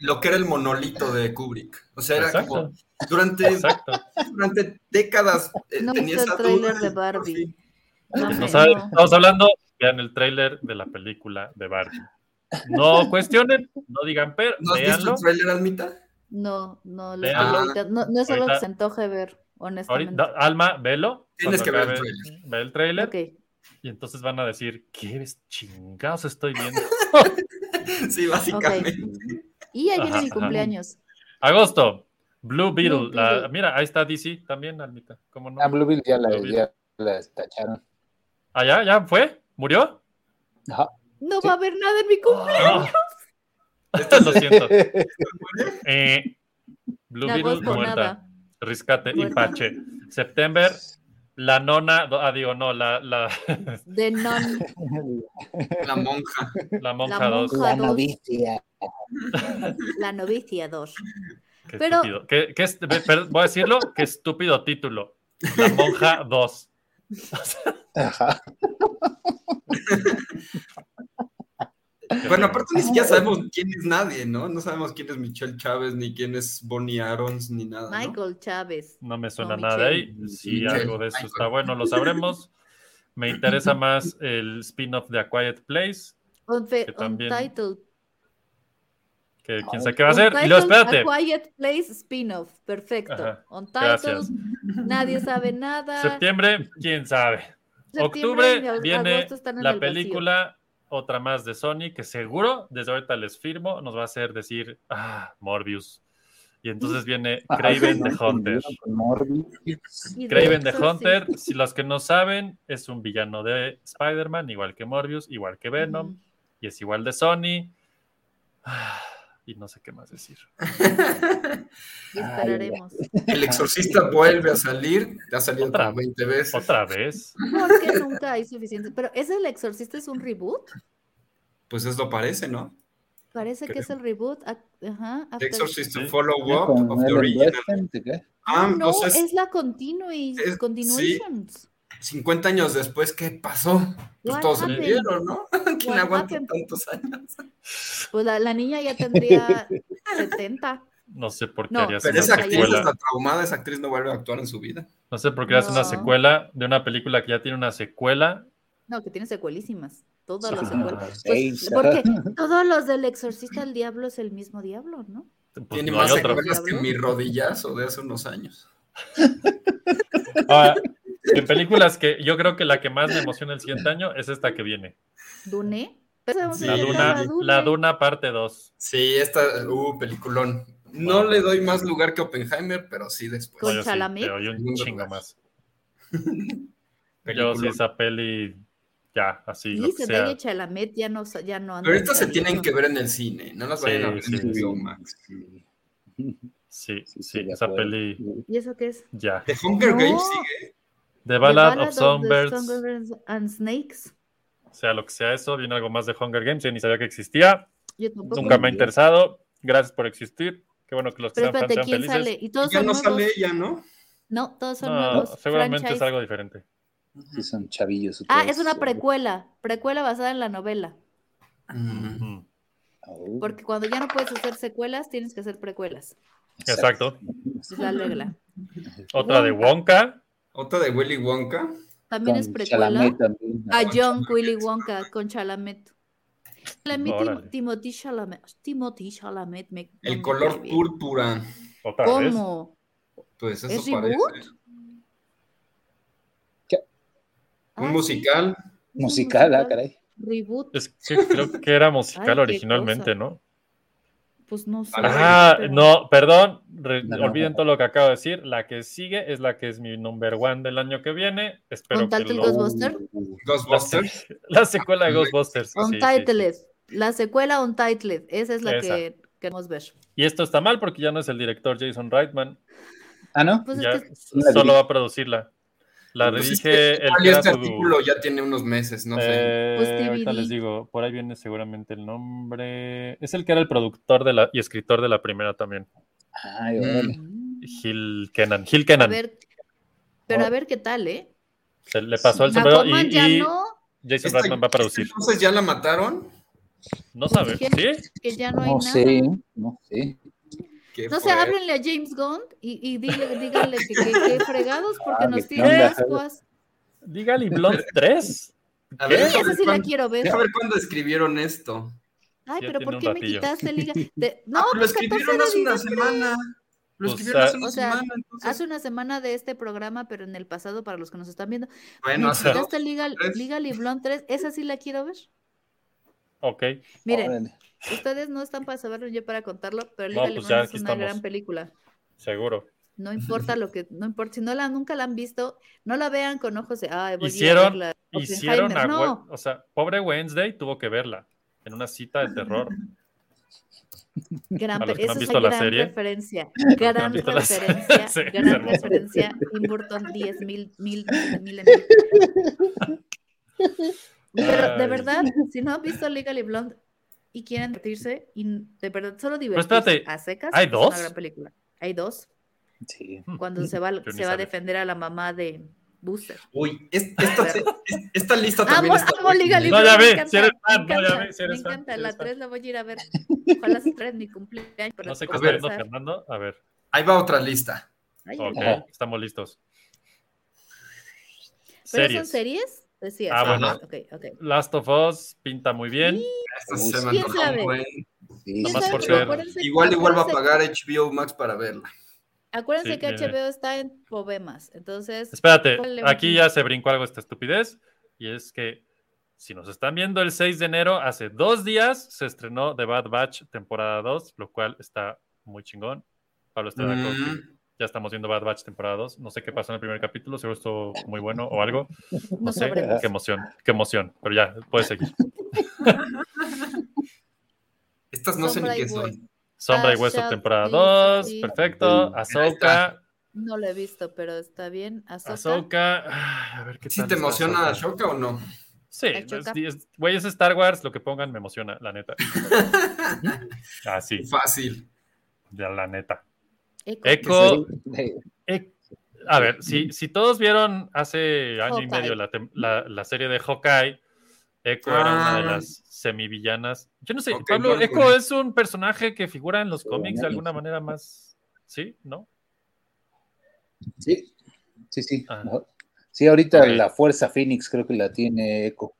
Speaker 4: lo que era el monolito de Kubrick. O sea, era
Speaker 5: Exacto.
Speaker 4: como durante,
Speaker 5: Exacto.
Speaker 4: durante décadas eh,
Speaker 3: No he
Speaker 4: tenía
Speaker 3: visto
Speaker 4: esa
Speaker 3: el tráiler
Speaker 4: duda,
Speaker 3: de
Speaker 4: y por
Speaker 3: Barbie.
Speaker 4: fin.
Speaker 3: No,
Speaker 5: No
Speaker 3: me-
Speaker 5: saben,
Speaker 3: no.
Speaker 5: estamos hablando, vean el tráiler de la película de Barbie. No cuestionen, no digan, pero
Speaker 4: ¿No has visto
Speaker 5: véanlo.
Speaker 4: el trailer, Almita?
Speaker 3: No, no, lo
Speaker 5: Vean.
Speaker 3: estoy ahorita- no, no es algo que
Speaker 5: Ahorita-
Speaker 3: se antoje ver, honestamente.
Speaker 5: Ahorita, Alma, velo.
Speaker 4: Tienes
Speaker 5: Cuando
Speaker 4: que ver el
Speaker 5: acabe,
Speaker 4: tráiler.
Speaker 5: Ve el tráiler
Speaker 3: Ok.
Speaker 5: y entonces van a decir, ¿qué es chingados estoy viendo?
Speaker 4: Sí, básicamente.
Speaker 3: Y ahí
Speaker 5: Ajá,
Speaker 3: viene mi
Speaker 5: ajá.
Speaker 3: cumpleaños.
Speaker 5: Agosto, Blue Beetle.
Speaker 3: Blue
Speaker 5: la-
Speaker 3: Beetle.
Speaker 5: mira, ahí está DC también, Almita. ¿Cómo no?
Speaker 9: Ah, Blue Beetle ya la,
Speaker 5: Blue Beetle.
Speaker 9: ya la tacharon.
Speaker 5: Ah, ya, ya fue, murió.
Speaker 9: Ajá.
Speaker 3: No
Speaker 9: Sí.
Speaker 3: va a haber nada en mi cumpleaños.
Speaker 5: No. Lo siento. Eh, Blue
Speaker 3: En
Speaker 5: Beetle
Speaker 3: agosto,
Speaker 5: muerta.
Speaker 3: nada.
Speaker 5: Rescate y
Speaker 3: Muerta.
Speaker 5: Pache. September, la nona, ah, digo, no, la, la,
Speaker 3: De non,
Speaker 4: La monja.
Speaker 5: la monja
Speaker 3: La
Speaker 5: 2.
Speaker 3: monja.
Speaker 9: La
Speaker 3: dos.
Speaker 9: novicia.
Speaker 3: la novicia 2.
Speaker 5: Qué
Speaker 3: Pero-
Speaker 5: estúpido. Qué- qué est- ve- per- voy a decirlo, qué estúpido título. La monja 2.
Speaker 9: Ajá.
Speaker 4: Bueno, aparte ni siquiera sabemos quién es nadie, ¿no? No sabemos quién es Michelle Chávez, ni quién es Bonnie Arons, ni nada. ¿no?
Speaker 3: Michael Chávez.
Speaker 5: No me suena
Speaker 3: No,
Speaker 5: nada de ahí.
Speaker 4: Michelle.
Speaker 5: Si
Speaker 4: Michelle,
Speaker 5: algo de eso
Speaker 4: Michael.
Speaker 5: está bueno, lo sabremos. Me interesa más el spin-off de A Quiet Place,
Speaker 3: Unfe-
Speaker 5: Que también-
Speaker 3: Untitled.
Speaker 5: que quién sabe qué va a hacer. Y
Speaker 3: Untitled,
Speaker 5: luego, espérate.
Speaker 3: A Quiet Place spin-off. Perfecto.
Speaker 5: Ajá,
Speaker 3: Untitled.
Speaker 5: gracias.
Speaker 3: Nadie sabe nada.
Speaker 5: Septiembre, quién sabe.
Speaker 3: Septiembre
Speaker 5: Octubre
Speaker 3: y ag-
Speaker 5: viene
Speaker 3: agosto están en
Speaker 5: la
Speaker 3: el vacío.
Speaker 5: película, otra más de Sony, que seguro, desde ahorita les firmo, nos va a hacer decir, ah, Morbius. Y entonces viene
Speaker 9: Ah,
Speaker 5: Craven the Hunter.
Speaker 9: Con Morbius.
Speaker 3: Y de
Speaker 5: Craven the
Speaker 3: Exorcist.
Speaker 5: Hunter, si los que no saben, es un villano de Spider-Man, igual que Morbius, igual que Venom,
Speaker 3: Ujú.
Speaker 5: y es igual de Sony. Ah, Y no sé qué más decir.
Speaker 3: Y esperaremos.
Speaker 4: El exorcista vuelve a salir, ha salido
Speaker 5: Otra.
Speaker 4: como 20 veces.
Speaker 5: Otra vez.
Speaker 3: Porque nunca hay suficiente. Pero ¿es el exorcista? ¿Es un reboot?
Speaker 4: Pues eso parece, ¿no?
Speaker 3: Parece que es el reboot. Ah, Ajá.
Speaker 4: The
Speaker 3: after-
Speaker 4: Exorcist
Speaker 5: Sí.
Speaker 4: Follow-up
Speaker 9: Con
Speaker 4: of the
Speaker 9: Ellen
Speaker 4: Original.
Speaker 9: Weston, ¿qué?
Speaker 3: Ah,
Speaker 4: Ah,
Speaker 3: no,
Speaker 4: o sea,
Speaker 3: es la continui-
Speaker 4: es-
Speaker 3: continuations.
Speaker 4: 50 años después, ¿qué pasó? Pues
Speaker 3: What
Speaker 4: todos
Speaker 3: happened?
Speaker 4: murieron, ¿no? ¿Quién
Speaker 3: What
Speaker 4: aguanta
Speaker 3: happened?
Speaker 4: tantos años?
Speaker 3: Pues la, la niña ya tendría 70.
Speaker 5: No sé por qué
Speaker 3: No,
Speaker 5: harías
Speaker 4: Pero
Speaker 5: una
Speaker 4: esa
Speaker 3: Hasta
Speaker 4: actriz
Speaker 5: secuela.
Speaker 4: está traumada, esa actriz no vuelve a actuar en su vida.
Speaker 5: No sé por qué harías una
Speaker 3: No.
Speaker 5: secuela de una película que ya tiene una secuela Ah,
Speaker 3: No, que tiene secuelísimas. Todas las
Speaker 5: Ajá.
Speaker 3: secuelas.
Speaker 9: Con
Speaker 3: Pues,
Speaker 9: seis,
Speaker 3: porque
Speaker 9: ajá.
Speaker 3: todos los del exorcista al diablo es el mismo diablo, ¿no?
Speaker 5: Pues
Speaker 4: Tiene
Speaker 5: no
Speaker 4: más
Speaker 5: hay otro.
Speaker 4: secuelas que mi rodillazo de hace unos años.
Speaker 5: Ahora, de películas que yo creo que la que más me emociona el siguiente año es esta que viene.
Speaker 3: Dune. Pero vamos a
Speaker 5: La
Speaker 4: Sí,
Speaker 3: llegar
Speaker 5: Duna,
Speaker 3: a
Speaker 5: la Duna parte 2.
Speaker 4: Sí, esta, uh, peliculón. No le doy más lugar que Oppenheimer, pero sí después.
Speaker 3: Con
Speaker 5: Oye, sí,
Speaker 3: Chalamet.
Speaker 5: te oí un chingo más. Yo
Speaker 4: Peliculón.
Speaker 5: sí esa peli ya, así lo
Speaker 3: Y
Speaker 5: que
Speaker 3: se
Speaker 5: sea.
Speaker 3: ve Chalamet ya no, sa- ya no anda.
Speaker 4: Pero estas se
Speaker 3: saliendo.
Speaker 4: tienen que ver en el cine, no las
Speaker 5: Sí,
Speaker 4: vayan a ver
Speaker 5: sí,
Speaker 4: en
Speaker 5: sí.
Speaker 4: HBO Max.
Speaker 5: Sí,
Speaker 9: Sí,
Speaker 5: sí,
Speaker 9: sí, de
Speaker 5: esa
Speaker 9: acuerdo.
Speaker 5: peli
Speaker 3: ¿Y eso qué es?
Speaker 5: ya.
Speaker 4: The Hunger
Speaker 3: No.
Speaker 4: Games sigue.
Speaker 5: The
Speaker 3: The
Speaker 5: Ballad,
Speaker 3: Ballad
Speaker 5: of
Speaker 3: the
Speaker 5: Songbirds,
Speaker 3: Songbirds and Snakes.
Speaker 5: sea lo que sea eso, viene algo más de Hunger Games, yo ni sabía que existía,
Speaker 3: Yo tampoco.
Speaker 5: nunca me ha interesado, gracias por existir, qué bueno que los que
Speaker 3: Pero
Speaker 5: sean fans
Speaker 3: espérate,
Speaker 5: sean
Speaker 3: ¿quién
Speaker 5: felices.
Speaker 3: sale? Y todos
Speaker 4: Ya
Speaker 3: son
Speaker 4: no
Speaker 3: nuevos.
Speaker 4: sale ella, ¿no?
Speaker 3: No, todos son
Speaker 5: No,
Speaker 3: nuevos.
Speaker 5: seguramente es
Speaker 3: franchise.
Speaker 5: algo diferente.
Speaker 9: Sí, son chavillos.
Speaker 3: Ah,
Speaker 9: ustedes.
Speaker 3: es una precuela. Precuela basada en la novela.
Speaker 4: Mm.
Speaker 5: Mm,
Speaker 9: Oh,
Speaker 3: Porque cuando ya no puedes hacer secuelas, tienes que hacer precuelas.
Speaker 5: Exacto.
Speaker 3: Es la regla.
Speaker 5: Otra de Wonka,
Speaker 4: Otra de Willy Wonka.
Speaker 3: También es
Speaker 9: Con
Speaker 3: precuela. Ah,
Speaker 9: Chalamet también.
Speaker 3: A
Speaker 4: Con
Speaker 3: John
Speaker 4: Chalamet.
Speaker 3: Willy Wonka con Chalamet. Chalamet Tim-
Speaker 5: Órale.
Speaker 3: Timothy Chalamet. Timothy Chalamet. me- me
Speaker 4: El
Speaker 3: cae
Speaker 4: color
Speaker 3: bien.
Speaker 4: púrpura.
Speaker 5: otra vez.
Speaker 3: ¿Cómo?
Speaker 4: Pues eso
Speaker 3: ¿Es
Speaker 4: parece.
Speaker 3: reboot?
Speaker 9: ¿Qué?
Speaker 3: Ah,
Speaker 4: Un
Speaker 3: sí,
Speaker 4: musical.
Speaker 3: es un
Speaker 9: Musical, ah, caray.
Speaker 3: Reboot.
Speaker 5: Es que creo que era
Speaker 3: Ay,
Speaker 5: musical
Speaker 3: qué
Speaker 5: originalmente,
Speaker 3: cosa.
Speaker 5: ¿no?
Speaker 3: Pues no sé.
Speaker 4: A ver.
Speaker 5: Ah,
Speaker 3: pero-
Speaker 5: no, perdón, re-
Speaker 9: No, no,
Speaker 5: olviden
Speaker 9: no.
Speaker 5: todo lo que acabo de decir. La que sigue es la que es mi number one del año que viene. Espero que
Speaker 3: Untitled
Speaker 5: lo-
Speaker 3: Ghost- Ghostbusters.
Speaker 5: la,
Speaker 4: Ghostbusters.
Speaker 5: se- la secuela de Ghostbusters. sí, sí, sí.
Speaker 3: Untitled. La secuela Untitled. Esa es la
Speaker 5: Esa.
Speaker 3: que queremos ver.
Speaker 5: Y esto está mal porque ya no es el director Jason Reitman.
Speaker 9: Ah, ¿no?
Speaker 3: Pues
Speaker 5: ya
Speaker 3: es que
Speaker 5: solo va a producirla. La
Speaker 4: Pues es
Speaker 5: dirige
Speaker 4: que
Speaker 5: el
Speaker 4: igual
Speaker 5: que era
Speaker 4: este
Speaker 5: su-
Speaker 4: artículo ya tiene unos meses, no sé.
Speaker 5: Eh,
Speaker 3: Pues DVD.
Speaker 5: ahorita les digo, por ahí viene seguramente el nombre. Es el que era el productor de la, y escritor de la primera también.
Speaker 9: Ay, órale.
Speaker 3: Mm.
Speaker 5: Gil Kenan.
Speaker 3: A
Speaker 5: Gil Kenan.
Speaker 3: ver, pero a ver qué tal, ¿eh?
Speaker 5: Se le pasó el sombrero Oh. y,
Speaker 3: Aquaman ya
Speaker 5: y
Speaker 3: no,
Speaker 5: Jason
Speaker 4: Esta-
Speaker 5: Reitman va a producir.
Speaker 4: Entonces ya la mataron.
Speaker 5: No sabe,
Speaker 3: ¿Quién?
Speaker 5: ¿sí?
Speaker 3: que ya no hay
Speaker 9: No
Speaker 3: nada.
Speaker 9: sé, no sé.
Speaker 4: Qué
Speaker 3: No sé,
Speaker 4: fuerte.
Speaker 3: háblenle a James Gunn y, y dile- díganle que, que- que fregados porque
Speaker 9: Ah,
Speaker 3: nos
Speaker 9: que
Speaker 3: tiran
Speaker 9: anda.
Speaker 3: las cosas.
Speaker 5: Dígale Blonde 3.
Speaker 4: A
Speaker 5: ¿Qué?
Speaker 4: ver,
Speaker 3: Esa sí la
Speaker 4: ¿cuándo-
Speaker 3: quiero ver.
Speaker 4: a ver cuándo escribieron esto.
Speaker 3: Ay,
Speaker 5: Ya
Speaker 3: pero
Speaker 5: tiene
Speaker 3: ¿por
Speaker 5: un
Speaker 3: qué me
Speaker 5: ratillo. Ah,
Speaker 3: quitaste liga? De- No,
Speaker 4: Ah, Lo
Speaker 3: pues 14
Speaker 4: escribieron
Speaker 3: de
Speaker 4: hace una
Speaker 3: diciembre.
Speaker 4: semana. Lo
Speaker 5: O
Speaker 4: escribieron hace
Speaker 5: sea-
Speaker 4: una
Speaker 3: O sea,
Speaker 4: semana. entonces-
Speaker 3: Hace una semana de este programa, pero en el pasado, para los que nos están viendo.
Speaker 4: bueno,
Speaker 3: me
Speaker 4: hace dos.
Speaker 3: quitaste Legal,
Speaker 4: tres.
Speaker 3: Legal y Blonde 3. Esa sí la quiero ver.
Speaker 5: Ok.
Speaker 3: Miren,
Speaker 9: Órale.
Speaker 3: ustedes no están para saberlo, yo para contarlo, pero
Speaker 5: No,
Speaker 3: Legal
Speaker 5: pues
Speaker 3: y
Speaker 5: ya
Speaker 3: Blonde es
Speaker 5: aquí
Speaker 3: una gran
Speaker 5: estamos.
Speaker 3: película.
Speaker 5: Seguro.
Speaker 3: No importa lo que, no importa, si no la nunca la han visto, no la vean con ojos de, ay, voy a ir a
Speaker 5: Hicieron-
Speaker 3: verla,
Speaker 5: Hicieron
Speaker 3: Oppenheimer".
Speaker 5: a.
Speaker 3: No,
Speaker 5: hue- O sea, pobre Wednesday tuvo que verla en una cita de terror.
Speaker 3: Gran,
Speaker 5: A los
Speaker 3: pe-
Speaker 5: que
Speaker 3: esa
Speaker 5: no han
Speaker 3: es
Speaker 5: visto la
Speaker 3: gran
Speaker 5: serie.
Speaker 3: referencia.
Speaker 5: que no han
Speaker 3: Gran
Speaker 5: visto la serie.
Speaker 3: referencia.
Speaker 5: Sí, es
Speaker 3: gran
Speaker 5: hermoso.
Speaker 3: referencia. Tim Burton 10 mil, mil, mil, en mil. Pero de
Speaker 5: Ay.
Speaker 3: verdad, si no han visto Legally Blonde y quieren divertirse, y de verdad solo divertirse
Speaker 5: espérate,
Speaker 3: a secas,
Speaker 5: ¿hay
Speaker 3: es
Speaker 5: dos?
Speaker 3: una gran película. Hay dos.
Speaker 9: Sí.
Speaker 3: Cuando se va,
Speaker 5: ni
Speaker 3: se va a
Speaker 5: sabía.
Speaker 3: defender a la mamá de Booster.
Speaker 4: Uy, es- esta, se- es- esta lista también
Speaker 3: Amo,
Speaker 4: está... ¿eh?
Speaker 3: amo Legally
Speaker 5: No,
Speaker 3: Blonde.
Speaker 5: ya
Speaker 3: me
Speaker 5: ve,
Speaker 3: encanta,
Speaker 5: si eres fan,
Speaker 3: me
Speaker 5: no, ya
Speaker 3: encanta,
Speaker 5: ve, si eres
Speaker 3: Me
Speaker 5: fan,
Speaker 3: encanta,
Speaker 5: si eres
Speaker 3: la
Speaker 5: fan.
Speaker 3: 3 la voy a ir a ver. Ojalá se traen mi cumpleaños. para
Speaker 5: No sé qué
Speaker 4: A
Speaker 5: está
Speaker 4: ver.
Speaker 5: viendo
Speaker 3: conversar.
Speaker 5: Fernando. A ver,
Speaker 4: Ahí va otra lista.
Speaker 3: Ay,
Speaker 5: ok,
Speaker 9: Ajá.
Speaker 5: estamos listos.
Speaker 3: ¿Pero
Speaker 5: Series.
Speaker 3: son series? Decías.
Speaker 5: Ah,
Speaker 4: bueno.
Speaker 3: Ok, ok.
Speaker 5: Last of Us pinta muy bien.
Speaker 4: Esta sí
Speaker 9: Uy,
Speaker 4: se me
Speaker 3: ¿quién
Speaker 4: antojó
Speaker 3: sabe?
Speaker 4: un buen.
Speaker 9: Sí,
Speaker 5: Nomás
Speaker 9: sí,
Speaker 5: por
Speaker 9: sí.
Speaker 5: ser-
Speaker 3: Acuérdense-
Speaker 4: Igual, igual va a eh.
Speaker 3: acuérdense-
Speaker 4: pagar HBO Max para verla.
Speaker 3: Acuérdense
Speaker 5: Sí,
Speaker 3: que
Speaker 5: mira.
Speaker 3: HBO está en problemas. Entonces,
Speaker 5: Espérate,
Speaker 3: Ponle un-
Speaker 5: aquí ya se brincó algo esta estupidez. Y es que si nos están viendo el 6 de enero, hace dos días se estrenó The Bad Batch temporada 2, lo cual está muy chingón. Pablo está de acuerdo que
Speaker 4: Mm,
Speaker 5: Ya estamos viendo Bad Batch temporada 2. No sé qué pasó en el primer capítulo, seguro estuvo muy bueno o algo. No,
Speaker 3: No
Speaker 5: sé.
Speaker 3: sabremos.
Speaker 5: Qué emoción, qué emoción. Pero ya, puedes seguir.
Speaker 4: Estas no sé ni
Speaker 3: Sombra y
Speaker 4: qué son.
Speaker 3: Hueso.
Speaker 5: Sombra y
Speaker 3: Ah,
Speaker 5: Hueso
Speaker 3: Shall
Speaker 5: temporada
Speaker 3: We
Speaker 5: 2.
Speaker 3: See.
Speaker 5: Perfecto. Ahsoka.
Speaker 3: no lo he visto, pero está bien. Ahsoka.
Speaker 5: Ahsoka. ay, A ver qué
Speaker 4: ¿Sí
Speaker 5: tal
Speaker 4: te
Speaker 5: está
Speaker 4: emociona
Speaker 5: Ahsoka.
Speaker 4: Shoka o no?
Speaker 5: Sí,
Speaker 3: Ashoka.
Speaker 5: es- es- güey, es Star Wars, lo que pongan me emociona, la neta. Ah, sí,
Speaker 4: Fácil.
Speaker 5: ya, la neta.
Speaker 3: Echo.
Speaker 5: Echo,
Speaker 9: Sí.
Speaker 5: eh, a ver, si, si todos vieron hace año y
Speaker 3: Hawkeye.
Speaker 5: medio la, tem- la- la serie de Hawkeye, Echo era una de
Speaker 4: Ah.
Speaker 5: las semivillanas. Yo no sé,
Speaker 4: Ok,
Speaker 5: Pablo,
Speaker 4: bueno,
Speaker 5: Echo
Speaker 4: bueno.
Speaker 5: es un personaje que figura en los
Speaker 9: Sí,
Speaker 5: cómics de
Speaker 9: bueno.
Speaker 5: alguna manera más. ¿Sí? ¿No?
Speaker 9: Sí, sí, sí.
Speaker 5: Ah.
Speaker 9: Ajá. Sí, ahorita
Speaker 5: Ok.
Speaker 9: la Fuerza Phoenix creo que la tiene Echo.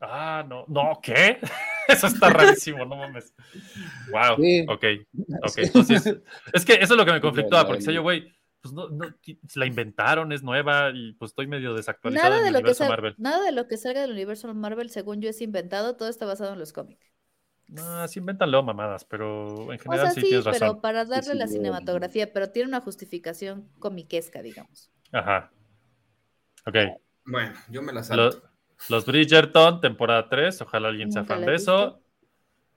Speaker 5: Ah, no, no, ¿qué? Eso está rarísimo, no mames. Wow,
Speaker 9: Sí.
Speaker 5: ok, ok. Entonces, es que eso es lo que me conflictaba,
Speaker 9: la-
Speaker 5: porque decía yo, güey, pues no, no, la inventaron, es nueva y pues estoy medio desactualizado
Speaker 3: Nada
Speaker 5: en
Speaker 3: de,
Speaker 5: el
Speaker 3: lo que
Speaker 5: universo
Speaker 3: sal-
Speaker 5: Marvel.
Speaker 3: nada de lo que salga del universo Marvel, según yo, es inventado. Todo está basado en los cómics.
Speaker 5: No, Ah, sí inventan luego mamadas, pero en
Speaker 3: O
Speaker 5: general
Speaker 3: sea,
Speaker 5: sí,
Speaker 3: sí,
Speaker 5: tienes
Speaker 3: pero
Speaker 5: razón.
Speaker 3: para darle
Speaker 9: sí,
Speaker 3: la
Speaker 9: yo-
Speaker 3: cinematografía, pero tiene una justificación comiquesca, digamos.
Speaker 5: Ajá. Ok.
Speaker 4: Bueno, yo me la
Speaker 5: lo-
Speaker 4: salto.
Speaker 5: los Bridgerton, temporada 3, ojalá alguien sea
Speaker 3: Nunca
Speaker 5: fan
Speaker 3: la he
Speaker 5: de eso.
Speaker 3: visto.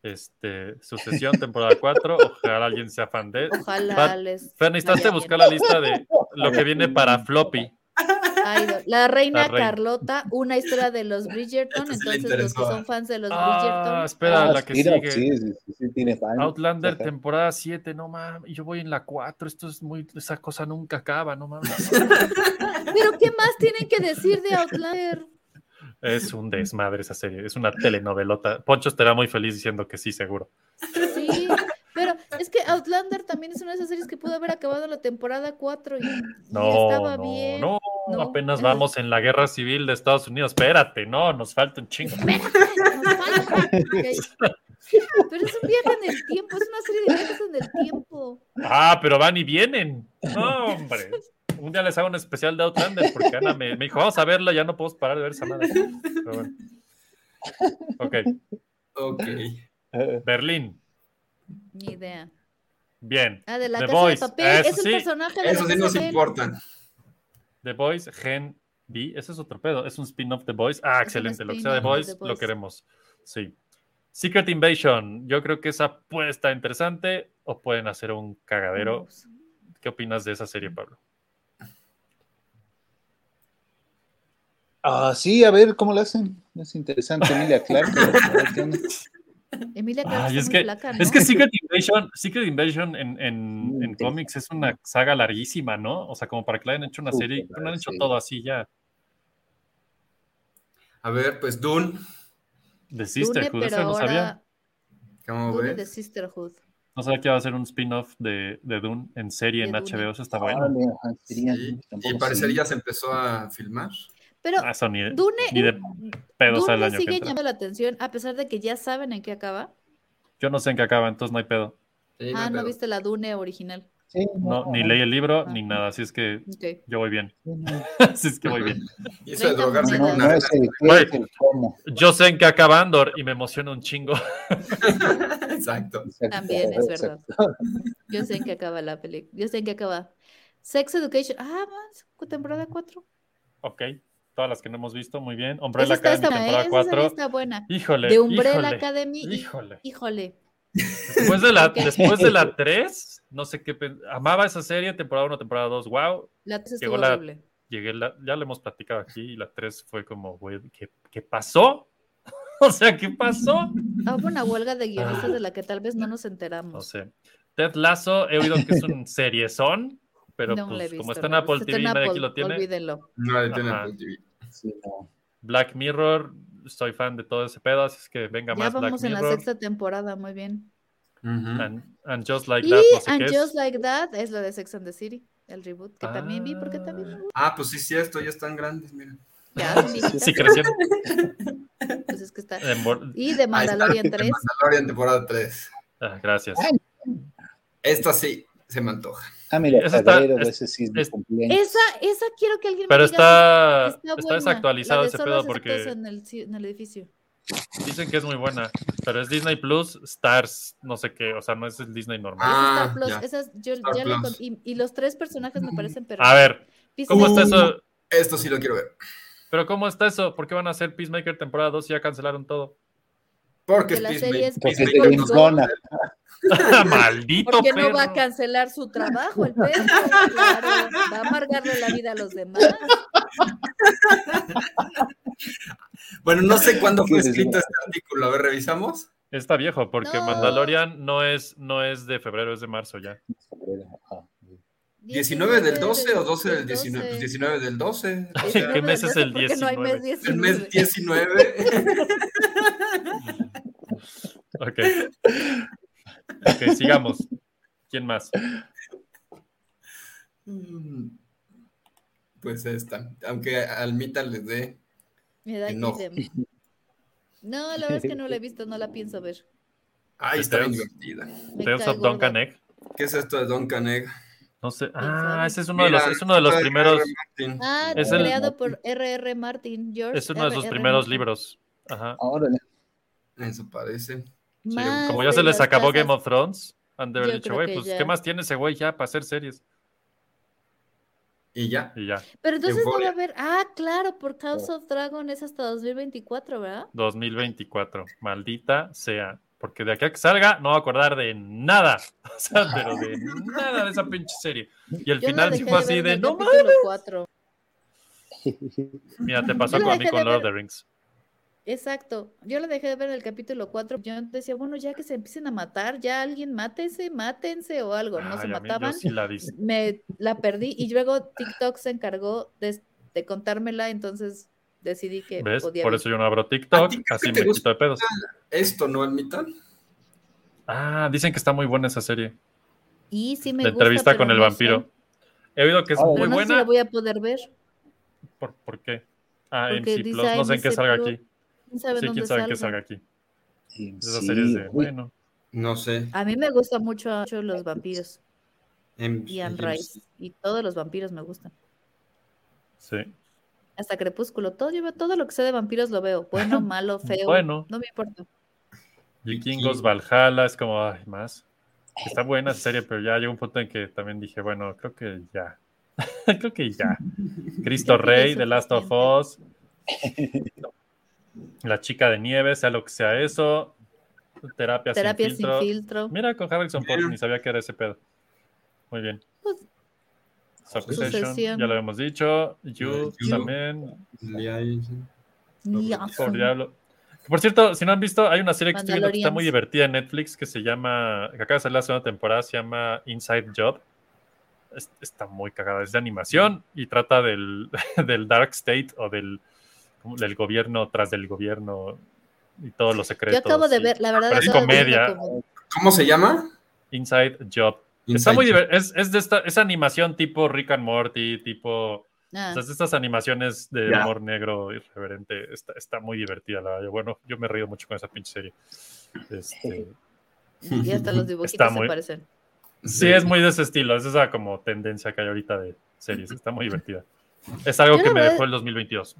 Speaker 5: Este, Sucesión, temporada 4, ojalá alguien sea fan de
Speaker 3: Ojalá
Speaker 5: Bat-
Speaker 3: les.
Speaker 5: Fer,
Speaker 3: vaya
Speaker 5: necesitaste
Speaker 3: bien.
Speaker 5: buscar la lista de lo que viene para Floppy.
Speaker 3: Ay, no. La reina
Speaker 5: La reina.
Speaker 3: Carlota, una historia de los Bridgerton.
Speaker 4: Esta sí le
Speaker 3: entonces, los que
Speaker 4: interesó.
Speaker 3: son fans de los
Speaker 5: Ah,
Speaker 3: Bridgerton.
Speaker 5: espera,
Speaker 9: Ah,
Speaker 5: la que
Speaker 9: mira,
Speaker 5: sigue.
Speaker 9: Sí, sí, sí, sí, tiene fan.
Speaker 5: Outlander,
Speaker 9: Ajá.
Speaker 5: temporada 7, no mames. y Yo voy en la 4, esto es muy. Esa cosa nunca acaba, no mames.
Speaker 3: Pero, ¿qué más tienen que decir de Outlander?
Speaker 5: es un desmadre esa serie, es una telenovelota. Poncho estará muy feliz diciendo que sí, seguro.
Speaker 3: Sí, pero es que Outlander también es una de esas series que pudo haber acabado la temporada 4 y, y
Speaker 5: No,
Speaker 3: estaba
Speaker 5: no,
Speaker 3: bien.
Speaker 5: no,
Speaker 3: no.
Speaker 5: apenas vamos en la guerra civil de Estados Unidos. Espérate, no, nos falta un chingo.
Speaker 3: Ok. Pero es un viaje en el tiempo, es una serie de viajes en el tiempo.
Speaker 5: Ah, pero van y vienen. No, hombre. Un día les hago un especial de Outlander porque Ana me, me dijo, vamos a verla, ya no podemos parar de ver esa madre. Pero bueno. Ok,
Speaker 4: Ok.
Speaker 9: Eh,
Speaker 5: Berlín.
Speaker 3: Ni idea.
Speaker 5: Bien.
Speaker 3: Ah, de la
Speaker 5: The
Speaker 3: casa
Speaker 5: Boys,
Speaker 3: de papel.
Speaker 5: eso
Speaker 3: es el
Speaker 5: sí,
Speaker 3: personaje de
Speaker 4: Eso
Speaker 3: la
Speaker 4: sí
Speaker 3: Casa
Speaker 4: nos
Speaker 3: de Papel.
Speaker 4: importa.
Speaker 5: The Boys, Gen B. Ese es otro pedo. Es un spin-off de The Boys. Ah,
Speaker 3: un
Speaker 5: excelente. Lo que sea The
Speaker 3: spin-off de
Speaker 5: Boys,
Speaker 3: The
Speaker 5: lo
Speaker 3: Boys.
Speaker 5: queremos. Sí. Secret Invasion. Yo creo que esa puede estar interesante o pueden hacer un cagadero. ¿Qué opinas de esa serie, Pablo?
Speaker 9: Ah, sí, a ver cómo lo hacen. Es interesante, Emilia Clarke. a ver qué onda.
Speaker 3: Emilia Clarke
Speaker 5: Ay,
Speaker 3: está
Speaker 5: es
Speaker 3: muy
Speaker 5: que-
Speaker 3: flaca, Ah, ¿no?
Speaker 5: Es que Secret Invasion, Secret Invasion en, en,
Speaker 9: Muy
Speaker 5: en cómics es una saga larguísima, ¿no? O sea, como para que la hayan hecho una
Speaker 9: Súper
Speaker 5: serie, pero no han hecho
Speaker 9: larga, sí.
Speaker 5: todo así ya.
Speaker 4: A ver, pues Dune,
Speaker 5: The
Speaker 3: Dune,
Speaker 5: Sisterhood,
Speaker 3: pero
Speaker 5: eso no sabía.
Speaker 3: ahora
Speaker 4: ¿cómo
Speaker 3: Dune de
Speaker 4: ves?
Speaker 3: Sisterhood.
Speaker 5: No sabía que iba a ser un spin-off de, de Dune en serie
Speaker 3: De
Speaker 5: en
Speaker 3: Dune.
Speaker 5: HBO, eso está bueno.
Speaker 9: Vale, ajá, sería,
Speaker 4: Sí,
Speaker 9: tampoco
Speaker 4: Y parecería
Speaker 9: sabía.
Speaker 4: ya se empezó a filmar.
Speaker 3: Pero
Speaker 5: Ah, eso ni,
Speaker 3: Dune,
Speaker 5: ni de pedos
Speaker 3: Dune
Speaker 5: al
Speaker 3: me
Speaker 5: año que
Speaker 3: sigue
Speaker 5: entra.
Speaker 3: llamando la atención a pesar de que ya saben en qué acaba.
Speaker 5: Yo no sé en qué acaba, entonces no hay pedo.
Speaker 4: Sí, no hay
Speaker 3: ah, no
Speaker 4: pedo.
Speaker 3: viste la Dune original.
Speaker 9: Sí,
Speaker 5: No, ni
Speaker 9: ajá,
Speaker 5: leí el libro,
Speaker 3: Ah.
Speaker 5: ni nada, así es que
Speaker 3: Ok.
Speaker 5: yo voy bien.
Speaker 9: sí, no.
Speaker 5: así es que voy bien.
Speaker 4: Y eso de
Speaker 3: 30
Speaker 4: drogarse
Speaker 9: No,
Speaker 4: con
Speaker 9: no
Speaker 4: arena.
Speaker 9: es el qué,
Speaker 5: Güey.
Speaker 9: es el cómo.
Speaker 5: Yo sé en qué acaba Andor y me emociona un chingo.
Speaker 4: Exacto.
Speaker 9: Exacto,
Speaker 3: También es
Speaker 9: exacto.
Speaker 3: verdad. Yo sé en qué acaba la película. Yo sé en qué acaba. Sex Education. Ah, más. Temporada 4.
Speaker 5: Ok, todas las que no hemos visto, muy bien.
Speaker 3: Esa
Speaker 5: Umbrella
Speaker 3: está,
Speaker 5: Academy,
Speaker 3: está buena, ¿eh?
Speaker 5: temporada
Speaker 3: Esa serie
Speaker 5: 4.
Speaker 3: está buena.
Speaker 5: Híjole,
Speaker 3: De Umbrella
Speaker 5: híjole,
Speaker 3: Academy. y-
Speaker 5: híjole.
Speaker 3: Híjole.
Speaker 5: Después de la,
Speaker 3: Ok.
Speaker 5: después de la 3, no sé qué. pen- Amaba esa serie, temporada 1, temporada 2. Wow.
Speaker 3: La 3
Speaker 5: Llegó
Speaker 3: estuvo
Speaker 5: la-
Speaker 3: horrible.
Speaker 5: Llegué, la- ya lo hemos platicado aquí. Y la 3 fue como, güey, ¿qué, qué pasó? o sea, ¿qué pasó?
Speaker 3: Ah, hubo una huelga de guionistas de la que tal vez no nos enteramos.
Speaker 5: No sé. Ted Lasso, he oído que es un seriezón, pero
Speaker 3: No la he
Speaker 5: pues, como
Speaker 3: visto,
Speaker 5: está en
Speaker 3: no la he
Speaker 5: Apple
Speaker 3: visto. Está
Speaker 5: TV,
Speaker 3: en
Speaker 5: nadie aquí
Speaker 3: Apple,
Speaker 5: lo tiene.
Speaker 3: Olvídenlo.
Speaker 4: No le tiene
Speaker 5: Ajá.
Speaker 4: Apple TV.
Speaker 9: Sí, no.
Speaker 5: Black Mirror, soy fan de todo ese pedo, así es que venga
Speaker 3: Ya
Speaker 5: más Black
Speaker 3: vamos en la
Speaker 5: Mirror.
Speaker 3: sexta temporada, muy bien.
Speaker 4: Ujú.
Speaker 5: And, and Just Like
Speaker 3: Y
Speaker 5: That, no sé
Speaker 3: And
Speaker 5: qué es.
Speaker 3: Just Like That es lo de Sex and the City, el reboot, que también vi porque también me gusta.
Speaker 4: Ah, pues sí, cierto, ya están grandes, miren.
Speaker 3: Ya, son viejitas,
Speaker 5: Sí, Eh, crecieron.
Speaker 3: pues es que está.
Speaker 5: en bor-
Speaker 3: Y de
Speaker 4: Ahí está,
Speaker 3: Mandalorian
Speaker 4: The
Speaker 3: 3.
Speaker 4: Mandalorian temporada 3.
Speaker 5: Ah, gracias.
Speaker 4: Esta sí se me antoja.
Speaker 9: Ah, mira,
Speaker 5: Esa está-
Speaker 9: febrero,
Speaker 5: es-
Speaker 9: ese sí es mi
Speaker 5: es-
Speaker 9: cumpleaños.
Speaker 3: Esa, esa quiero que alguien me
Speaker 5: Pero
Speaker 3: diga
Speaker 5: está,
Speaker 3: si
Speaker 5: está,
Speaker 3: buena,
Speaker 5: desactualizado
Speaker 3: la de
Speaker 5: ese
Speaker 3: solo
Speaker 5: pedo
Speaker 3: aceptas
Speaker 5: porque
Speaker 3: En el, ci- en el edificio.
Speaker 5: dicen que es muy buena. Pero es Disney Plus, Stars, no sé qué. O sea, no es el Disney normal.
Speaker 4: Ah,
Speaker 3: Esa Star Plus,
Speaker 4: ya.
Speaker 3: esas yo-
Speaker 4: Star
Speaker 3: ya la
Speaker 4: Plus.
Speaker 3: con- y, y los tres personajes me parecen perfectos.
Speaker 5: A ver,
Speaker 3: ¿Viste?
Speaker 5: ¿cómo está
Speaker 4: Sí.
Speaker 5: eso?
Speaker 4: Esto sí lo quiero ver.
Speaker 5: ¿Pero cómo está eso? ¿Por qué van a hacer Peacemaker temporada 2 si ya cancelaron todo?
Speaker 4: Porque
Speaker 3: Porque la
Speaker 4: es Peacemaker.
Speaker 3: serie es-
Speaker 9: Porque es de
Speaker 3: Disney
Speaker 9: James
Speaker 4: Peacemaker.
Speaker 3: Plus.
Speaker 9: Gunn.
Speaker 5: Maldito
Speaker 3: Porque no
Speaker 5: perro.
Speaker 3: va a cancelar su trabajo el perro, claro, va a amargarle la vida a los demás.
Speaker 4: Bueno, no sé cuándo fue
Speaker 9: Sí, sí, sí.
Speaker 4: escrito este artículo. A ver, revisamos.
Speaker 5: Está viejo porque
Speaker 3: No.
Speaker 5: Mandalorian no es, no es de febrero, es de marzo ya.
Speaker 9: Febrero, Ah, ajá.
Speaker 4: 19 del 12 o 12 del 19. Pues 19 del 12. o sea,
Speaker 5: ¿Qué mes es el
Speaker 3: Porque no hay mes
Speaker 4: el
Speaker 3: 19.
Speaker 4: mes 19.
Speaker 5: Ok. Ok, sigamos. ¿Quién más?
Speaker 4: pues esta. Aunque Almita les dé.
Speaker 3: Me da
Speaker 4: Enojo.
Speaker 3: idem. No, la verdad es que no la he visto, no la pienso ver.
Speaker 4: Ay, está bien
Speaker 5: Deseos.
Speaker 4: divertida.
Speaker 3: Me
Speaker 5: Tales
Speaker 3: cae
Speaker 5: of Duncan
Speaker 3: gorda.
Speaker 5: Egg.
Speaker 4: ¿Qué es esto de Duncan Egg?
Speaker 5: No
Speaker 3: sabe?
Speaker 5: sé. Ah, ese es uno de
Speaker 4: Mira,
Speaker 5: los, es uno de los
Speaker 4: está
Speaker 5: primeros,
Speaker 4: R.R. Martin.
Speaker 3: Ah,
Speaker 5: Es el-
Speaker 3: creado por R.R. Martin, George.
Speaker 5: es uno de sus
Speaker 3: R.R.
Speaker 5: primeros
Speaker 3: Martin.
Speaker 5: libros. Ajá.
Speaker 9: Órale.
Speaker 4: Eso parece.
Speaker 5: Sí,
Speaker 3: Más
Speaker 5: como ya
Speaker 3: de
Speaker 5: se les
Speaker 3: las
Speaker 5: acabó
Speaker 3: casas.
Speaker 5: Game of Thrones, han de haber
Speaker 3: Yo
Speaker 5: dicho,
Speaker 3: creo
Speaker 5: güey,
Speaker 3: que
Speaker 5: pues,
Speaker 3: ya.
Speaker 5: ¿qué más tiene ese güey ya para hacer series?
Speaker 4: Y ya.
Speaker 5: Y ya,
Speaker 3: Pero entonces no va
Speaker 4: Euphoria.
Speaker 3: a haber. Ah, claro, por House of Dragon es hasta 2024, ¿verdad?
Speaker 5: 2024. Maldita sea. Porque de aquí a que salga, no va a acordar de nada. O sea, pero de nada de esa pinche serie. Y el
Speaker 3: Yo
Speaker 5: final
Speaker 3: la
Speaker 5: sí
Speaker 3: dejé
Speaker 5: fue
Speaker 3: de
Speaker 5: así
Speaker 3: ver
Speaker 5: de,
Speaker 3: en el
Speaker 5: no mames.
Speaker 3: capítulo cuatro.
Speaker 5: Mira, te pasó
Speaker 3: Yo la
Speaker 5: con a mí
Speaker 3: dejé
Speaker 5: con
Speaker 3: de
Speaker 5: Lord of the
Speaker 3: ver.
Speaker 5: Rings.
Speaker 3: Exacto. Yo la dejé de ver en el capítulo 4. Yo decía, bueno, ya que se empiecen a matar, ya alguien mátense, mátense o algo. No se
Speaker 5: Ay, a mí-
Speaker 3: mataban.
Speaker 5: yo sí la dis-
Speaker 3: Me la perdí y luego TikTok se encargó de, de contármela, entonces decidí que
Speaker 5: ¿Ves?
Speaker 3: podía
Speaker 5: Por
Speaker 3: ver.
Speaker 5: eso yo no abro
Speaker 4: ¿A
Speaker 5: TikTok,
Speaker 4: ti qué
Speaker 5: así
Speaker 4: te
Speaker 5: me
Speaker 4: gusta?
Speaker 5: quito de pedos.
Speaker 4: Esto, ¿no, Almita?
Speaker 5: Ah, dicen que está muy buena esa serie.
Speaker 3: Y sí me
Speaker 5: la
Speaker 3: gusta,
Speaker 5: entrevista con
Speaker 3: pero
Speaker 5: el
Speaker 3: no
Speaker 5: vampiro.
Speaker 3: sé.
Speaker 5: He oído que es
Speaker 9: Ah,
Speaker 5: muy
Speaker 3: Pero no sé si
Speaker 5: buena.
Speaker 3: la voy a poder ver.
Speaker 5: ¿Por, por qué? Ah,
Speaker 3: Porque
Speaker 5: MC
Speaker 3: dice
Speaker 5: Plus, no sé en qué
Speaker 3: AMC
Speaker 5: salga
Speaker 3: Plus.
Speaker 5: aquí.
Speaker 3: ¿Quién sabe
Speaker 5: Sí,
Speaker 3: dónde
Speaker 5: quién sabe en qué salga
Speaker 3: salga?
Speaker 5: aquí.
Speaker 9: Sí,
Speaker 5: Esas series de,
Speaker 9: uy,
Speaker 5: bueno.
Speaker 4: No sé.
Speaker 3: A mí me gustan mucho, mucho los vampiros
Speaker 4: Em-
Speaker 3: y Anne
Speaker 4: em-
Speaker 3: Rice. Y todos los vampiros me gustan.
Speaker 5: Sí.
Speaker 3: Hasta Crepúsculo. Todo, yo veo todo lo que sé de vampiros lo veo. Bueno, malo, feo.
Speaker 5: Bueno.
Speaker 3: No me importa.
Speaker 5: Vikingos,
Speaker 4: Vikingos.
Speaker 5: Valhalla, es como, ay, más.
Speaker 3: Eh,
Speaker 5: Está buena esa serie, pero ya llegó un punto en que también dije, bueno, creo que ya. creo que ya. Cristo
Speaker 3: Creo que ya es
Speaker 5: Rey, The Last of Us. No. La chica de nieve, sea lo que sea eso. Terapia,
Speaker 3: Terapia
Speaker 5: sin
Speaker 3: sin
Speaker 5: filtro.
Speaker 3: filtro.
Speaker 5: Mira con Harrison Ford,
Speaker 4: Mira.
Speaker 5: ni sabía que era ese pedo. Muy bien.
Speaker 3: Pues,
Speaker 5: Succession,
Speaker 3: Sucesión.
Speaker 5: ya lo habíamos dicho. You,
Speaker 4: You.
Speaker 5: también.
Speaker 3: Ni
Speaker 4: Por
Speaker 5: Por
Speaker 3: awesome.
Speaker 5: diablo. Por cierto, si no han visto, hay una serie que estoy viendo que está
Speaker 3: Mandalorians.
Speaker 5: muy divertida en Netflix que se llama, que acaba de salir la segunda temporada, se llama Inside Job. Es- está muy cagada, es de animación y trata del, del Dark State o del, como del gobierno tras del gobierno y todos los
Speaker 3: Yo
Speaker 5: secretos.
Speaker 3: acabo de
Speaker 5: y-
Speaker 3: ver, la verdad.
Speaker 5: Pero es
Speaker 3: acabo de ver
Speaker 5: comedia.
Speaker 3: como-
Speaker 4: ¿Cómo se llama?
Speaker 5: Inside Job. está
Speaker 4: Inside
Speaker 5: muy
Speaker 4: Job.
Speaker 5: divertida, es, es de esta, es animación tipo Rick and Morty, tipo...
Speaker 3: Ah,
Speaker 5: O sea, es de estas animaciones de
Speaker 4: Ya.
Speaker 5: humor negro irreverente está, está muy divertida, la verdad. Yo, Bueno, yo me río mucho con esa pinche serie. Este,
Speaker 3: y hasta los dibujitos
Speaker 5: Está
Speaker 3: se
Speaker 5: muy-
Speaker 3: parecen.
Speaker 5: sí, es muy de ese estilo. Es esa como tendencia que hay ahorita de series. Está muy divertida. Es algo
Speaker 3: Yo
Speaker 5: que
Speaker 3: la
Speaker 5: me
Speaker 3: verdad-
Speaker 5: dejó el 2022.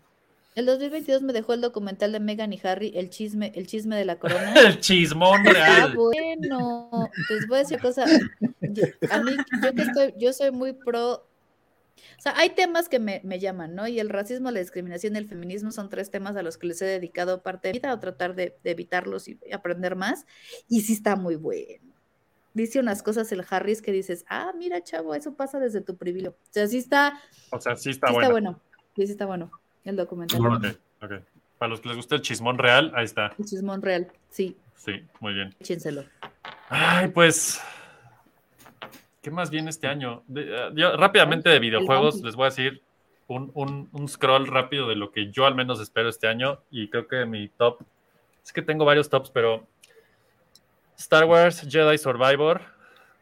Speaker 3: El 2022 me dejó el documental de Megan y Harry, el chisme, el chisme de la corona.
Speaker 5: El chismón
Speaker 3: Ah,
Speaker 5: real.
Speaker 3: bueno, les voy a decir cosa. Yo- A mí, yo que estoy, yo soy muy pro O sea, hay temas que me, me llaman, ¿no? Y el racismo, la discriminación y el feminismo son tres temas a los que les he dedicado parte de mi vida, a tratar de, de evitarlos y aprender más. Y sí está muy bueno. Dice unas cosas el Harris que dices, ah, mira, chavo, eso pasa desde tu privilegio. O sea, sí está,
Speaker 5: O sea, sí está
Speaker 3: sí está
Speaker 5: bueno.
Speaker 3: bueno. Sí, sí está bueno el documental.
Speaker 5: Ok, ok. Para los que les guste el chismón real, ahí está.
Speaker 3: El chismón real, sí,
Speaker 5: Sí, muy bien.
Speaker 3: échenselo.
Speaker 5: Ay, pues. ¿Qué más viene este año? De- eh, yo, rápidamente de videojuegos,
Speaker 3: Bambi.
Speaker 5: les voy a decir un, un- un scroll rápido de lo que yo al menos espero este año. Y creo que mi top. Es que tengo varios tops, pero. Star Wars Jedi Survivor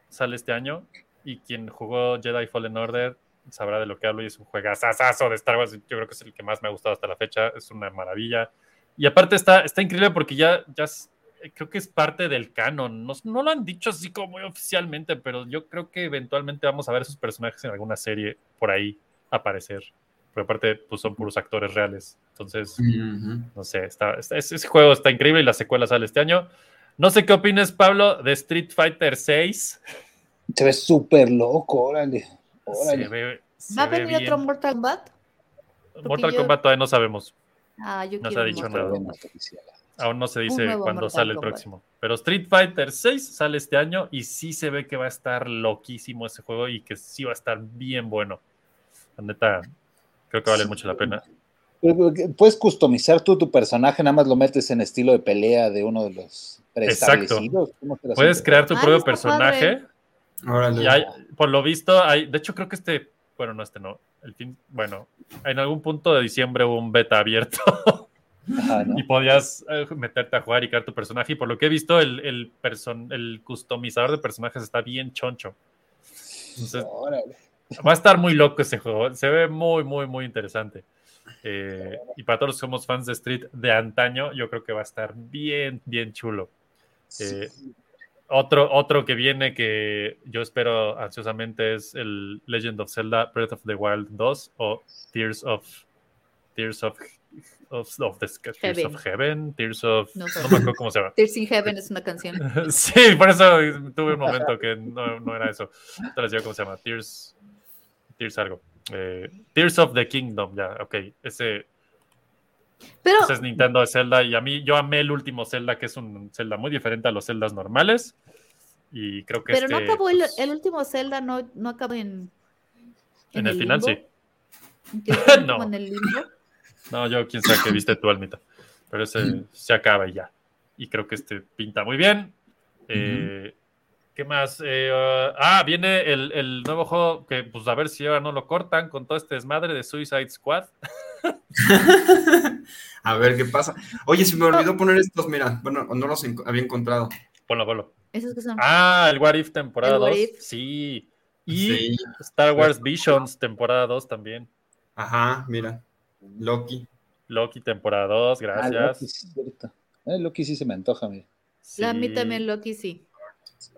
Speaker 5: sale este año. Y quien jugó Jedi Fallen Order sabrá de lo que hablo. Y es un juegazazazo de Star Wars. Yo creo que es el que más me ha gustado hasta la fecha. Es una maravilla. Y aparte está, está increíble porque ya, ya s- eh, creo que es parte del canon. No, no lo han dicho así como muy oficialmente, pero yo creo que eventualmente vamos a ver sus personajes en alguna serie por ahí aparecer. Pero aparte, pues son puros actores reales. Entonces,
Speaker 4: Ujú.
Speaker 5: no sé, está, está- ese ese juego está increíble y la secuela sale este año. No sé qué opinas, Pablo, de Street Fighter 6.
Speaker 9: Se ve súper loco, órale. órale.
Speaker 5: Se ve, se
Speaker 3: ¿Va a
Speaker 5: ve
Speaker 3: venir otro
Speaker 5: bien.
Speaker 3: Mortal Kombat?
Speaker 5: Mortal
Speaker 3: porque yo-
Speaker 5: Kombat todavía no sabemos.
Speaker 3: Ah, yo
Speaker 5: No se
Speaker 3: quiero
Speaker 5: ha
Speaker 3: un
Speaker 5: dicho
Speaker 3: Mortal
Speaker 5: nada.
Speaker 9: Pero
Speaker 3: Kombat.
Speaker 9: bueno, oficial.
Speaker 5: Aún no se dice
Speaker 3: nuevo
Speaker 5: cuándo
Speaker 3: Mortal
Speaker 5: sale el
Speaker 3: Kombat.
Speaker 5: próximo. Pero Street Fighter 6 sale este año y sí se ve que va a estar loquísimo ese juego y que sí va a estar bien bueno. La neta, creo que vale mucho la pena.
Speaker 9: Pero, pero, ¿qué- Puedes customizar tú tu personaje, nada más lo metes en estilo de pelea de uno de los preestablecidos. ¿Cómo te lo
Speaker 5: Puedes
Speaker 9: hacen?
Speaker 5: crear tu
Speaker 3: Ay,
Speaker 5: propio
Speaker 3: está
Speaker 5: personaje.
Speaker 4: Órale.
Speaker 5: Y hay- por lo visto, hay, de hecho creo que este, bueno, no este no, el fin, bueno, en algún punto de diciembre hubo un beta abierto
Speaker 9: Ajá, ¿no?
Speaker 5: y podías eh, meterte a jugar y crear tu personaje. Y por lo que he visto, el, el, person- el customizador de personajes está bien choncho. Entonces,
Speaker 9: Órale.
Speaker 5: eh, Va a estar muy loco ese juego. Se ve muy, muy, muy interesante. Eh, y para todos los que somos fans de Street de antaño, yo creo que va a estar bien, bien chulo. Eh, Otro, otro que viene que yo espero ansiosamente es el Legend of Zelda Breath of the Wild 2 o Tears of Tears of of, of the Sky- Tears
Speaker 3: Heaven.
Speaker 5: of Heaven, Tears of
Speaker 3: No
Speaker 5: no,
Speaker 3: sé.
Speaker 5: me acuerdo cómo se llama.
Speaker 3: Tears in Heaven
Speaker 5: Pues
Speaker 3: es una canción.
Speaker 5: Sí, por eso tuve un momento que no, no era eso. Te les digo cómo se llama. Tears. Tears algo. Eh, Tears of the Kingdom, ya, ok. Ese,
Speaker 3: Pero
Speaker 5: ese pues es Nintendo de Zelda y a mí, yo amé el último Zelda, que es un Zelda muy diferente a los Zeldas normales. Y creo que
Speaker 3: Pero no
Speaker 5: este,
Speaker 3: acabó el,
Speaker 5: pues,
Speaker 3: el último Zelda, no, no acabó en.
Speaker 5: En el final, sí.
Speaker 3: sí. Que fue
Speaker 5: No.
Speaker 3: como en el limbo.
Speaker 5: No, yo quién sabe qué viste tú, Almita. Pero ese se acaba y ya. Y creo que este pinta muy bien. Eh, ¿Qué más? Eh, uh, ah, viene el, el nuevo juego que, pues a ver si ahora no lo cortan con todo este desmadre de Suicide Squad.
Speaker 4: A ver qué pasa. Oye, se me olvidó poner estos, mira. Bueno, no los enco- había encontrado.
Speaker 5: Ponlo, ponlo.
Speaker 3: Esos que son.
Speaker 5: Ah, el What If temporada
Speaker 3: El What
Speaker 5: 2.
Speaker 3: If.
Speaker 5: Sí. Y
Speaker 4: Sí.
Speaker 5: Star Wars Visions temporada 2 también.
Speaker 4: Ajá, mira. Loki.
Speaker 5: Loki temporada 2,
Speaker 9: Ah, Loki,
Speaker 5: gracias.
Speaker 9: sí, es cierto. Eh, Loki sí se me antoja, mira.
Speaker 5: Sí.
Speaker 3: La- A mí también Loki sí.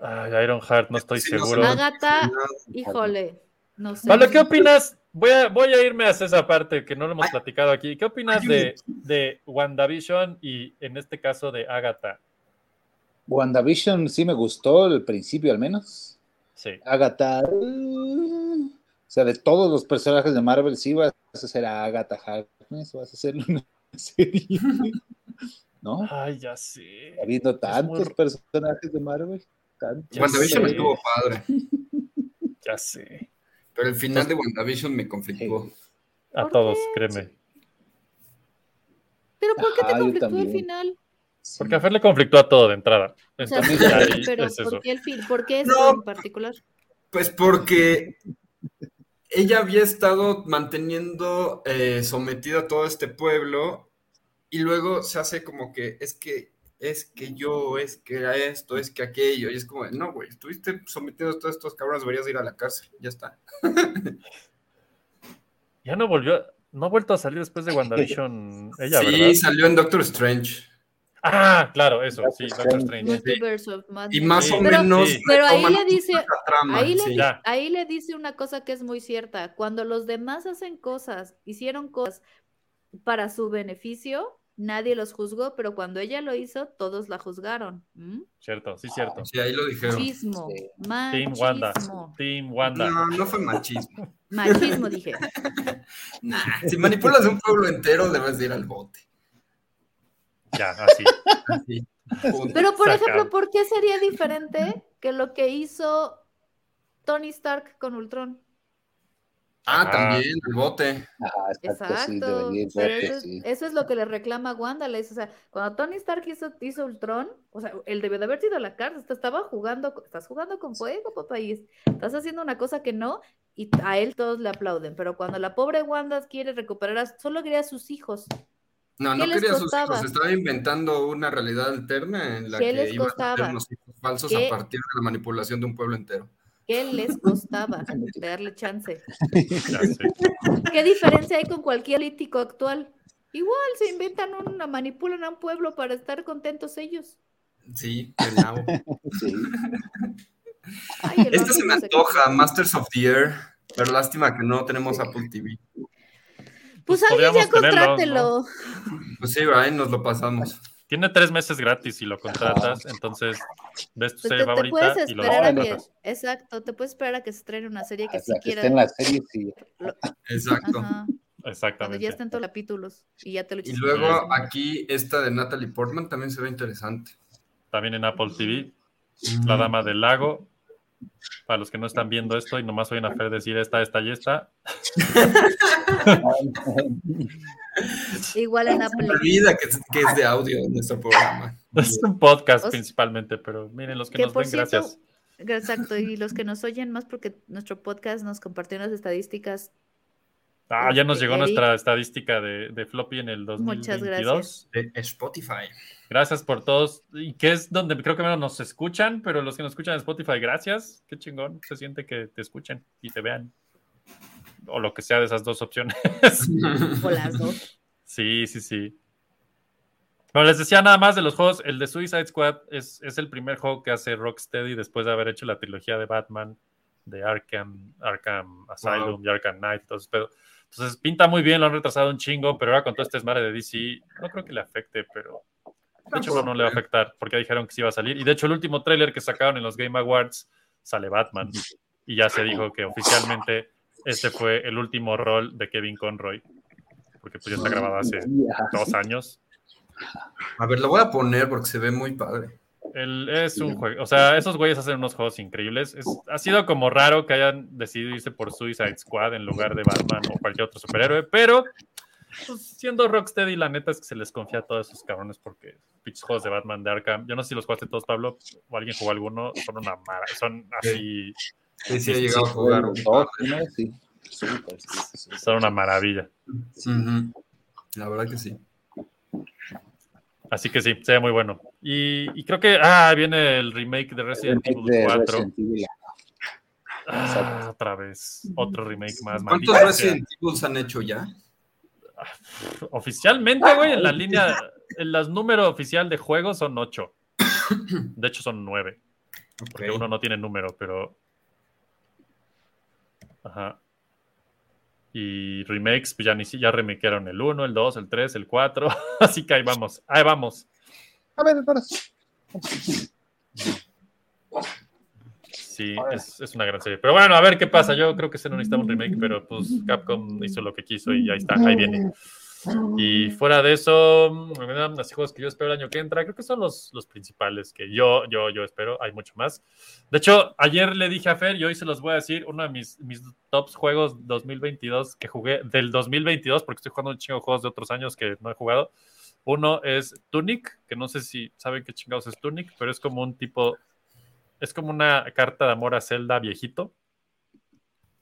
Speaker 5: Ay, Iron Heart, no estoy
Speaker 4: Sí, no sé.
Speaker 5: seguro. Ah,
Speaker 3: Agatha,
Speaker 4: Nada.
Speaker 3: híjole. No sé.
Speaker 5: Pablo, ¿qué opinas? Voy a, voy a irme hacia esa parte que no lo hemos platicado aquí. ¿Qué opinas de, de WandaVision y en este caso de Agatha?
Speaker 9: WandaVision sí me gustó, al principio al menos.
Speaker 5: Sí.
Speaker 9: Agatha. uh, O sea, de todos los personajes de Marvel, sí vas a hacer a Agatha Harkness, vas a hacer una serie. ¿No?
Speaker 5: Ay, ya sé.
Speaker 9: Ha habido tantos
Speaker 5: muy-
Speaker 9: personajes de Marvel. tantos.
Speaker 5: Ya
Speaker 4: WandaVision
Speaker 5: sé.
Speaker 4: estuvo padre,
Speaker 5: Ya sé.
Speaker 4: pero el final de WandaVision me
Speaker 5: eh,
Speaker 4: conflictó.
Speaker 5: A
Speaker 3: ¿Por
Speaker 5: todos, créeme.
Speaker 3: Pero ¿por qué
Speaker 9: Ajá,
Speaker 3: te
Speaker 4: Ah,
Speaker 9: yo
Speaker 3: conflictó el
Speaker 9: también.
Speaker 3: final?
Speaker 9: Sí.
Speaker 5: Porque a Fer le conflictó a todo de entrada.
Speaker 3: O sea,
Speaker 5: Entonces,
Speaker 9: sí,
Speaker 5: ahí
Speaker 3: pero
Speaker 5: es eso.
Speaker 3: ¿por qué el fin? ¿Por qué esto
Speaker 4: No.
Speaker 3: en particular?
Speaker 4: Pues porque ella había estado manteniendo eh, sometido a todo este pueblo y luego se hace como que es que es que yo, es que era esto, es que aquello, y es como, de, no, güey, estuviste sometido a todos estos cabrones, deberías ir a la cárcel, ya está.
Speaker 5: Ya no volvió, no ha vuelto a salir después de WandaVision ella,
Speaker 4: sí,
Speaker 5: ¿verdad?
Speaker 4: salió en Doctor Strange.
Speaker 5: Ah, claro, eso, sí,
Speaker 9: Doctor
Speaker 5: Doctor
Speaker 9: Strange.
Speaker 5: Strange.
Speaker 3: Multiverse of Madness.
Speaker 4: Y más o
Speaker 5: Sí,
Speaker 3: Pero-
Speaker 4: menos.
Speaker 5: sí.
Speaker 3: pero ahí
Speaker 4: retoman
Speaker 3: le dice-
Speaker 4: la trama,
Speaker 3: Ahí le,
Speaker 4: sí.
Speaker 3: di-
Speaker 5: Ya.
Speaker 3: ahí le dice una cosa que es muy cierta. Cuando los demás hacen cosas, hicieron cosas para su beneficio, nadie los juzgó, pero cuando ella lo hizo, todos la juzgaron. ¿Mm?
Speaker 5: Cierto, sí, cierto.
Speaker 4: Sí, ahí lo dijeron.
Speaker 3: Machismo.
Speaker 9: Sí.
Speaker 5: Team Wanda.
Speaker 3: Machismo.
Speaker 5: Team Wanda.
Speaker 4: No, no fue machismo.
Speaker 3: Machismo, dije.
Speaker 4: Nah, si manipulas un pueblo entero, debes de ir al bote.
Speaker 5: Ya, así.
Speaker 4: Así, punto.
Speaker 3: Pero, por
Speaker 5: Saca.
Speaker 3: ejemplo, ¿por qué sería diferente que lo que hizo Tony Stark con Ultron?
Speaker 4: Ah, también, al bote.
Speaker 9: Ah, exacto, sí,
Speaker 3: Exacto.
Speaker 9: debería ir
Speaker 3: pero
Speaker 9: bote,
Speaker 3: eso, es,
Speaker 9: sí.
Speaker 3: eso es lo que le reclama Wanda. Le dice, o sea, cuando Tony Stark hizo, hizo Ultron, o sea, él debió de haber sido a la carta. Estaba jugando, co- estás jugando con fuego, papá, y es- estás haciendo una cosa que no, y a él todos le aplauden. Pero cuando la pobre Wanda quiere recuperar, a- solo quería a sus hijos.
Speaker 4: No,
Speaker 3: ¿Qué
Speaker 4: no
Speaker 3: les
Speaker 4: quería sus
Speaker 3: costaba?
Speaker 4: hijos, estaba inventando una realidad alterna en la
Speaker 3: ¿Qué
Speaker 4: que
Speaker 3: les
Speaker 4: iba a tener
Speaker 3: costaba?
Speaker 4: unos hijos falsos
Speaker 3: ¿Qué?
Speaker 4: a partir de la manipulación de un pueblo entero.
Speaker 3: ¿Qué les costaba de darle chance?
Speaker 5: Ya sé.
Speaker 3: ¿Qué diferencia hay con cualquier político actual? Igual se inventan una, manipulan a un pueblo para estar contentos ellos.
Speaker 4: Sí, de nabo.
Speaker 9: Sí.
Speaker 3: Ay, el
Speaker 4: Esta se
Speaker 3: hombre
Speaker 4: me
Speaker 3: no sé qué.
Speaker 4: antoja, Masters of the Air, pero lástima que no tenemos Apple TV.
Speaker 3: Pues,
Speaker 5: Pues
Speaker 3: alguien ya
Speaker 5: podríamos tenerlo,
Speaker 3: contrátelo.
Speaker 4: Pues sí, Brian, nos lo pasamos.
Speaker 5: Tiene tres meses gratis y lo contratas, entonces ves tu
Speaker 3: Pues, te,
Speaker 5: serie
Speaker 3: te puedes
Speaker 5: favorita y lo
Speaker 3: esperar a que,
Speaker 5: contratas.
Speaker 3: exacto, te puedes esperar a que se estrene una serie que si
Speaker 9: Hasta Ah, que
Speaker 3: quieras.
Speaker 9: estén las series y
Speaker 4: Exacto.
Speaker 3: Ajá, cuando ya
Speaker 5: Exactamente.
Speaker 3: estén todos los capítulos y ya te lo
Speaker 4: Y
Speaker 3: echas.
Speaker 4: luego ah, aquí esta de Natalie Portman también se ve interesante.
Speaker 5: También en Apple TV, La Dama del Lago. Para los que no están viendo esto y nomás oyen a Fer decir esta, esta y esta,
Speaker 3: Igual en
Speaker 4: Se
Speaker 3: Apple.
Speaker 4: me olvida que, es- que es de audio nuestro programa.
Speaker 5: es un podcast
Speaker 3: Os-
Speaker 5: principalmente, pero miren los que,
Speaker 3: Pues, Que por
Speaker 5: nos ven,
Speaker 3: cierto-
Speaker 5: gracias.
Speaker 3: Exacto, y los que nos oyen más porque nuestro podcast nos compartió unas estadísticas.
Speaker 5: Ah, ya nos
Speaker 3: Este,
Speaker 5: llegó
Speaker 3: Eric.
Speaker 5: nuestra estadística de, de Floppy en el 2022.
Speaker 3: Muchas gracias.
Speaker 4: De Spotify.
Speaker 5: Gracias por todos. Y que es donde creo que menos nos escuchan, pero los que nos escuchan en Spotify, gracias. Qué chingón. Se siente que te escuchen y te vean. O lo que sea de esas dos opciones.
Speaker 3: O las dos.
Speaker 5: Sí, sí, sí. Bueno, les decía nada más de los juegos. El de Suicide Squad es, es el primer juego que hace Rocksteady después de haber hecho la trilogía de Batman, de Arkham, Arkham Asylum y Arkham Knight. Entonces, pero, entonces pinta muy bien, lo han retrasado un chingo, pero ahora con todo este desmadre de DC, no creo que le afecte, pero de hecho no, no le va a afectar porque ya dijeron que sí iba a salir. Y de hecho el último tráiler que sacaron en los Game Awards sale Batman y ya se dijo que oficialmente este fue el último rol de Kevin Conroy. Porque pues ya está grabado hace dos años.
Speaker 4: A ver, lo voy a poner porque se ve muy padre.
Speaker 5: El- es un juego, o sea, esos güeyes hacen unos juegos increíbles. Es- ha sido como raro que hayan decidido irse por Suicide Squad en lugar de Batman o cualquier otro superhéroe, pero pues, siendo Rocksteady, la neta es que se les confía a todos esos cabrones porque pinches juegos de Batman de Arkham. Yo no sé si los jugaste todos, Pablo, o alguien jugó alguno, son una mara, son así,
Speaker 4: Sí, sí, he llegado a jugar.
Speaker 9: los dos, ¿no? Sí. Súper, sí, sí, sí.
Speaker 5: son una maravilla.
Speaker 4: Ujú. La verdad que sí.
Speaker 5: Así que sí, se ve muy bueno. Y, y creo que, ah, viene el remake de Resident
Speaker 9: Remake
Speaker 5: Evil
Speaker 9: de
Speaker 5: 4.
Speaker 9: Resident Evil.
Speaker 5: Ah,
Speaker 9: Exacto.
Speaker 5: otra vez, otro remake más.
Speaker 4: ¿Cuántos
Speaker 5: maldita sea.
Speaker 4: Resident Evil han hecho ya?
Speaker 5: Oficialmente, güey, en la línea, en las número oficial de juegos son ocho. De hecho, son nueve. Porque
Speaker 4: Ok.
Speaker 5: uno no tiene número, pero. Ajá. Y remakes, pues ya, ni, si- ya remakearon el 1, el 2, el 3, el 4. Así que ahí vamos, ahí vamos.
Speaker 9: A ver, ahora sí.
Speaker 5: Sí, es, es una gran serie. Pero bueno, a ver qué pasa. Yo creo que se no necesitaba un remake, pero pues Capcom hizo lo que quiso y ahí está, ahí viene. Y fuera de eso, mm, los juegos que yo espero el año que entra, creo que son los, los principales que yo, yo, yo espero. Hay mucho más. De hecho, ayer le dije a Fer, y hoy se los voy a decir, uno de mis, mis tops juegos 2022 que jugué del 2022, porque estoy jugando un chingo de juegos de otros años que no he jugado. Uno es Tunic, que no sé si saben qué chingados es Tunic, pero es como un tipo es como una carta de amor a Zelda viejito.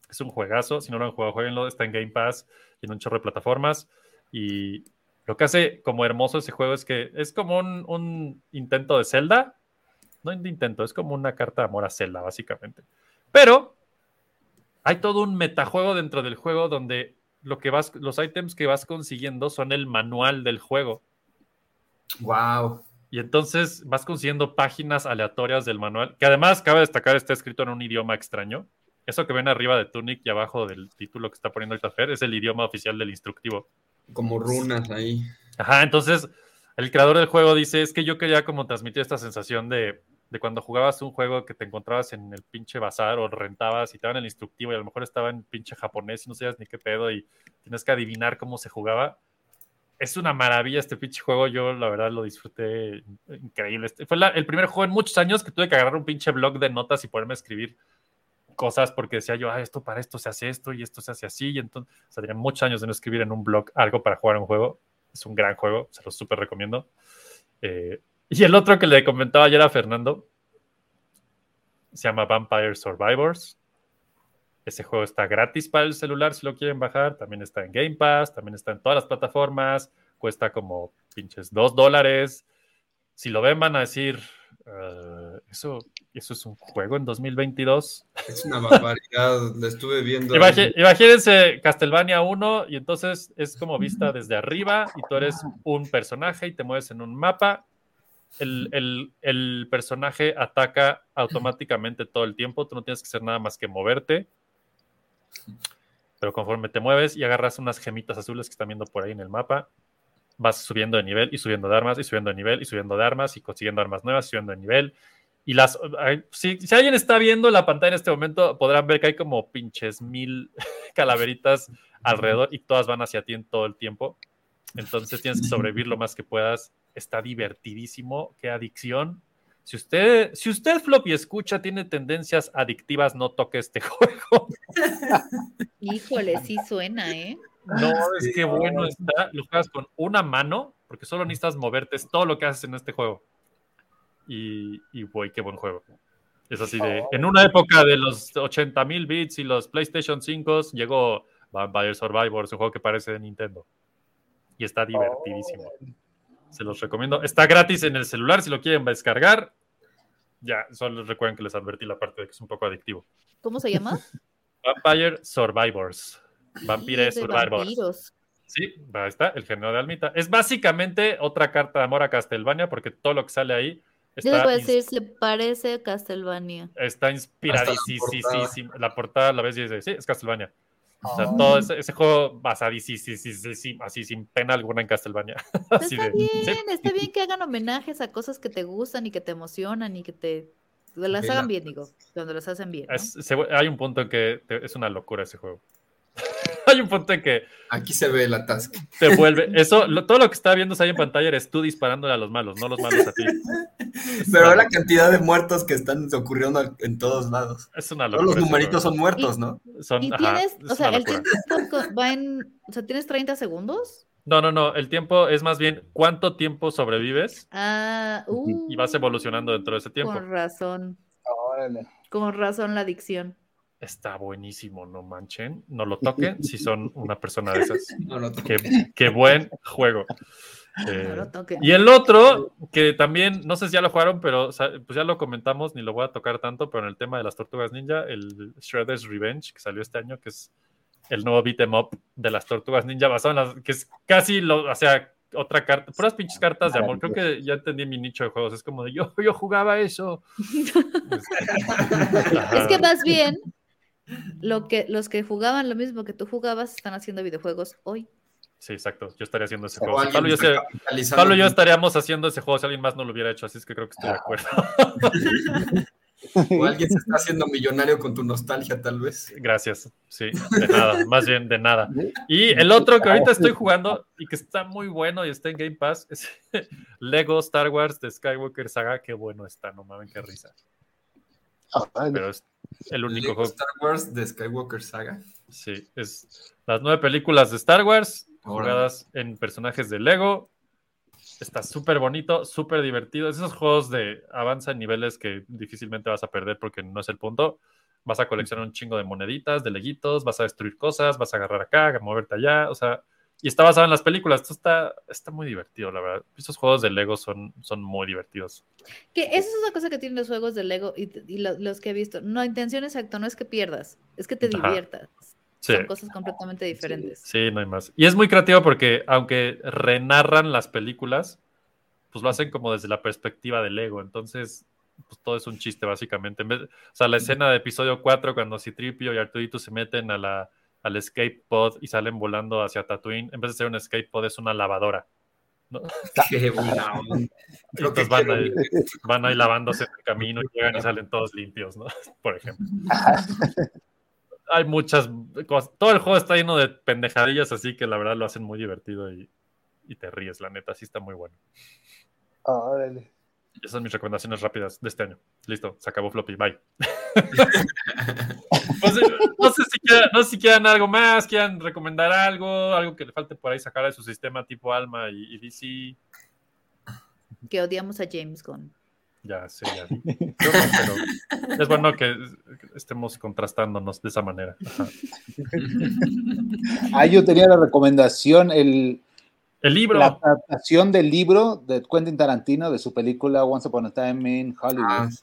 Speaker 5: Es un juegazo. Si no lo han jugado, jueguenlo. Está en Game Pass y en un chorro de plataformas. Y lo que hace como hermoso ese juego es que es como un, un intento de Zelda. No un intento, es como una carta de amor a Zelda, básicamente. Pero hay todo un metajuego dentro del juego donde lo que vas, los ítems que vas consiguiendo son el manual del juego.
Speaker 4: Wow.
Speaker 5: Y entonces vas consiguiendo páginas aleatorias del manual, que además cabe destacar está escrito en un idioma extraño. Eso que ven arriba de Tunic y abajo del título que está poniendo el Fer es el idioma oficial del instructivo.
Speaker 4: Como runas ahí.
Speaker 5: Ajá, entonces el creador del juego dice, es que yo quería como transmitir esta sensación de, de cuando jugabas un juego que te encontrabas en el pinche bazar o rentabas y te daban el instructivo y a lo mejor estaba en pinche japonés y no sabías ni qué pedo y tienes que adivinar cómo se jugaba. Es una maravilla este pinche juego, yo la verdad lo disfruté increíble. Este fue la- el primer juego en muchos años que tuve que agarrar un pinche blog de notas y ponerme a escribir cosas porque decía yo, ah, esto para esto se hace esto y esto se hace así. Y entonces, o sea, tenía muchos años de no escribir en un blog algo para jugar un juego. Es un gran juego, se lo súper recomiendo. Eh, y el otro que le comentaba ayer a Fernando se llama Vampire Survivors. Ese juego está gratis para el celular si lo quieren bajar. También está en Game Pass, también está en todas las plataformas. Cuesta como pinches 2 dólares. Si lo ven, van a decir: "Ah, ¿eso, ¿Eso es un juego en 2022?
Speaker 4: Es una barbaridad, la estuve viendo. ahí.
Speaker 5: Imagi- imagínense Castlevania 1 y entonces es como vista desde arriba y tú eres un personaje y te mueves en un mapa. El, el- el personaje ataca automáticamente todo el tiempo, tú no tienes que hacer nada más que moverte. Pero conforme te mueves y agarras unas gemitas azules que están viendo por ahí en el mapa, vas subiendo de nivel y subiendo de armas y subiendo de nivel y subiendo de armas y consiguiendo armas nuevas, y subiendo de nivel. Y las. ay, Si, si alguien está viendo la pantalla en este momento, podrán ver que hay como pinches mil calaveritas alrededor y todas van hacia ti en todo el tiempo. Entonces tienes que sobrevivir lo más que puedas. Está divertidísimo. Qué adicción. Si usted, si usted floppy escucha, tiene tendencias adictivas, no toque este juego.
Speaker 3: Híjole, sí suena, ¿eh?
Speaker 5: No, es que bueno está. Lo juegas con una mano, porque solo necesitas moverte. Es todo lo que haces en este juego. Y, y güey, qué buen juego. Es así de. En una época de los 80.000 mil bits y los PlayStation 5 llegó Vampire Survivors, un juego que parece de Nintendo. Y está divertidísimo. Se los recomiendo. Está gratis en el celular si lo quieren descargar. Ya, solo recuerden que les advertí la parte de que es un poco adictivo.
Speaker 3: ¿Cómo se llama?
Speaker 5: Vampire Survivors.
Speaker 3: Sí,
Speaker 5: Vampire
Speaker 3: es de
Speaker 5: Survivors.
Speaker 3: vampiros.
Speaker 5: Sí, ahí está, el género de Almita. Es básicamente otra carta de amor a Castlevania, porque todo lo que sale ahí
Speaker 3: Yo les
Speaker 5: está,
Speaker 3: voy a
Speaker 5: ins-
Speaker 3: decir, se parece a Castlevania.
Speaker 5: está inspiradísima. La portada la ves y dices, sí, es Castlevania. O
Speaker 3: Ah.
Speaker 5: sea, todo ese, ese juego basadísimo, así sin pena alguna en Castlevania. Así
Speaker 3: Pues está
Speaker 5: de,
Speaker 3: bien,
Speaker 5: sí,
Speaker 3: está bien que hagan homenajes a cosas que te gustan y que te emocionan y que te que las
Speaker 4: Vela.
Speaker 3: hagan bien, digo, cuando las hacen bien. ¿no?
Speaker 5: es- se vu- hay un punto en que te- es una locura ese juego. hay un punto en que
Speaker 4: Aquí se ve la task.
Speaker 5: te vuelve. Eso, lo- todo lo que está viendo ahí en pantalla eres tú disparándole a los malos, no los malos a ti.
Speaker 4: Pero ve la cantidad de muertos que están ocurriendo en todos lados.
Speaker 5: Es una
Speaker 4: Todos
Speaker 5: locura.
Speaker 4: los
Speaker 5: ese
Speaker 4: numeritos
Speaker 5: juego.
Speaker 4: son muertos, ¿no?
Speaker 5: Son-
Speaker 3: Y
Speaker 5: ajá,
Speaker 3: tienes,
Speaker 5: es
Speaker 3: o sea,
Speaker 5: una
Speaker 3: el
Speaker 5: locura.
Speaker 3: tiempo co- va en, o sea, tienes 30 segundos.
Speaker 5: No, no, no. El tiempo es más bien cuánto tiempo sobrevives
Speaker 3: Ah,
Speaker 5: y vas
Speaker 3: uh,
Speaker 5: evolucionando dentro de ese tiempo.
Speaker 3: Con razón,
Speaker 9: Órale.
Speaker 3: con razón la adicción.
Speaker 5: Está buenísimo, no manchen. No lo toquen si son una persona de esas.
Speaker 4: No, no,
Speaker 5: Qué, qué buen juego. Eh,
Speaker 3: No lo toquen.
Speaker 5: y el otro, que también, no sé si ya lo jugaron, pero o sea, pues ya lo comentamos, ni lo voy a tocar tanto, pero en el tema de las tortugas ninja, el Shredder's Revenge, que salió este año, que es el nuevo beat 'em up de las tortugas ninja, basado en las, que es casi lo, o sea, otra carta, puras pinches cartas de amor. Creo que ya entendí mi nicho de juegos. Es como de yo, yo jugaba eso. Este,
Speaker 3: Es que más bien, lo que, los que jugaban lo mismo que tú jugabas están haciendo videojuegos hoy.
Speaker 5: Sí, exacto. Yo estaría haciendo ese
Speaker 9: O
Speaker 5: juego.
Speaker 4: alguien
Speaker 5: Pablo y yo,
Speaker 4: está
Speaker 5: se-
Speaker 4: capitalizando.
Speaker 5: Pablo y yo estaríamos haciendo ese juego si alguien más no lo hubiera hecho, así es que creo que estoy de acuerdo.
Speaker 4: O alguien se está haciendo millonario con tu nostalgia, tal vez.
Speaker 5: Gracias. Sí, de nada, más bien de nada. Y el otro que ahorita estoy jugando y que está muy bueno y está en Game Pass es Lego Star Wars de Skywalker Saga. Qué bueno está, no mames, qué risa.
Speaker 9: Órale.
Speaker 5: Pero es el único
Speaker 4: Lego
Speaker 5: juego.
Speaker 4: Star Wars de Skywalker Saga.
Speaker 5: Sí, es las nueve películas de Star Wars
Speaker 4: Órale.
Speaker 5: jugadas en personajes de Lego. Está súper bonito, súper divertido. Es esos juegos de avanza en niveles que difícilmente vas a perder porque no es el punto. Vas a coleccionar un chingo de moneditas, de leguitos, vas a destruir cosas, vas a agarrar acá, a moverte allá, o sea, y está basado en las películas. Esto está, está muy divertido, la verdad. Estos juegos de Lego son, son muy divertidos.
Speaker 3: Que esa es una cosa que tienen los juegos de Lego y, y lo- los que he visto. No, intención exacta, no es que pierdas, es que te
Speaker 5: Ajá.
Speaker 3: diviertas.
Speaker 5: Sí.
Speaker 3: Son cosas completamente diferentes.
Speaker 5: Sí, no hay más. Y es muy creativo porque aunque renarran las películas, pues lo hacen como desde la perspectiva del ego. Entonces, pues todo es un chiste básicamente. En vez- o sea, la escena de episodio 4 cuando Citripio y Arturito se meten a la, al escape pod y salen volando hacia Tatooine, en vez de ser un escape pod es una lavadora. ¿no?
Speaker 4: Qué buena onda. Creo que
Speaker 5: Entonces van
Speaker 4: quiero
Speaker 5: ahí,
Speaker 4: ir.
Speaker 5: van ahí lavándose en el camino y llegan y salen todos limpios, ¿no? Por ejemplo. Hay muchas cosas. Todo el juego está lleno de pendejadillas, así que la verdad lo hacen muy divertido y, y te ríes, la neta. Sí está muy bueno.
Speaker 9: Órale.
Speaker 5: Y Esas son mis recomendaciones rápidas de este año. Listo, se acabó Floppy, bye. no, sé, no sé si quieran, no sé si quieran algo más, quieran recomendar algo, algo que le falte por ahí sacar de su sistema tipo Alma y, y DC.
Speaker 3: Que odiamos a James Gunn.
Speaker 5: Ya sé, ya vi. Yo no, pero es bueno que estemos contrastándonos de esa manera. Ajá.
Speaker 9: Ah, yo tenía la recomendación, el,
Speaker 5: El libro.
Speaker 9: la adaptación del libro de Quentin Tarantino de su película Once Upon a Time in Hollywood.
Speaker 4: Ah, sí.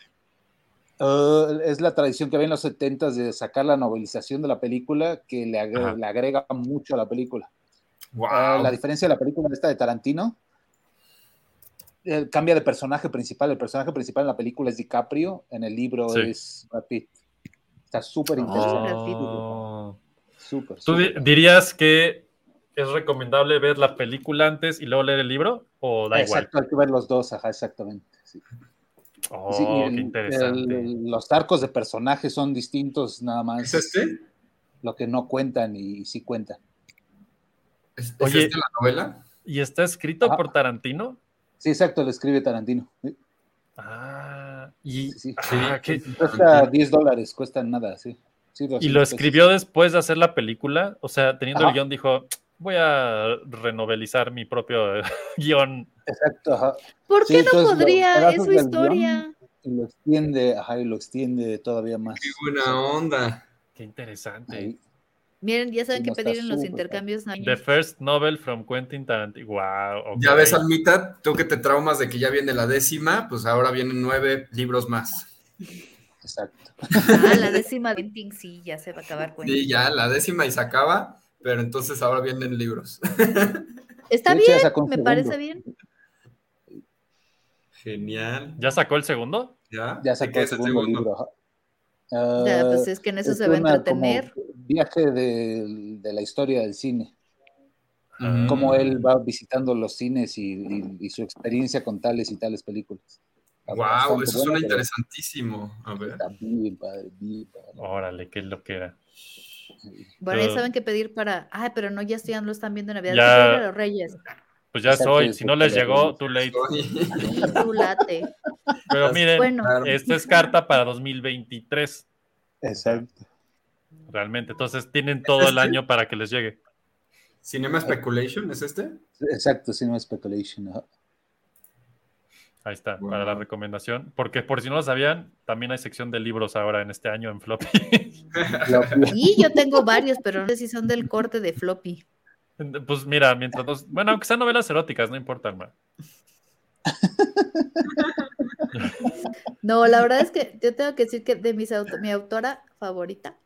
Speaker 9: Eh, es la tradición que había en los 70 de sacar la novelización de la película que le, agre-
Speaker 5: Ajá.
Speaker 9: le agrega mucho a la película.
Speaker 4: Guau.
Speaker 9: La diferencia de la película esta de Tarantino eh, cambia de personaje principal. El personaje principal en la película es DiCaprio, en el libro
Speaker 5: Sí.
Speaker 9: es Brad Pitt. Está súper interesante.
Speaker 5: Oh.
Speaker 9: súper,
Speaker 5: ¿Tú di-
Speaker 9: súper.
Speaker 5: dirías que es recomendable ver la película antes y luego leer el libro? ¿O da igual?
Speaker 9: Exacto, hay que ver los dos, ajá, exactamente. sí.
Speaker 5: Oh,
Speaker 9: Sí, y el-
Speaker 5: qué interesante.
Speaker 9: el- los arcos de personajes son distintos, nada
Speaker 4: ¿Es
Speaker 9: más.
Speaker 4: este?
Speaker 9: Lo que no cuentan y sí cuentan.
Speaker 4: ¿Es, es
Speaker 5: Oye.
Speaker 4: esta la novela?
Speaker 5: ¿Y está escrito
Speaker 9: Ah.
Speaker 5: por Tarantino?
Speaker 9: Sí, exacto, lo escribe Tarantino. Sí,
Speaker 5: Ah, y,
Speaker 9: sí, sí.
Speaker 5: ah, qué-
Speaker 9: Cuesta 10 dólares, cuesta nada, sí. Sí,
Speaker 5: y
Speaker 9: 200
Speaker 5: lo
Speaker 9: pesos.
Speaker 5: escribió después de hacer la película. O sea, teniendo el
Speaker 9: Ajá.
Speaker 5: guión, dijo: Voy a renovelizar mi propio eh, guión.
Speaker 9: Exacto, ajá.
Speaker 3: ¿Por
Speaker 9: Sí,
Speaker 3: qué no
Speaker 9: entonces, los
Speaker 3: podría? Es
Speaker 9: pedazos
Speaker 3: su
Speaker 9: del
Speaker 3: historia.
Speaker 9: guión. Y lo extiende, ajá, y lo extiende todavía más.
Speaker 4: Qué buena onda.
Speaker 5: Qué interesante.
Speaker 9: Ahí.
Speaker 3: Miren, ya saben
Speaker 9: Sí,
Speaker 3: que
Speaker 9: no está
Speaker 3: pedir en los
Speaker 9: súper
Speaker 3: intercambios
Speaker 5: The
Speaker 3: navideños.
Speaker 5: First Novel from Quentin Tarantino. Wow.
Speaker 4: Ya ves, Almita, tú que te traumas de que ya viene la décima, pues ahora vienen nueve libros más.
Speaker 9: Exacto.
Speaker 3: Ah, la décima de Quentin, sí, ya se va a acabar. Quentin.
Speaker 4: Sí, ya la décima y se acaba, pero entonces ahora vienen libros.
Speaker 3: Está
Speaker 9: De hecho, ya
Speaker 3: bien,
Speaker 9: sacó un
Speaker 3: me
Speaker 9: segundo.
Speaker 3: parece bien.
Speaker 4: Genial.
Speaker 5: ¿Ya sacó el segundo?
Speaker 4: Ya,
Speaker 9: Ya
Speaker 4: ¿De
Speaker 9: sacó
Speaker 4: qué
Speaker 9: el
Speaker 4: es el
Speaker 9: segundo, libro. ajá. Ah,
Speaker 3: Ya, pues es que en eso
Speaker 9: es
Speaker 3: se va a
Speaker 9: una como
Speaker 3: entretener.
Speaker 9: Viaje del- de la historia del cine.
Speaker 4: Mm.
Speaker 9: cómo él va visitando los cines y, y- y su experiencia con tales y tales películas. Ah,
Speaker 4: Wow,
Speaker 9: Bastante
Speaker 4: eso
Speaker 9: buena,
Speaker 4: suena ¿eh?
Speaker 9: pero
Speaker 4: interesantísimo. A ver.
Speaker 9: está bien padre, bien padre.
Speaker 5: Órale, qué lo que era.
Speaker 3: Bueno, ya
Speaker 5: Yo-
Speaker 3: saben qué pedir para. Ay, pero no, ya, estoy- ya lo están viendo en Navidad.
Speaker 5: Ah. Ya.
Speaker 3: Ya. a los Reyes.
Speaker 5: Pues ya
Speaker 9: Exacto,
Speaker 5: soy.
Speaker 9: es
Speaker 5: Si no les
Speaker 9: porque-
Speaker 5: llegó, too late.
Speaker 4: Oye,
Speaker 3: Tú late.
Speaker 5: Pero miren,
Speaker 3: Bueno,
Speaker 4: claro.
Speaker 5: esta es carta para 2023,
Speaker 9: Exacto.
Speaker 5: realmente. Entonces tienen todo
Speaker 4: este?
Speaker 5: el año para que les llegue.
Speaker 4: Cinema Speculation, ¿es este?
Speaker 9: Exacto, Cinema Speculation. ajá.
Speaker 5: Ahí está,
Speaker 4: Wow.
Speaker 5: para la recomendación. Porque por si no lo sabían, también hay sección de libros ahora en este año en floppy.
Speaker 9: La-
Speaker 3: Y yo tengo varios, pero no sé si son del corte de floppy.
Speaker 5: pues mira, mientras dos. Bueno, aunque sean novelas eróticas, no importa, hermano.
Speaker 3: No, la verdad es que yo tengo que decir que de mis auto- mi autora favorita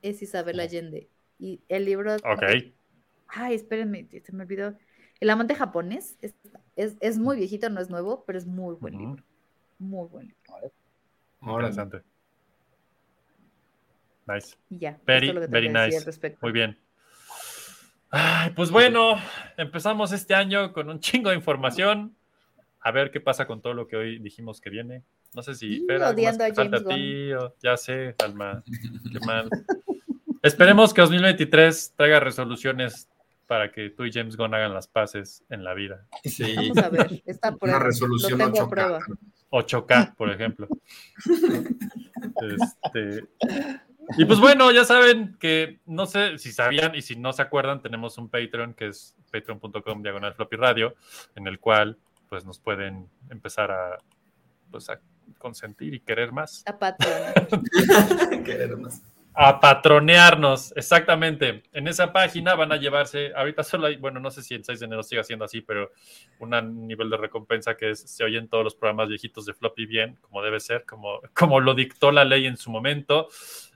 Speaker 3: es Isabel Allende. Y el libro.
Speaker 5: Ok.
Speaker 3: Ay, espérenme, se me olvidó. El amante japonés es, es, es muy viejito, no es nuevo, pero es muy buen libro.
Speaker 5: Ujú,
Speaker 3: Muy buen libro.
Speaker 4: Ahora,
Speaker 5: Mm, Interesante. Nice.
Speaker 3: Y ya.
Speaker 5: Very-
Speaker 3: esto es lo que tengo
Speaker 5: very
Speaker 3: que decir
Speaker 5: nice.
Speaker 3: al respecto.
Speaker 5: Muy bien. Ay, pues bueno, empezamos este año con un chingo de información. A ver qué pasa con todo lo que hoy dijimos que viene. No sé si
Speaker 3: Y
Speaker 5: Fer, algo más
Speaker 3: odiando
Speaker 5: que
Speaker 3: a
Speaker 5: falte
Speaker 3: James
Speaker 5: ti, o- ya sé, Alma. Qué mal. Esperemos que 2023 traiga resoluciones para que tú y James Gunn hagan las paces en la vida.
Speaker 4: sí.
Speaker 3: Vamos a ver, está por
Speaker 4: Una resolución
Speaker 3: lo tengo a
Speaker 4: 8K.
Speaker 3: prueba.
Speaker 5: 8K, por ejemplo. Este, Y pues bueno, ya saben que no sé si sabían y si no se acuerdan, tenemos un Patreon que es patreon.com diagonal floppy radio, en el cual pues nos pueden empezar a, pues, a consentir y querer más.
Speaker 3: A patrón.
Speaker 4: Querer más.
Speaker 5: A patronearnos, exactamente. En esa página van a llevarse, ahorita solo hay, bueno, no sé si el 6 de enero siga siendo así, pero un nivel de recompensa que es, se oyen todos los programas viejitos de Floppy bien, como debe ser, como, como lo dictó la ley en su momento.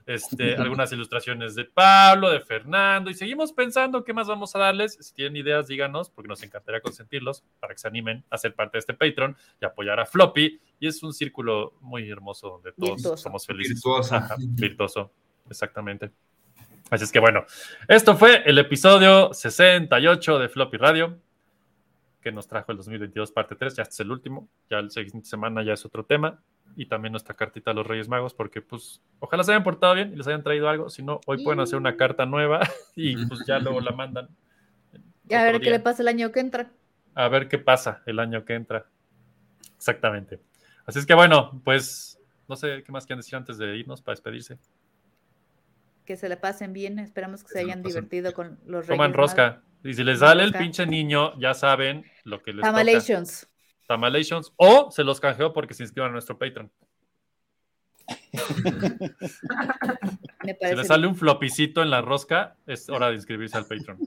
Speaker 5: Este, algunas ilustraciones de Pablo, de Fernando, y seguimos pensando qué más vamos a darles. Si tienen ideas, díganos, porque nos encantaría consentirlos para que se animen a ser parte de este Patreon y apoyar a Floppy. Y es un círculo muy hermoso donde todos
Speaker 3: Virtuoso.
Speaker 5: somos felices.
Speaker 4: Virtuoso.
Speaker 5: Ajá, virtuoso, exactamente. Así es que bueno, esto fue el episodio 68 de Floppy Radio. que nos trajo el 2022, parte 3. Ya este es el último. Ya la siguiente semana ya es otro tema. Y también nuestra cartita a los Reyes Magos, porque pues ojalá se hayan portado bien y les hayan traído algo. Si no, hoy pueden hacer una carta nueva y pues ya luego la mandan.
Speaker 3: Y a
Speaker 5: otro
Speaker 3: ver qué
Speaker 5: día.
Speaker 3: le pasa el año que entra.
Speaker 5: A ver qué pasa el año que entra. Exactamente. Así es que bueno, pues no sé qué más quieren decir antes de irnos para despedirse.
Speaker 3: Que se le pasen bien. Esperamos que se
Speaker 4: se la
Speaker 3: hayan
Speaker 4: pasen.
Speaker 3: divertido con los reyes.
Speaker 5: Coman rosca. Y si les
Speaker 3: Coman
Speaker 5: sale el
Speaker 3: rosca.
Speaker 5: pinche niño, ya saben lo que les toca.
Speaker 3: Tamalations.
Speaker 5: Tamalations. O se los canjeo porque se inscriban a nuestro Patreon.
Speaker 3: Me
Speaker 5: Si
Speaker 3: parece.
Speaker 5: les
Speaker 3: bien.
Speaker 5: sale un flopicito en la rosca, es hora de inscribirse al Patreon.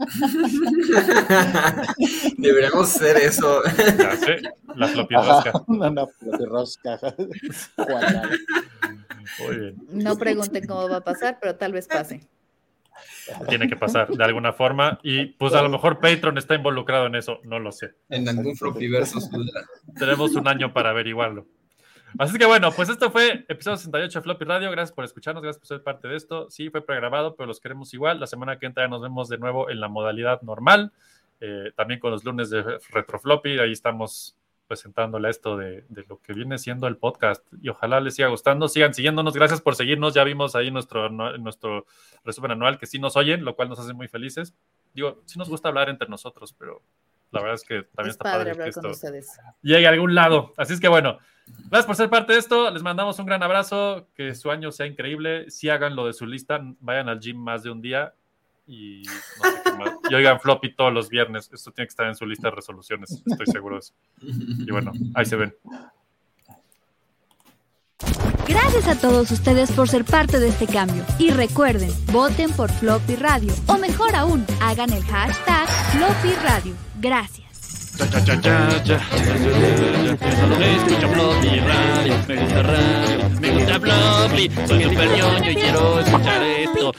Speaker 4: Deberíamos hacer eso.
Speaker 5: Ya sé, la floppy
Speaker 9: Ajá,
Speaker 5: rosca.
Speaker 9: una, una rosca cuadrada.
Speaker 5: Muy bien.
Speaker 3: No pregunten cómo va a pasar, pero tal vez pase.
Speaker 5: Tiene que pasar de alguna forma. Y pues a lo mejor Patreon está involucrado en eso, no lo sé.
Speaker 4: En algún Flopiverso.
Speaker 5: Tenemos un año para averiguarlo. Así que bueno, pues esto fue episodio 68 de Floppy Radio. Gracias por escucharnos, gracias por ser parte de esto. Sí, fue pregrabado, pero los queremos igual. La semana que entra nos vemos de nuevo en la modalidad normal. Eh, también con los lunes de Retrofloppy. Ahí estamos presentándole a esto de, de lo que viene siendo el podcast. Y ojalá les siga gustando. Sigan siguiéndonos. Gracias por seguirnos. Ya vimos ahí nuestro, anua- nuestro resumen anual que sí nos oyen, lo cual nos hace muy felices. Digo, sí nos gusta hablar entre nosotros, pero la verdad es que también
Speaker 3: es
Speaker 5: está
Speaker 3: padre
Speaker 5: padre, que
Speaker 3: hablar con
Speaker 5: esto
Speaker 3: ustedes.
Speaker 5: llegue a algún lado. Así es que bueno, gracias por ser parte de esto. Les mandamos un gran abrazo. Que su año sea increíble. Si hagan lo de su lista, vayan al gym más de un día y, no sé qué más. Y oigan floppy todos los viernes. Esto tiene que estar en su lista de resoluciones. Estoy seguro de eso. Y bueno, ahí se ven.
Speaker 8: Gracias a todos ustedes por ser parte de este cambio. Y recuerden, voten por Floppy Radio. O mejor aún, hagan el hashtag Floppy Radio. Gracias.
Speaker 10: Escucho Floppy Radio, me gusta radio, me gusta Floppy, soy super ñoño y quiero escuchar esto.